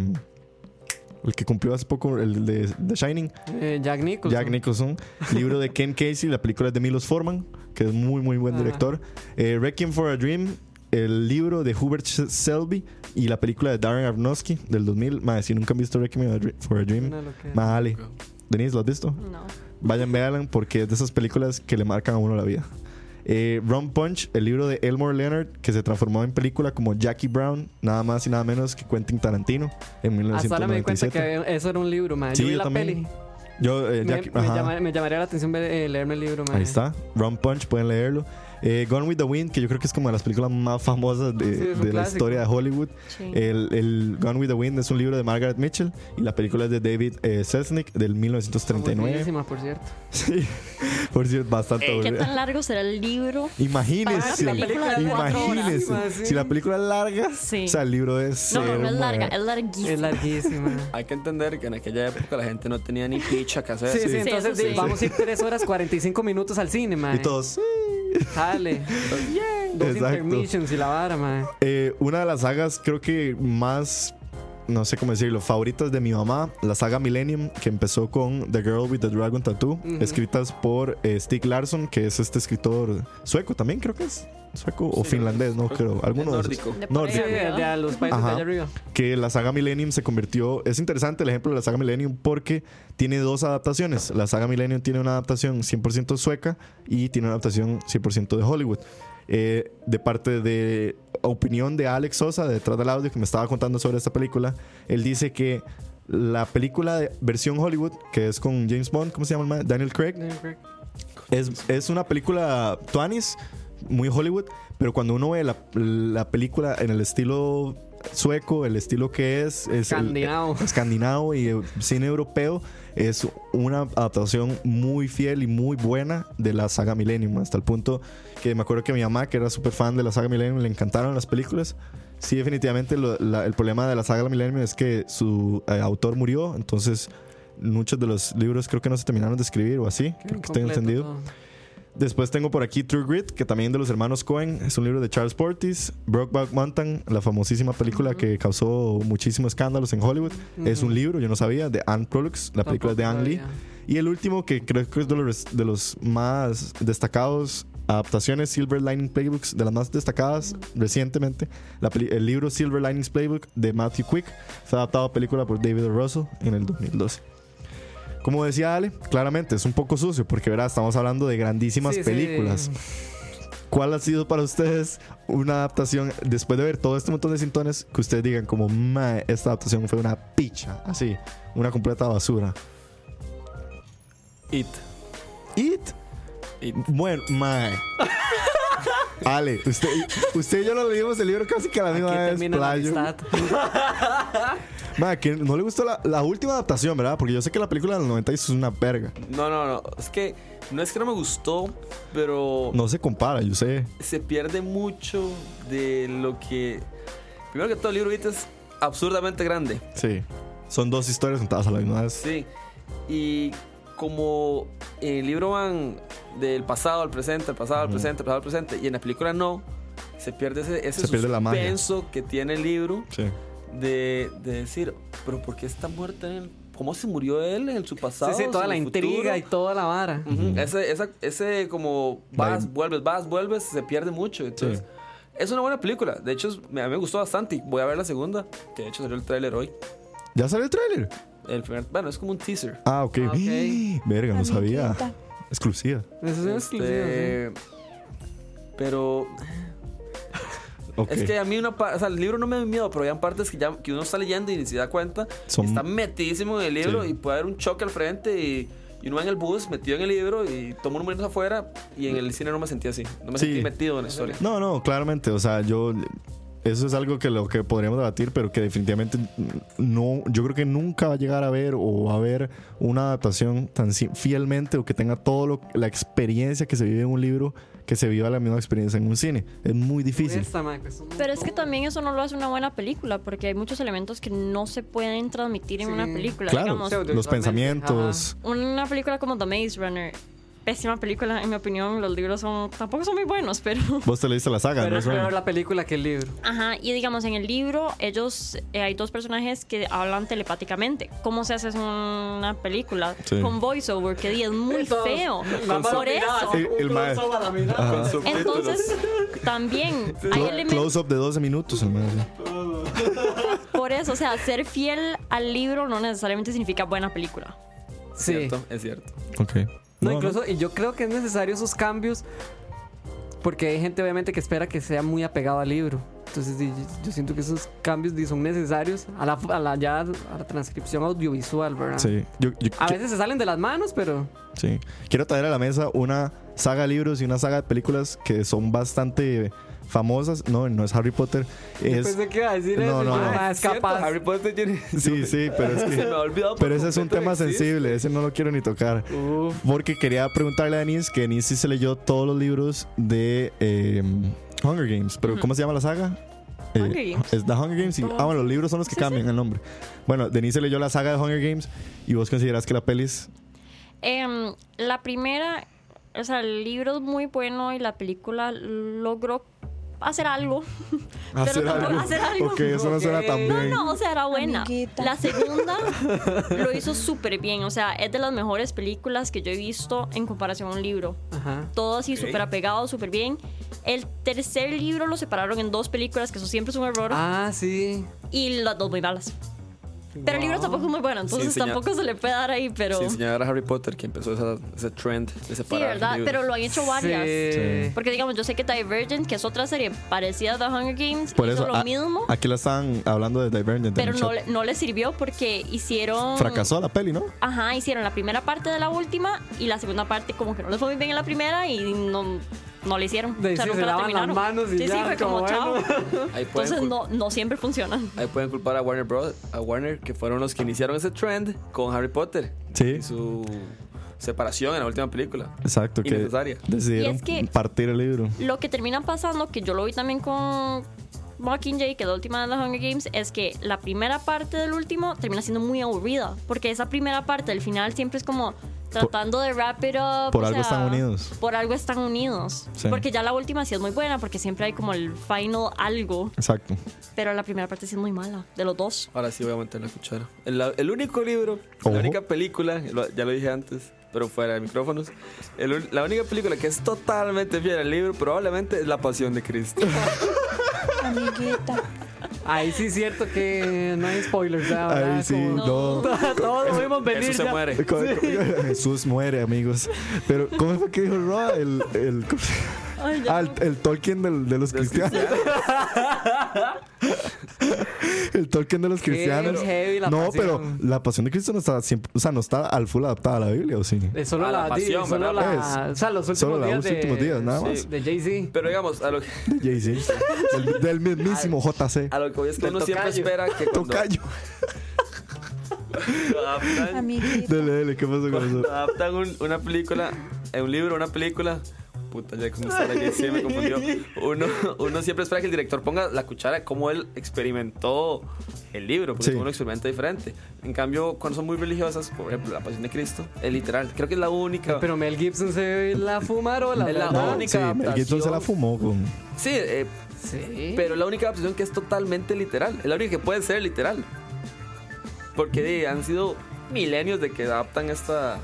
D: el que cumplió hace poco, el de The Shining,
E: Eh, Jack Nicholson.
D: Jack Nicholson. Libro de Ken Casey, la película es de Milos Forman, que es muy, muy buen
E: Ajá.
D: director. Eh, Requiem for a Dream, el libro de Hubert Selby y la película de Darren Aronofsky del 2000. Madre, si nunca han visto Requiem for a Dream,
E: Una loquera.
D: madre, Denise, ¿lo has visto?
G: No.
D: Vayan, véanla porque es de esas películas que le marcan a uno la vida. Eh, Rum Punch, el libro de Elmore Leonard, que se transformó en película como Jackie Brown, nada más y nada menos que Quentin Tarantino en
E: Hasta ahora Ah, me di cuenta
D: 1997.
E: que había- eso era un libro, madre.
D: Sí,
E: yo vi
D: yo
E: la
D: también.
E: peli.
D: Yo, eh,
E: Me,
D: Jackie-
E: me
D: ajá.
E: llama- me llamaría la atención ver- eh, leerme el libro, madre.
D: Ahí está, Rum Punch, pueden leerlo. Eh, Gone with the Wind, que yo creo que es como de las películas más famosas de,
E: Sí, es un
D: de la
E: clásico.
D: historia de Hollywood.
G: Sí.
D: El, el Gone with the Wind es un libro de Margaret Mitchell y la película es de David eh, Selznick del 1939.
E: Buenísima, por cierto.
D: Sí, por cierto, bastante
G: Eh, ¿Qué
D: aburrida.
G: tan largo será el libro?
D: Imagínese,
G: Para una película de cuatro
D: imagínese.
E: horas.
D: Si la película es larga,
G: Sí.
D: o sea, el libro es.
G: No, no, no es
D: hermano.
G: larga, es larguísimo.
E: Es larguísima.
I: Hay que entender que en aquella época la gente no tenía ni picha que hacer.
E: Sí, sí,
G: Sí,
E: entonces
G: eso sí.
E: di- vamos a ir 3 horas 45 minutos al cine, madre.
D: Y todos.
E: Dale. Dos
D: Exacto.
E: intermissions y la vara, madre.
D: Eh, una de las sagas, creo que más. No sé cómo decirlo, favoritas de mi mamá, la saga Millennium, que empezó con The Girl with the Dragon Tattoo, escritas por eh, Stig Larsson, que es este escritor sueco también, creo que es sueco o finlandés, no creo, alguno de esos.
I: Nórdico.
G: De por ahí
E: Sí,
D: Nórdico.
G: arriba.
E: de a los países
D: Ajá.
E: de allá arriba.
D: que la saga Millennium se convirtió. Es interesante el ejemplo de la saga Millennium porque tiene dos adaptaciones. La saga Millennium tiene una adaptación 100% sueca y tiene una adaptación 100% de Hollywood. Eh, de parte de opinión de Alex Sosa, de detrás del audio, que me estaba contando sobre esta película, él dice que la película de versión Hollywood, que es con James Bond, ¿cómo se llama? el man? Daniel Craig, es, es una película Twanis, muy Hollywood, pero cuando uno ve la, la película en el estilo sueco, el estilo que es, es el-
E: Escandinavo.
D: escandinavo y eh, cine europeo, es una adaptación muy fiel y muy buena de la saga Millennium, hasta el punto que me acuerdo que mi mamá, que era súper fan de la saga Millennium, le encantaron las películas. Sí, definitivamente lo- la- el problema de la saga Millennium es que su eh, autor murió, entonces muchos de los libros creo que no se terminaron de escribir o así, creo que tengo
E: Completo
D: entendido.
E: todo.
D: Después tengo por aquí True Grit, que también de los hermanos Cohen, es un libro de Charles Portis. Brokeback Mountain, la famosísima película que causó muchísimos escándalos en Hollywood, es un libro, yo no sabía, de Anne Prolux, la película de
E: Tampoco
D: Ang Lee.
E: sabía.
D: Y el último, que creo que es de los, de los más destacados adaptaciones, Silver Lining Playbooks, de las más destacadas recientemente, la peli- el libro Silver Linings Playbook de Matthew Quick, fue adaptado a película por David O. Russell en el 2012. Como decía Ale, claramente es un poco sucio porque verá, estamos hablando de grandísimas
E: Sí, sí.
D: películas. ¿Cuál ha sido para ustedes una adaptación después de ver todo este montón de sintones que ustedes digan como, "Mae, esta adaptación fue una picha, así, una completa basura?
I: It.
D: It.
I: It.
D: Bueno, mae. Ale, usted, usted y yo nos leímos el libro casi que a la
E: Aquí
D: misma vez,
E: termina la
D: playo.
E: amistad.
D: Mae, que no le gustó la, la última adaptación, ¿verdad? Porque yo sé que la película del 90 es una verga.
I: No, no, no. Es que no es que no me gustó, pero
D: No se compara, yo sé.
I: se pierde mucho de lo que. Primero que todo, el libro ahorita es absurdamente grande.
D: Sí. Son dos historias contadas a la misma vez.
I: Sí. Y como en el libro van del pasado al presente, al pasado al presente, al pasado al presente, y en la película no, se pierde ese, ese
D: Se pierde la magia.
I: suspenso que tiene el libro
D: Sí.
I: de, de decir, pero ¿por qué está muerto él? ¿Cómo se murió él en su pasado?
E: Sí, sí, toda
I: en
E: la
I: el
E: intriga
I: futuro?
E: y toda la vara.
I: Ujú, Ese, esa- ese como vas,
D: Vibe.
I: vuelves, vas, vuelves, se pierde mucho. Entonces, es una buena película. De hecho, es- me- a mí me gustó bastante. y Voy a ver la segunda, que de hecho salió el tráiler hoy.
D: ¿Ya salió el tráiler?
I: El primer, bueno, es como un teaser.
D: Ah, ok.
E: Ah, ok.
D: Verga, no sabía.
M: Amiguita.
D: Exclusiva.
E: Eso es exclusivo, sí.
I: Este, Pero
D: Ok.
I: es que a mí una pa- o sea, el libro no me da miedo, pero hay partes que ya que uno está leyendo y ni se da cuenta,
D: Son-
I: está metidísimo en el libro
D: Sí.
I: y puede haber un choque al frente y Y uno va en el bus, metido en el libro y tomó un minuto afuera y en el cine no me sentí así. No me
D: Sí.
I: sentí metido en la historia.
D: No, no, claramente. O sea, yo. Eso es algo que lo que podríamos debatir, pero que definitivamente no. Yo creo que nunca va a llegar a ver o va a haber una adaptación tan si- fielmente o que tenga todo lo- la experiencia que se vive en un libro que se viva la misma experiencia en un cine. Es muy difícil.
E: Cuesta, mae, cuesta un
G: Pero es que
E: montón.
G: también eso no lo hace una buena película, porque hay muchos elementos que no se pueden transmitir en
E: Sí.
G: una película.
D: Claro,
G: Digamos,
D: los
E: Totalmente,
D: pensamientos.
G: una película como The Maze Runner, pésima película, en mi opinión. Los libros son tampoco son muy buenos, pero.
D: Vos te leíste la saga,
E: Pero
D: ¿no?
E: es
D: Suena.
E: peor la película que el libro.
G: Ajá, y digamos, en el libro, ellos. eh, hay dos personajes que hablan telepáticamente. ¿Cómo se hace eso en una película?
D: Sí.
G: Con voiceover, que di, es muy
E: Todos-
G: feo.
E: Mamá
G: Por
E: la mirada,
G: eso.
D: El-
E: un
D: el mae.
E: close-up a la mirada.
G: Entonces, también hay elementos.
D: Close up de 12 minutos, hermano.
G: Por eso, o sea, ser fiel al libro no necesariamente significa buena película.
E: Sí.
I: Cierto, es cierto.
D: Ok.
E: No, incluso, y yo creo que es necesario esos cambios porque hay gente obviamente que espera que sea muy apegado al libro. Entonces di- yo siento que esos cambios di, son necesarios a la, a la, ya, a la transcripción audiovisual, ¿verdad?
D: Sí. Yo- yo-
E: A veces se salen de las manos, pero
D: Sí. Quiero traer a la mesa una saga de libros y una saga de películas que son bastante famosas. No, no es Harry Potter.
E: yo
D: Es,
E: pensé que iba a decir
D: No,
E: eso. y
D: no,
E: yo,
D: no.
E: "Ah, es capaz.
I: Harry Potter
D: sí, sí, pero es
I: se me
D: que...
I: ha olvidado.
D: Pero ese es un tema sensible, ese no lo quiero ni tocar.
E: Uf,
D: Porque quería preguntarle a Denise que Denise sí se leyó todos los libros de eh, Hunger Games. Pero ¿cómo se llama la saga? Eh,
G: Hunger Games.
D: Es The Hunger Games. y- ah, bueno, los libros son los que cambian el nombre. Bueno, Denise se leyó la saga de Hunger Games y vos considerás que la pelis...
G: Em, la primera, o sea, el libro es muy bueno y la película logró hacer algo.
D: Hacer
G: tampoco-
D: algo.
G: hacer algo.
D: Ok, eso no suena tan
E: Ok.
D: bien.
G: No, o sea, era buena.
M: Amiguita.
G: La segunda lo hizo súper bien. O sea, es de las mejores películas que yo he visto en comparación a un libro.
E: ajá.
G: Todo así súper apegado, súper bien. El tercer libro lo separaron en dos películas, que eso siempre es un error.
E: Ah, sí.
G: Y las dos muy malas. Pero el libro
E: Wow.
G: tampoco es muy bueno, entonces
I: enseñar-
G: tampoco se le puede dar ahí, pero...
I: Sí,
G: Sí,
I: enseñar a Harry Potter que empezó esa- ese trend de separar.
G: ¿verdad?
I: libros.
G: Pero lo han hecho varias.
E: Sí.
G: Porque digamos, yo sé que Divergent, que es otra serie parecida a The Hunger Games,
D: Por
G: hizo
D: eso,
G: lo
D: a-
G: mismo,
D: aquí la están hablando de Divergent. en
G: pero
D: el
G: no,
D: chat.
G: le- no le sirvió porque hicieron...
D: Fracasó la peli, ¿no?
G: Ajá, hicieron la primera parte de la última y la segunda parte como que no les fue muy bien en la primera y no, no le hicieron.
E: De-
G: o sea,
E: sí,
G: nunca
E: se
G: la
E: lavan las
G: terminaron.
E: manos y
G: sí, sí,
E: ya,
G: fue como,
E: como
G: chao.
E: bueno.
I: Ahí pueden
G: Entonces
I: cul-
G: no, no siempre funcionan.
I: Ahí pueden culpar a Warner Bros. a Warner, que fueron los que iniciaron ese trend con Harry Potter.
D: Sí.
I: Y su separación en la última película.
D: Exacto, que
I: Innecesaria.
D: decidieron
G: Y es que-
D: partir el libro.
G: Lo que termina pasando, que yo lo vi también con Mockingjay, que es la última de las Hunger Games, es que la primera parte del último termina siendo muy aburrida. Porque esa primera parte del final siempre es como tratando de wrap it up.
D: por
G: o
D: algo están unidos.
G: Por algo están unidos.
D: Sí.
G: Porque ya la última sí es muy buena, porque siempre hay como el final algo.
D: Exacto.
G: Pero la primera parte sí es muy mala, de los dos.
I: Ahora sí voy a meter la cuchara. El, el único libro,
D: Ojo.
I: la única película, lo- ya lo dije antes, pero fuera de micrófonos. el ul- la única película que es totalmente fiel al libro probablemente es La Pasión de Cristo.
M: amiguita.
E: Ahí sí es cierto que no hay spoilers. ¿verdad?
D: Ahí
E: Ahora
D: sí, no.
E: como- Todos lo vimos venir.
I: Eso se
E: ya.
I: muere.
D: Co- co- Jesús muere, amigos. Pero, ¿cómo fue que dijo Roa? El, el, Ah, el- el Tolkien del- de los cristianos. el Tolkien de los cristianos.
E: heavy la
D: no,
E: pasión.
D: pero la pasión de Cristo no está, siempre- o sea, no está al full adaptada a la Biblia, ¿o sí?
E: Es solo
I: A
E: la,
I: la
E: di-
I: pasión,
E: solo
I: ¿verdad?
E: la- o sea, los últimos
D: Solo
E: días
D: los
E: de,
D: últimos días, nada más.
E: de Jay-Z.
I: Pero digamos, a lo que,
D: Jay-Z. Del, del mismísimo JC.
I: a lo que voy es que
E: Del
I: uno siempre
E: tocayo.
I: espera que cuando
D: Tocayo.
I: lo adaptan-
M: Amiguita.
D: Dele, dele, ¿qué pasó con
I: Cuando
D: eso?
I: adaptan un- una película, eh, un libro, una película. Puta, ya como está la JC, me confundió. Uno, uno siempre espera que el director ponga la cuchara de cómo él experimentó el libro, porque
D: Sí.
I: uno experimenta diferente. En cambio, cuando son muy religiosas, por ejemplo, La Pasión de Cristo, es literal. Creo que es la única.
E: Pero Mel Gibson se la fumarola.
I: Es la
E: ¿verdad?
I: única
D: Sí, el Gibson se la
I: adaptación.
D: fumó con.
I: sí, eh,
E: Sí.
I: pero es la única adaptación que es totalmente literal. Es la única que puede ser literal. Porque di, han sido milenios de que adaptan esta,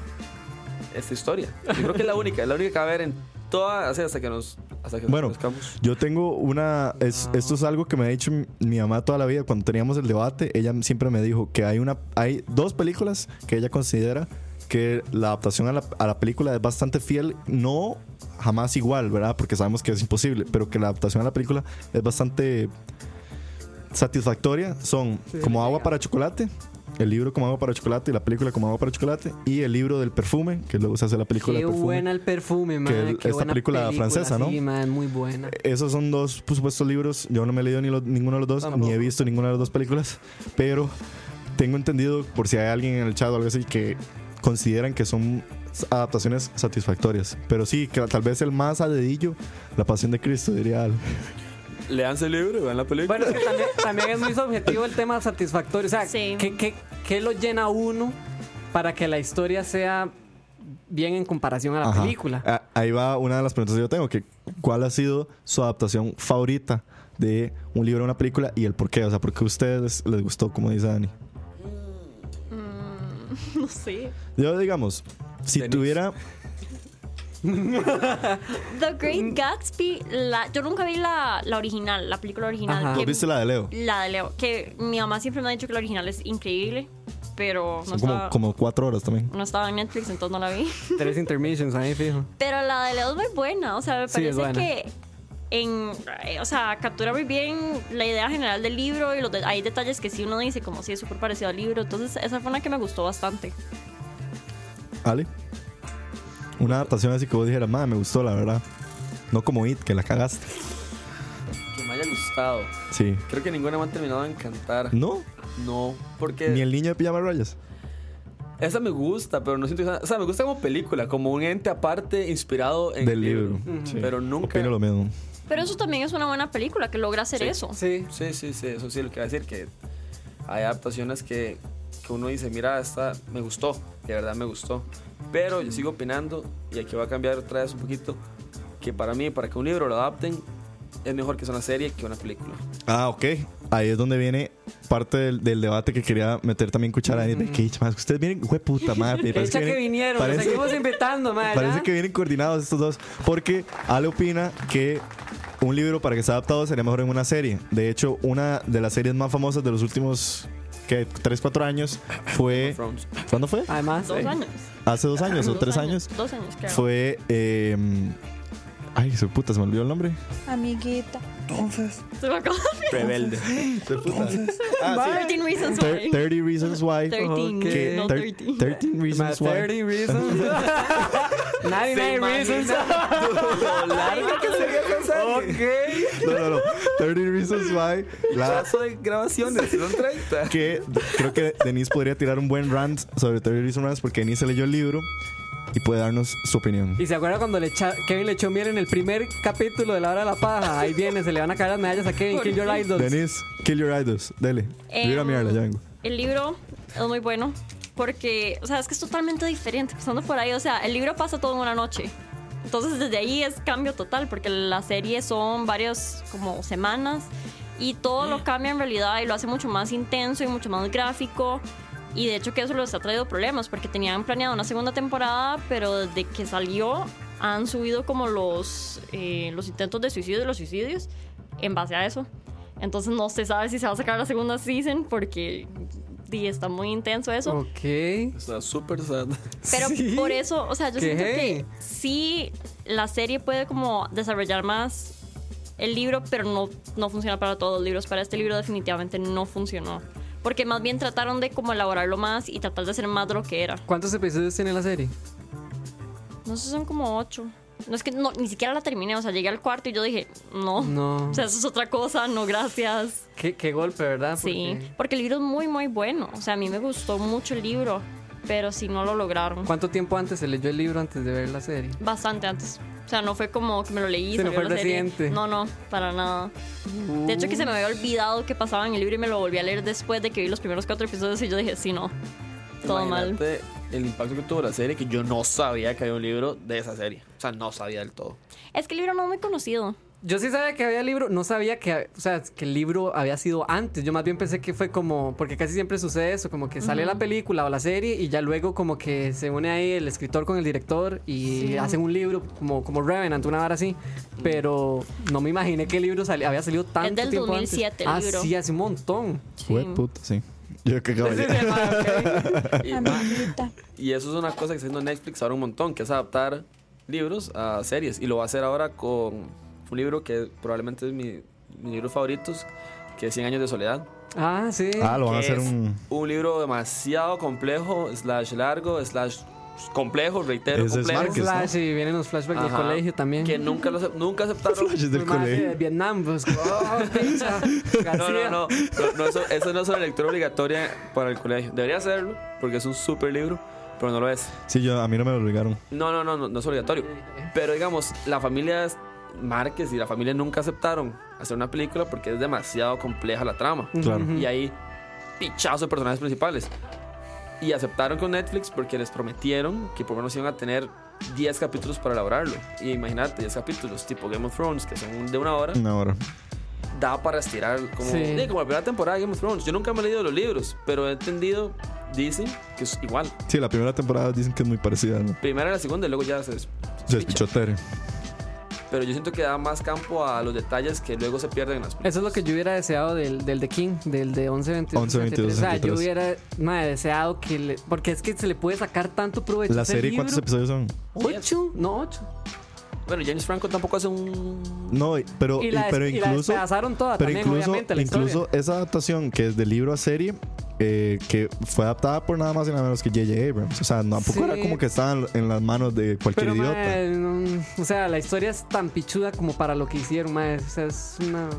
I: esta historia. Yo creo que es la única, es la única que va a haber en toda. o sea, hasta que nos. Hasta que
D: Bueno.
I: nos conozcamos.
D: Yo tengo una. es-
E: Ah.
D: Esto es algo que me ha dicho mi, mi mamá toda la vida. Cuando teníamos el debate, ella siempre me dijo que hay, una, hay dos películas que ella considera que la adaptación a la, a la película es bastante fiel. No jamás igual, ¿verdad? Porque sabemos que es imposible, pero que la adaptación a la película es bastante satisfactoria. Son
E: Sí,
D: como
E: le
D: agua
E: pega.
D: para chocolate El libro Como Agua para Chocolate y la película Como Agua para Chocolate. Y el libro del perfume, que luego se hace la película
E: Qué
D: del perfume.
E: buena el perfume, man.
D: el-
E: qué
D: esta
E: buena
D: película francesa, ¿no?
E: Sí, man, muy buena.
D: Esos son dos por supuesto libros. Yo no me he leído ni lo- ninguno de los dos,
E: Tampoco.
D: ni he visto ninguna de las dos películas, pero tengo entendido, por si hay alguien en el chat o algo así, que consideran que son s- adaptaciones satisfactorias. Pero sí, que tal vez el más a dedillo, La Pasión de Cristo, diría Al.
I: Leanse el libro, vean la película.
E: Bueno, es que también, también es muy subjetivo el tema satisfactorio. O sea,
G: Sí.
E: ¿qué, qué, qué lo llena a uno para que la historia sea bien en comparación a la
D: Ajá.
E: película?
D: A- ahí va una de las preguntas que yo tengo, que ¿cuál ha sido su adaptación favorita de un libro a una película y el por qué? O sea, ¿por qué a ustedes les gustó, como dice Dani?
G: No sé.
D: Yo, digamos, si
I: Denise.
D: tuviera...
G: The Great Gatsby, la, yo nunca vi la, la original, la película original.
E: Ajá.
D: ¿Vos viste la de Leo?
G: La de Leo, que mi mamá siempre me ha dicho que la original es increíble, pero no
D: Son como,
G: estaba,
D: como cuatro horas también.
G: no estaba en Netflix, entonces no la vi.
E: Tres intermissions ahí, fijo.
G: Pero la de Leo es muy buena, o sea, me
E: Sí, es buena.
G: parece que en, eh, o sea, captura muy bien la idea general del libro y los de- hay detalles que sí uno dice como si es súper parecido al libro, entonces esa fue una que me gustó bastante.
D: ¿Ale? Una adaptación así que vos dijeras, madre, me gustó, la verdad. No como It, que la cagaste.
I: Que me haya gustado.
D: Sí.
I: Creo que ninguna me ha terminado de encantar.
D: ¿No?
I: No, porque
D: Ni el niño de pijama de rayas.
I: esa me gusta, pero no siento que sea- O sea, me gusta como película, como un ente aparte inspirado en.
D: Del
I: el
D: libro. Sí.
I: Pero nunca.
D: Opino lo mismo.
G: Pero eso también es una buena película que logra hacer
I: Sí.
G: eso.
E: Sí.
I: Sí, sí, sí, eso sí lo que iba a decir, que hay adaptaciones que, que uno dice, mira, esta me gustó, de verdad me gustó. Pero yo sigo opinando, y aquí va a cambiar otra vez un poquito, que para mí, para que un libro lo adapten, es mejor que sea una serie que una película.
D: Ah, ok. Ahí es donde viene parte del, del debate que quería meter también cuchara. ahí de Que "Ech, madre, ustedes vienen, güey, puta madre. parece
E: Echa que
D: vienen-
E: vinieron, los
D: parece-
E: seguimos invitando, madre.
D: Parece que vienen coordinados estos dos. Porque Ale opina que un libro para que sea adaptado sería mejor en una serie. De hecho, una de las series más famosas de los últimos ¿qué? 3, 4 años fue.
I: Thrones.
D: ¿Cuándo fue?
E: Además,
G: Dos años.
D: Hace dos años o
G: Dos
D: tres años.
G: Dos años, creo.
D: Fue. eh, ay, su puta, se me olvidó el nombre.
M: amiguita.
G: Se me acaba-
I: Rebelde.
D: Su puta. Ah,
G: 13
D: sí.
G: Reasons
D: Thir-
G: Why.
D: 30 Reasons Why.
G: 13,
D: que-
G: no
D: thir-
G: 13.
D: 13
E: ma,
D: Reasons Why.
E: 30 reasons. 99 reasons. Ok.
D: No, no, no. 30 Reasons Why. La,
I: Plazo de grabaciones, son 30.
D: que d- creo que Denise podría tirar un buen rant sobre Terry Reason Rants porque Denise se leyó el libro y puede darnos su opinión.
E: Y se acuerda cuando le echa- Kevin le echó miel en el primer capítulo de La Hora de la Paja. Ahí viene, se le van a caer las medallas a Kevin. Kill your idols.
D: Denise, kill your idols. Dele.
G: Em,
D: Mira, mierda, ya vengo.
G: El libro es muy bueno porque, o sea, es que es totalmente diferente. Pasando por ahí, o sea, el libro pasa todo en una noche. Entonces, desde ahí es cambio total porque la serie son varias como semanas y todo lo cambia en realidad y lo hace mucho más intenso y mucho más gráfico. Y de hecho que eso les ha traído problemas porque tenían planeado una segunda temporada, pero desde que salió han subido como los, eh, los intentos de suicidio y los suicidios en base a eso. Entonces no se sabe si se va a sacar la segunda season porque di, está muy intenso eso.
E: Ok.
I: Está súper sad.
G: Pero
E: Sí.
G: por eso, o sea, yo
E: Qué
G: siento
E: heavy.
G: que sí la serie puede como desarrollar más el libro, pero no, no funciona para todos los libros. Para este libro definitivamente no funcionó. Porque más bien trataron de como elaborarlo más y tratar de hacer más de lo que era.
E: ¿Cuántos episodios tiene la serie?
G: No sé, son como ocho. No es que no, ni siquiera la terminé, o sea, llegué al cuarto y yo dije, no.
E: No.
G: Oh.
E: Ah,
G: O sea, eso es otra cosa, no, gracias.
E: Qué, qué golpe, ¿verdad?
G: Sí,
E: Porque-
G: porque el libro es muy, muy bueno. O sea, a mí me gustó mucho el libro, pero sí no lo lograron.
E: ¿Cuánto tiempo antes se leyó el libro antes de ver la serie?
G: Bastante antes. O sea, no fue como que me lo leí.
E: Sí, no
G: salió
E: fue
G: la serie.
E: reciente.
G: No, no, para nada. De hecho, que se me había olvidado que pasaba en el libro y me lo volví a leer después de que vi los primeros cuatro episodios y yo dije, sí, no. Todo mal.
I: Imagínate El impacto que tuvo la serie, que yo no sabía que había un libro de esa serie. O sea, no sabía del todo.
G: Es que el libro no es muy conocido.
E: Yo sí sabía que había libro, no sabía que, o sea, que el libro había sido antes. Yo más bien pensé que fue como, porque casi siempre sucede eso, como que sale la película o la serie y ya luego como que se une ahí el escritor con el director y hacen un libro como, como Revenant, una vara así. Pero no me imaginé que el libro sali- había salido tanto
G: del
E: tiempo
G: 2007 el
E: antes.
G: libro.
E: Ah, sí, hace un montón.
G: Sí.
D: Güey, puta, sí. Yo que acabo de llegar.
I: Y-
M: Amiguita.
I: Y eso es una cosa que está haciendo Netflix ahora un montón, que es adaptar libros a series. Y lo va a hacer ahora con un libro que probablemente es mi, mi libro favorito, que es 100 años de soledad.
E: Ah, sí.
D: Ah, lo van a
I: que
D: hacer
I: es
D: un.
I: un libro demasiado complejo, slash largo, slash complejo, reitero,
D: Ese es
I: complejo.
D: Márquez, ¿no?
E: Flash y vienen los flashbacks del
I: Ajá.
E: colegio también.
I: Que nunca, lo, acep- nunca aceptaron.
D: Flashes del
E: Muy mal,
D: colegio.
E: eh, Vietnam, pues. oh, pincha.
I: No, no,
E: García.
I: no. no, no, eso, eso no es una lectura obligatoria para el colegio. Debería serlo, porque es un super libro, pero no lo es.
D: Sí, yo, a mí no me lo obligaron.
I: No, no, no, no, no es obligatorio. Pero digamos, la familia es- Márquez y la familia nunca aceptaron hacer una película porque es demasiado compleja la trama.
D: Claro.
I: Y hay pichazo de personajes principales. Y aceptaron con Netflix porque les prometieron que por lo menos iban a tener 10 capítulos para elaborarlo. Y imagínate, 10 capítulos tipo Game of Thrones, que son de una hora,
D: Una hora. Mm.
I: da para estirar como,
E: Sí.
I: sí, como la primera temporada de Game of Thrones. Yo nunca me he leído los libros, pero he entendido, dicen que es igual.
D: Sí, la primera temporada dicen que es muy parecida. ¿no?
I: Primera y la segunda y luego ya se des-
D: Se despichó Tere.
I: pero yo siento que da más campo a los detalles que luego se pierden en las películas.
E: Eso es lo que yo hubiera deseado del, del The King, del de 1122.
D: 11-22-63.
E: O sea, yo hubiera mae, deseado que le. Porque es que se le puede sacar tanto provecho.
D: ¿La
E: a ese
D: serie
E: Pues libro.
D: cuántos episodios son?
E: ¿Ocho? No, ocho.
I: Bueno, James Franco tampoco hace un...
D: No, y- pero,
E: Y
D: Oh,
E: la,
D: y-
E: des-
D: pero
E: y la
D: incluso.
E: despedazaron toda
D: Pero
E: Ah, también,
D: incluso,
E: obviamente, la
D: incluso
E: historia.
D: esa adaptación que es de libro a serie, eh, que fue adaptada por nada más y nada menos que J.J. Abrams. O sea, no, tampoco
E: Sí.
D: era como que estaban en las manos de cualquier
E: Pero,
D: idiota.
E: mae, no, o sea, la historia es tan pichuda como para lo que hicieron, mae. O sea, es una.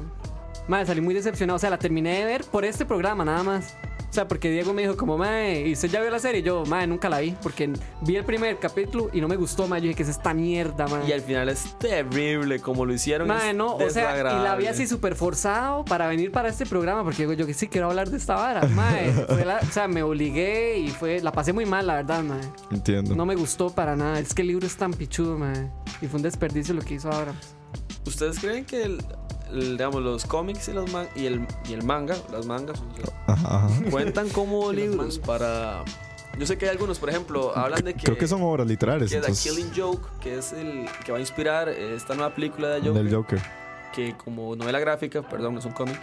E: Mae, salí muy decepcionado. O sea, la terminé de ver por este programa, nada más. O sea, porque Diego me dijo, como, mae, ¿y usted ya vio la serie? Y Yo, mae, nunca la vi. Porque vi el primer capítulo y no me gustó, mae. Yo dije, que es esta mierda, mae?
I: Y al final es terrible como lo hicieron.
E: Mae,
I: es
E: no, o sea, y la vi
I: desagradable.
E: así súper forzado para venir para este programa, porque digo yo que sí quiero hablar de esta vara. Mae, Fue la- o sea, me obligué y fue, la pasé muy mal, la verdad, mae.
D: Entiendo.
E: No me gustó para nada. Es que el libro es tan pichudo, mae. Y fue un desperdicio lo que hizo ahora.
I: ¿Ustedes creen que el- el, digamos, los cómics y, los man- y, el, y el manga, las mangas, o sea,
D: Ajá, ajá.
I: cuentan como libros para... Yo sé que hay algunos, por ejemplo, hablan de que...
D: Creo que son obras literarias.
I: que The
D: entonces,
I: Killing Joke, que es el que va a inspirar esta nueva película de Joker,
D: del Joker.
I: que como novela gráfica, perdón, no es un cómic,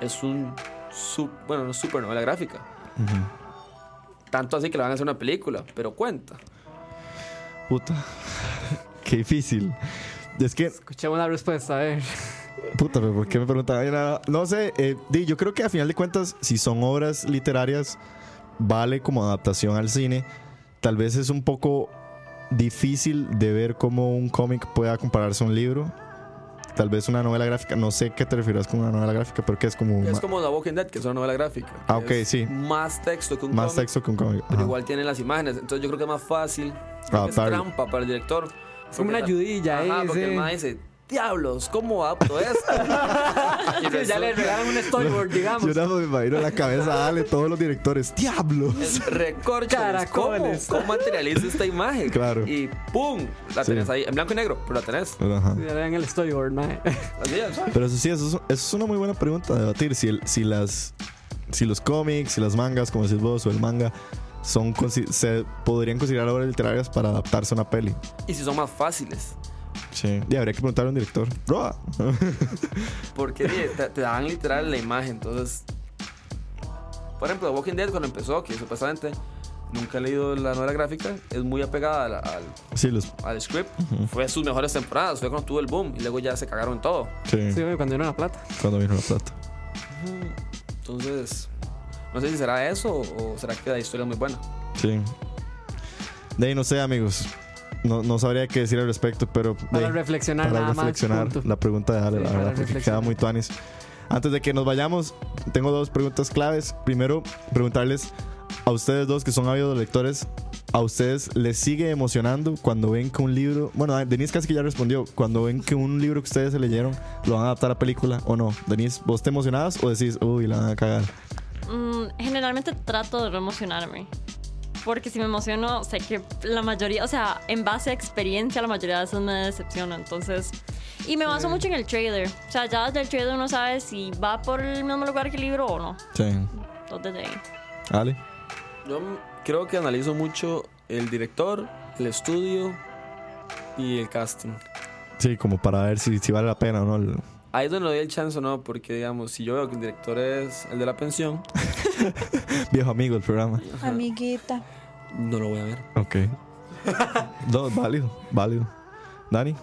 I: es un... sub- bueno, no es super novela gráfica,
D: Ujú.
I: Tanto así que le van a hacer una película, pero cuenta.
D: Puta. Qué difícil. Es que
E: Escuchemos la respuesta, a ver.
D: Puta, pero ¿por qué me preguntaban? Era- No sé, eh, di, yo creo que a final de cuentas, si son obras literarias, vale como adaptación al cine. Tal vez es un poco difícil de ver cómo un cómic pueda compararse a un libro. Tal vez una novela gráfica, no sé qué te refieres con una novela gráfica, pero que es como,
I: Es
D: ma-
I: como The Walking Dead, que es una novela gráfica. que
D: Ah, ok,
I: es
D: sí.
I: Más texto que un
D: más
I: cómic,
D: texto que un cómic.
I: Pero
D: Ajá. Ah,
I: igual tiene las imágenes. Entonces yo creo que es más fácil. creo que Es
D: Adaptarlo.
I: trampa para el director.
E: Es como
I: Porque
E: una
I: la-
E: ayudilla,
I: Ajá,
E: eh.
I: porque el
E: sí.
I: man dice, diablos, ¿cómo adapto esto? Y
E: Sí, ya
I: resulta-
E: le regalan un storyboard, digamos.
D: Yo nada más me imagino en la cabeza, dale, todos los directores, ¡diablo!
I: es recorcholis, ¿cómo,
E: Caracoles.
I: ¿Cómo materializa esta imagen?
D: Claro.
I: Y ¡pum! La
D: Sí.
I: tenés ahí, en blanco y negro, pero la tenés.
D: Ajá.
E: Ya le dan el storyboard, mae.
I: Así es.
D: Pero eso sí, eso es, eso es una muy buena pregunta a debatir. Si, el- si, las, si los cómics, si las mangas, como decís vos, o el manga, son, consi- se podrían considerar obras literarias para adaptarse a una peli.
I: Y si son más fáciles.
D: Sí. Y habría que preguntarle a un director. Roa.
I: Porque sí, te, te dan literal la imagen, entonces... Por ejemplo, The Walking Dead cuando empezó, que supuestamente nunca he leído la novela gráfica, es muy apegada al, al-
D: sí, los.
I: al script. Fue sus mejores temporadas, fue cuando tuvo el boom y luego ya se cagaron en todo.
D: Sí,
E: Sí, mae, cuando dieron la plata.
D: cuando vino la plata.
I: Entonces, no sé si será eso o será que la historia es muy buena.
D: Sí. De ahí no sé, amigos. No, no sabría qué decir al respecto, pero. de
E: Para
D: ahí,
E: reflexionar
D: para
E: nada más,
D: reflexionar
E: punto.
D: la pregunta de Ale,
E: Sí,
D: la
E: para
D: verdad, porque queda
E: reflexionar.
D: muy tuanis. Antes de que nos vayamos, tengo dos preguntas claves. Primero, preguntarles a ustedes dos que son ávidos lectores, ¿a ustedes les sigue emocionando cuando ven que un libro, bueno, ah, Denise casi que ya respondió, cuando ven que un libro que ustedes se leyeron lo van a adaptar a película o no? Denise, ¿vos te emocionabas o decís, uy, la van a cagar?
G: Mm, generalmente trato de no emocionarme. Porque si me emociono, sé que la mayoría, o sea, en base a experiencia, la mayoría de veces me decepciona. Entonces, y me baso mucho en el trailer. O sea, ya desde el trailer uno sabe si va por el mismo lugar que el libro o no.
D: Sí.
G: Entonces, desde ahí.
D: Ale.
I: Yo m- creo que analizo mucho el director, el estudio y el casting.
D: Sí, como para ver si, si vale la pena o no. el-
I: Ahí es donde doy el chance o no, porque digamos, si yo veo que el director es el de la pensión,
D: Viejo amigo el programa.
M: amiguita.
I: no lo voy a ver.
D: Ok. no, válido, válido. Dani.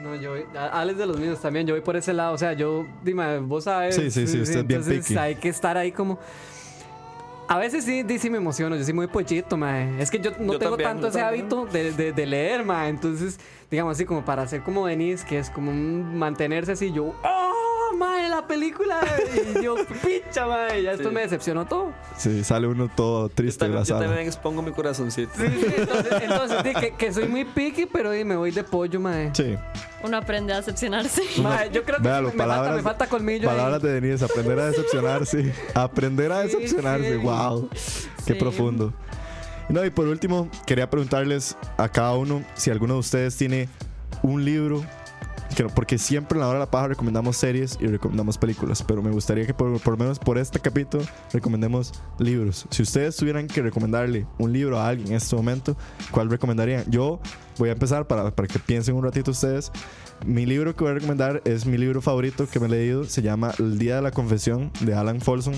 E: No, yo voy. a- Alex de los míos también, yo voy por ese lado. O sea, yo, dime, vos sabes.
D: Sí, sí, sí, usted es bien
E: entonces
D: picky.
E: Hay que estar ahí como. A veces sí, di- sí me emociono, yo soy muy pollito, mae. Es que yo no
I: Yo
E: tengo
I: también,
E: tanto
I: yo
E: ese
I: también.
E: hábito de, de- de leer, mae. Entonces, digamos así, como para hacer como Denise, que es como un mantenerse así, yo, ¡oh, mae, la película! Y yo, ¡picha, mae! Ya esto
I: Sí.
E: me decepcionó todo.
D: Sí, sale uno todo
I: Yo
D: triste de
I: también,
D: la
I: yo
D: sala.
I: también expongo mi corazoncito.
E: Sí, sí, entonces, entonces sí, que, que soy muy picky, pero di, me voy de pollo, mae.
D: Sí.
G: Uno aprende a decepcionarse.
E: Mae, yo creo que
D: Véalo,
E: me, falta,
D: palabras-
E: me falta colmillo. ahí.
D: Palabras de Denise, aprender a decepcionarse. Aprender a
E: Sí,
D: decepcionarse,
E: sí.
D: wow. Qué
G: Sí.
D: profundo. No, y por último, quería preguntarles a cada uno si alguno de ustedes tiene un libro. que no- Porque siempre en la hora de la paja recomendamos series y recomendamos películas, pero me gustaría que por, por lo menos por este capítulo recomendemos libros. Si ustedes tuvieran que recomendarle un libro a alguien en este momento, ¿cuál recomendarían? Yo voy a empezar para, para que piensen un ratito ustedes. Mi libro que voy a recomendar es mi libro favorito que me he leído. Se llama El Día de la Confesión de Alan Folsom.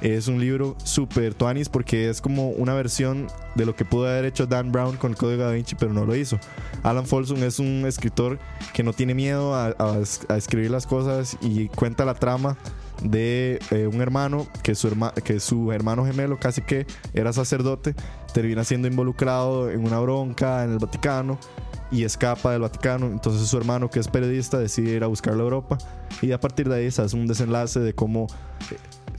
D: Es un libro super tuanis porque es como una versión de lo que pudo haber hecho Dan Brown con el Código Da Vinci, pero no lo hizo. Alan Folsom es un escritor que no tiene miedo a, a es- a escribir las cosas y cuenta la trama de eh, un hermano que su, herma- que su hermano gemelo casi que era sacerdote, termina siendo involucrado en una bronca en el Vaticano y escapa del Vaticano. Entonces su hermano, que es periodista, decide ir a buscarlo a Europa y a partir de ahí se hace un desenlace de cómo eh,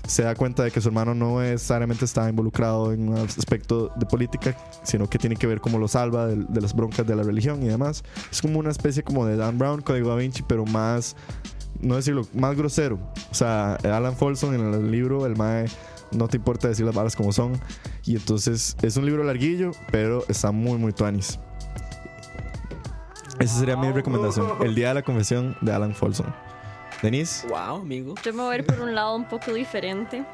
D: se da cuenta de que su hermano no necesariamente estaba involucrado en un aspecto de política, sino que tiene que ver cómo lo salva del- de, las broncas de la religión y demás. Es como una especie como de Dan Brown, Código Da Vinci, pero más, no decirlo, más grosero. O sea, Alan Folsom en el libro, el mae, no te importa decir las balas como son. Y entonces es un libro larguillo, pero está muy, muy tuanis. Esa sería mi recomendación. El Día de la Confesión de Alan Folsom. Denise.
I: Wow, amigo.
G: Yo me voy a ir por un lado un poco diferente,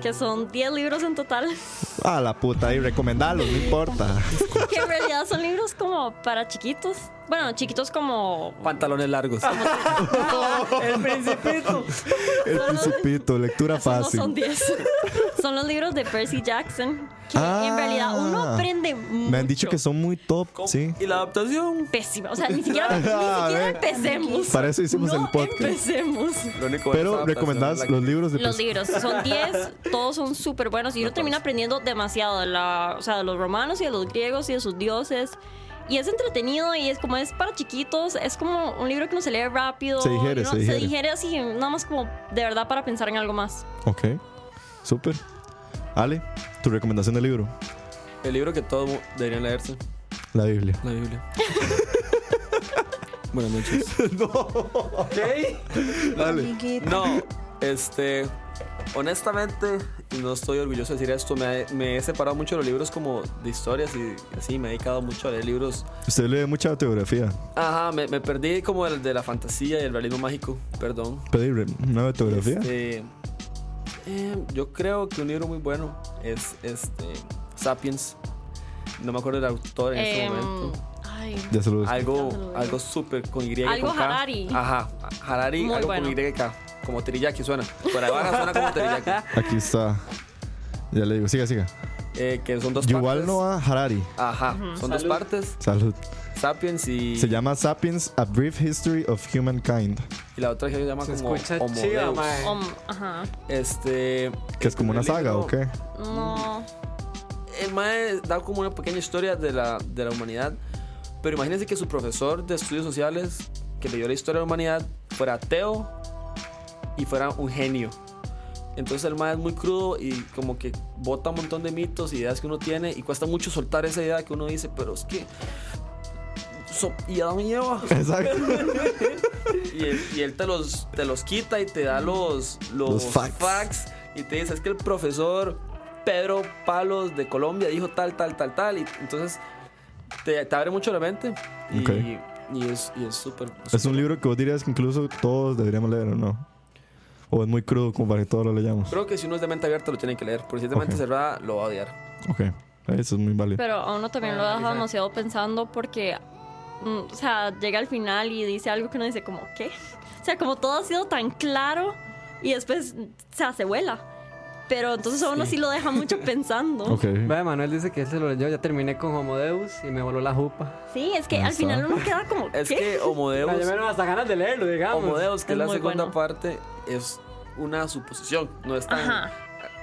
G: que son 10 libros en total,
D: A la puta, y recomendarlos, no importa.
G: que en realidad son libros como para chiquitos. Bueno, chiquitos como...
I: Pantalones largos.
E: El principito.
D: El principito, lectura
G: Eso no
D: fácil.
G: son 10. Son los libros de Percy Jackson, que
D: Ah.
G: en realidad uno aprende
D: Me han dicho
G: mucho.
D: que son muy top,
I: ¿Cómo?
D: sí.
I: ¿Y la adaptación?
G: pésima. O sea, ni siquiera, ni
D: A
G: siquiera
D: ver.
G: empecemos.
D: Para eso hicimos
G: no
D: el podcast.
G: Empecemos.
I: Lo único de esa
D: Pero
I: adaptación
D: recomendás
I: es la-
D: los libros de
G: Los libros son 10, todos son súper buenos y uno termina aprendiendo demasiado de, la, o sea, de los romanos y de los griegos y de sus dioses. Y es entretenido y es como es para chiquitos, es como un libro que uno se lee rápido.
D: Se digiere,
G: y uno-
D: se digiere.
G: así, nada más como de verdad para pensar en algo más.
D: Ok, súper. Ale, tu recomendación de libro,
I: El libro que todos deberían leerse.
D: la Biblia.
I: La Biblia. Buenas noches.
M: amiguita.
I: No, este. Honestamente, no estoy orgulloso de decir esto. Me, me he separado mucho de los libros como de historias y así. Me he dedicado mucho a leer libros.
D: Usted lee mucha autobiografía.
I: Ajá, me, me perdí como el de la fantasía y el realismo mágico. Perdón.
D: Pedí re- una autobiografía.
I: Este, eh, yo creo que un libro muy bueno es este Sapiens. No me acuerdo del autor en este
G: Em,
I: momento.
G: ay,
D: Ya se lo busco.
G: Ya se lo
I: Algo,
G: digo.
I: algo súper con Y. y
G: Algo
I: con K.
G: Harari.
I: Ajá, Harari,
G: Muy
I: algo
G: bueno.
I: con Y. y K. Como teriyaki suena. Por ahí baja suena como teriyaki.
D: Aquí está. Ya le digo, siga, siga.
I: Eh, que son dos
D: Yuval
I: partes.
D: Noah Harari.
I: Ajá, son dos partes.
D: Salud.
I: Sapiens y,
D: Se llama Sapiens: A Brief History of Humankind.
I: y la otra que se llama
E: Se
I: como
E: escucha
I: Homo
E: chiva,
I: Deus.
E: mae.
G: om, ajá.
I: Este.
D: Que es como una
I: el
D: saga,
I: libro-
D: ¿o qué?
G: No.
I: el mae da como una pequeña historia de la, de la humanidad. Pero imagínense que su profesor de estudios sociales, que leyó la historia de la humanidad, fuera ateo y fuera un genio. Entonces el mae es muy crudo y como que bota un montón de mitos y ideas que uno tiene y cuesta mucho soltar esa idea que uno dice, pero es que... so- y Adán y Eva.
D: Exacto.
I: Y él, y él te, los, te los quita y te da los, los,
D: Los facts.
I: facts. Y te dice, es que el profesor Pedro Palos de Colombia dijo tal, tal, tal, tal. Y entonces te, te abre mucho la mente. Y,
D: Ok.
I: y es y es súper...
D: es un libro que vos dirías que incluso todos deberíamos leer, ¿o no? O es muy crudo como para que todos lo leyamos.
I: Creo que si uno es de mente abierta lo tiene que leer. Porque si es de mente
D: Ok.
I: cerrada lo va a odiar.
D: Ok. Eso es muy válido.
G: Pero a uno también lo
E: Para
G: deja
E: analizar.
G: demasiado pensando porque, mm, o sea, llega al final y dice algo que uno dice como, ¿qué? O sea, como todo ha sido tan claro y después, o sea, se vuela. Pero entonces a uno sí lo deja mucho pensando.
Q: Ok.
E: Vea, Manuel dice que él se lo leyó. Ya terminé con Homo Deus y me voló la jupa.
G: Sí, es que
Q: Ah,
G: al
Q: está.
G: final uno queda como.
I: Es
G: ¿qué?
I: que Homodeus,
E: Me dieron hasta ganas de leerlo, digamos.
I: Homodeus, que
G: Es
I: es la
G: muy
I: segunda
G: bueno.
I: parte, es una suposición. No es tan-
G: Ajá.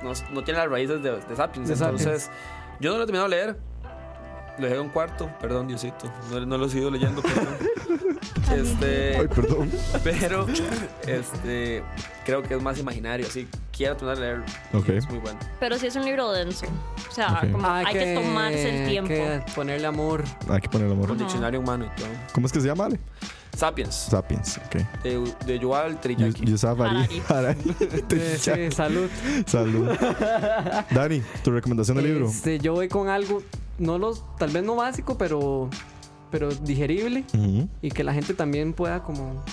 I: no, no tiene las raíces de, de Sapiens.
E: De Sapiens.
I: entonces, yo no lo he terminado de leer. Lo dejé un cuarto, perdón, Diosito. No, no lo he seguido leyendo, perdón. este.
Q: Ay, perdón.
I: Pero este creo que es más imaginario, así quiero tratar de leerlo.
Q: Ok.
I: Es muy bueno.
G: Pero sí es un libro denso. O sea,
Q: Ok.
G: como
I: Ah,
G: hay que, tomarse el tiempo.
E: que ponerle amor.
Q: Hay que ponerlo amor.
I: Con diccionario humano y todo.
Q: ¿Cómo es que se llama, Ale?
I: Sapiens
Q: Sapiens. Ok.
I: de, de Yuval
Q: Yus-
I: Triyaki.
Q: Yusaf Ari. Harari.
E: Sí, sí, salud.
Q: Salud. Dani, tu recomendación de libro.
E: Este, yo voy con algo, no los, tal vez no básico, pero, pero digerible
Q: Ujú.
E: y que la gente también pueda como,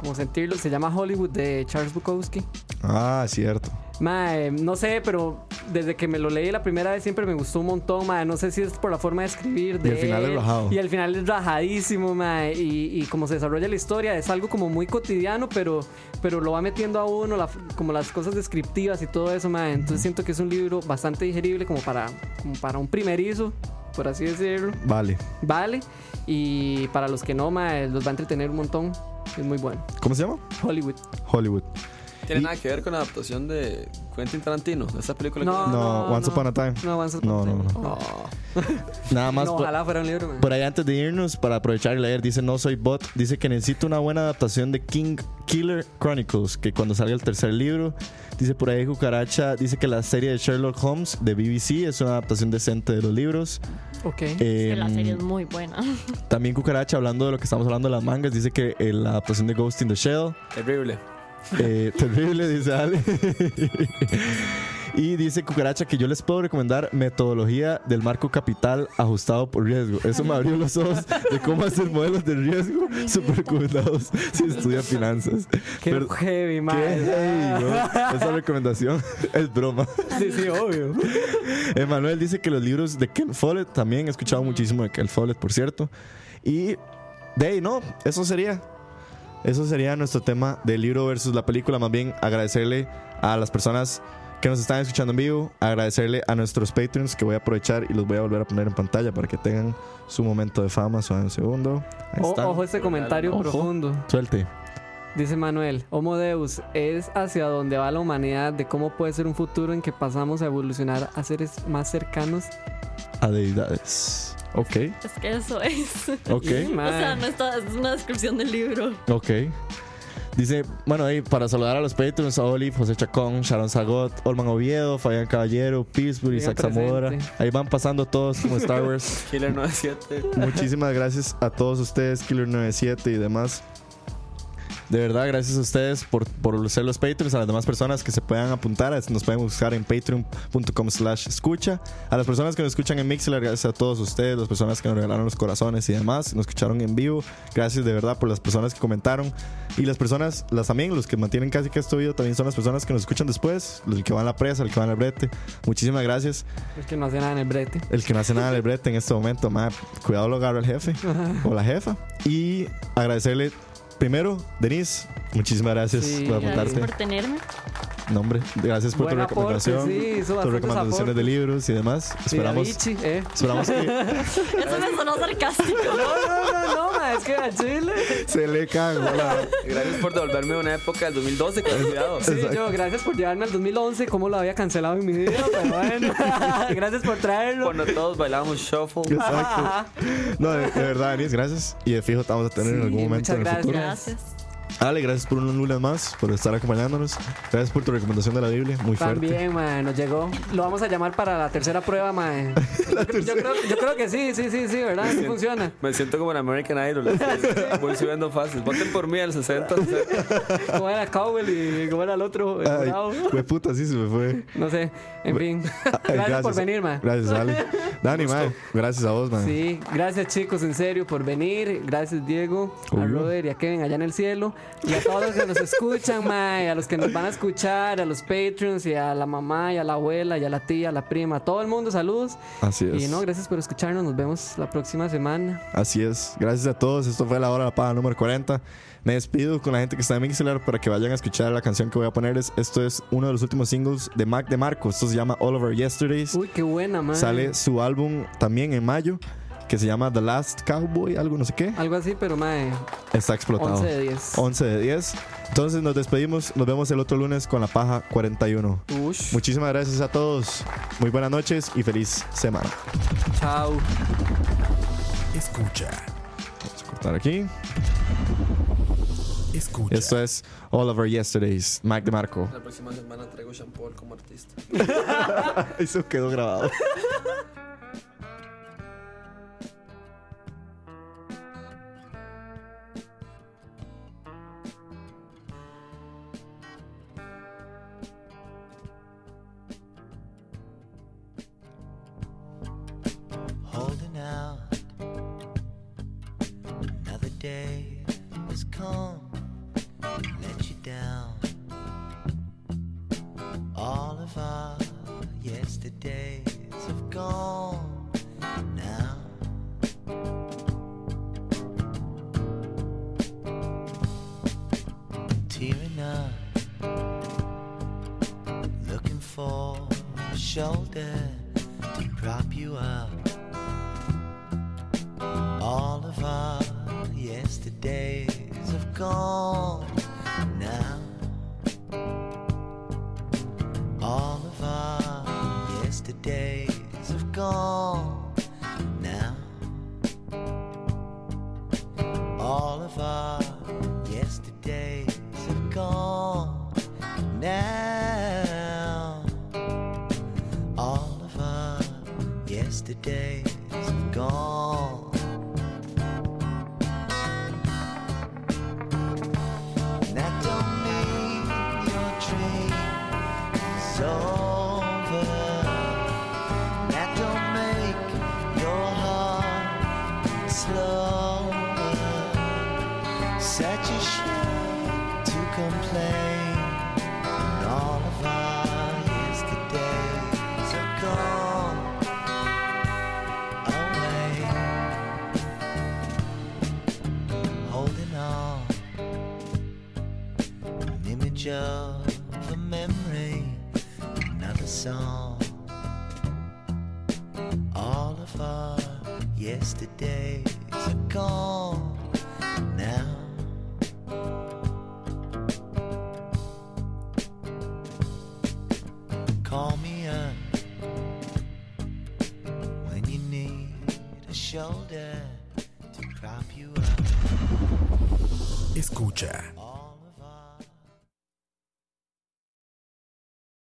E: como sentirlo. Se llama Hollywood de Charles Bukowski.
Q: Ah, cierto.
E: Mae, no sé, pero desde que me lo leí la primera vez siempre me gustó un montón, mae. No sé si es por la forma de escribir. De
Q: Y el final es
E: él,
Q: rajado.
E: Y el final es rajadísimo, mae. Y, y como se desarrolla la historia, es algo como muy cotidiano, pero, pero lo va metiendo a uno, la f- como las cosas descriptivas y todo eso, mae. Entonces siento que es un libro bastante digerible como para, como para un primerizo, por así decirlo.
Q: Vale.
E: Vale. Y para los que no, mae, los va a entretener un montón. Es muy bueno.
Q: ¿Cómo se llama?
E: Hollywood.
Q: Hollywood.
I: Tiene
Q: Y-
I: nada que ver con la adaptación de Quentin Tarantino, de esa película
E: No,
I: que
Q: No, Once Upon a Time.
E: No, Once
Q: No,
E: Upon a
Q: no,
E: Time. Oh.
Q: no.
E: No.
D: Nada más
E: No,
D: por,
E: ojalá fuera un libro, mae.
D: por ahí antes de irnos, para aprovechar y leer, dice No Soy Bot, dice que necesito una buena adaptación de King Killer Chronicles, que cuando salga el tercer libro, dice por ahí Cucaracha, dice que la serie de Sherlock Holmes de BBC es una adaptación decente de los libros.
E: Ok.
G: Es que la
D: Em,
G: serie es muy buena.
D: También Cucaracha, hablando de lo que estamos hablando de las mangas, dice que eh, la adaptación de Ghost in the Shell
I: terrible.
D: Eh, terrible, dice Ale. y dice Cucaracha que yo les puedo recomendar metodología del marco capital ajustado por riesgo. Eso me abrió los ojos de cómo hacer modelos de riesgo super recomendados si estudia finanzas.
E: Qué
D: Pero-
E: heavy,
D: ¿Qué?
E: madre.
D: Ey, bro, esa recomendación es broma.
E: Sí, sí, obvio.
D: Emanuel dice que los libros de Ken Follett también he escuchado muchísimo de Ken Follett, por cierto. Y de ahí, no, eso sería. Eso sería nuestro tema del libro versus la película. Más bien agradecerle a las personas que nos están escuchando en vivo, agradecerle a nuestros patrons que voy a aprovechar y los voy a volver a poner en pantalla para que tengan su momento de fama. Suave un segundo. Ahí
E: O-
D: están.
E: ojo este comentario
D: Ojo.
E: profundo.
D: Suelte.
E: Dice Manuel, Homo Deus es hacia donde va la humanidad de cómo puede ser un futuro en que pasamos a evolucionar a seres más cercanos.
D: A deidades. Ok,
G: es que eso es.
D: ok.
E: Y,
G: O sea,
E: mae,
G: no está, es una descripción del libro.
D: Ok. Dice, bueno, ahí para saludar a los patrons, a Olive, José Chacón, Sharon Zagot, Olman Oviedo, Fabián Caballero, Pillsbury,
E: Digan
D: Isaac Zamora.
E: presente.
D: Ahí van pasando todos como Star Wars.
I: Killer 97.
D: Muchísimas gracias a todos ustedes, Killer97 y demás. De verdad, gracias a ustedes por, por ser los Patreons, a las demás personas que se puedan apuntar, nos pueden buscar en patreon.com slash escucha. A las personas que nos escuchan en Mixler, gracias a todos ustedes, las personas que nos regalaron los corazones y demás, nos escucharon en vivo, gracias de verdad por las personas que comentaron. Y las personas, las también, los que mantienen casi que este video, también son las personas que nos escuchan después, el que va a la presa, el que va al brete. Muchísimas gracias.
E: es que no hace nada en el brete.
D: El que no hace nada del brete en este momento, ma, cuidado lo agarra el jefe o la jefa. Y agradecerle primero, Denise, muchísimas gracias
E: Sí,
D: por
G: Gracias
D: apuntarte.
G: por tenerme.
D: Nombre, gracias por
E: Buen
D: tu
E: aporte,
D: recomendación,
E: sí, hizo
D: tus
E: bastantes
D: recomendaciones
E: aportes.
D: de libros y demás.
E: Sí,
D: Esperamos,
E: Avicii, eh.
D: esperamos que
G: Eso me sonó sarcástico.
E: No, no, no, no, mae, es que a Chile.
D: se le cagó la-
I: Gracias por devolverme a una época del 2012 que había olvidado.
E: Sí, yo, gracias por llevarme al 2011, como lo había cancelado en mi vida, pero bueno. gracias por traerlo.
I: Cuando todos bailábamos shuffle.
D: Exacto. No, de, de verdad, Denise, gracias. Y de fijo, te vamos a tener en
E: Sí,
D: algún momento
E: muchas
D: en el futuro.
G: Gracias.
D: Ale, gracias por un lunes más, por estar acompañándonos. Gracias por tu recomendación de la Biblia, muy fuerte.
E: También, mae, nos llegó. Lo vamos a llamar para la tercera prueba, mae. yo, creo- yo creo, yo creo que sí, sí, sí, sí, ¿verdad? Sí funciona.
I: Me siento como en American Idol. así, Voy subiendo fácil. Voten por mí al 60.
E: ¿Cómo era Cowell y cómo era el otro? el
D: Ay,
E: bravo?
D: fue puta, sí se me fue.
E: No sé, en fin.
D: Ah, eh,
E: gracias, por venir, man.
D: Gracias, Ale. Dani, man, gracias a vos, man.
E: Sí, gracias chicos, en serio, por venir. Gracias Diego, a
D: Obvio.
E: Roder y a Kevin allá en el cielo. Y a todos los que nos escuchan, mae, a los que nos van a escuchar, a los patrons, y a la mamá, y a la abuela, y a la tía, a la prima, a todo el mundo, saludos.
D: Así es.
E: Y no, gracias por escucharnos, nos vemos la próxima semana.
D: Así es. Gracias a todos. Esto fue La Hora de la Paja número 40. Me despido con la gente que está en Mixler para que vayan a escuchar la canción que voy a ponerles. Esto es uno de los últimos singles de Mac de Marco. Esto se llama All Over Yesterdays.
E: Uy, qué buena, mae.
D: Sale su álbum también en mayo que se llama The Last Cowboy, algo no sé qué.
E: Algo así, pero mae,
D: Está explotado.
E: 11 de 10.
D: 11 de 10. Entonces nos despedimos. Nos vemos el otro lunes con la paja 41.
E: ush,
D: Muchísimas gracias a todos. Muy buenas noches y feliz semana.
E: chao.
C: Escucha.
D: Vamos a cortar aquí.
C: Escucha.
D: Esto es All Over Yesterdays, Mac de Marco.
I: La próxima semana traigo Sean Paul como artista.
D: Eso quedó grabado.
A: holding out. Another day has come, let you down. All of our yesterdays have gone now. Tearing up, looking for a shoulder to prop you up. All of our yesterdays have gone now. All of our yesterdays have gone now. All of our yesterdays have gone now. All of our yesterdays have gone. And I don't mean your dream is over. And I don't make your heart slower. Such a shame to complain. All of our yesterdays are gone away. Holding on, an image of a memory, another song. All of our yesterdays are gone now. Call me up when you need a shoulder to prop you up.
C: Escucha.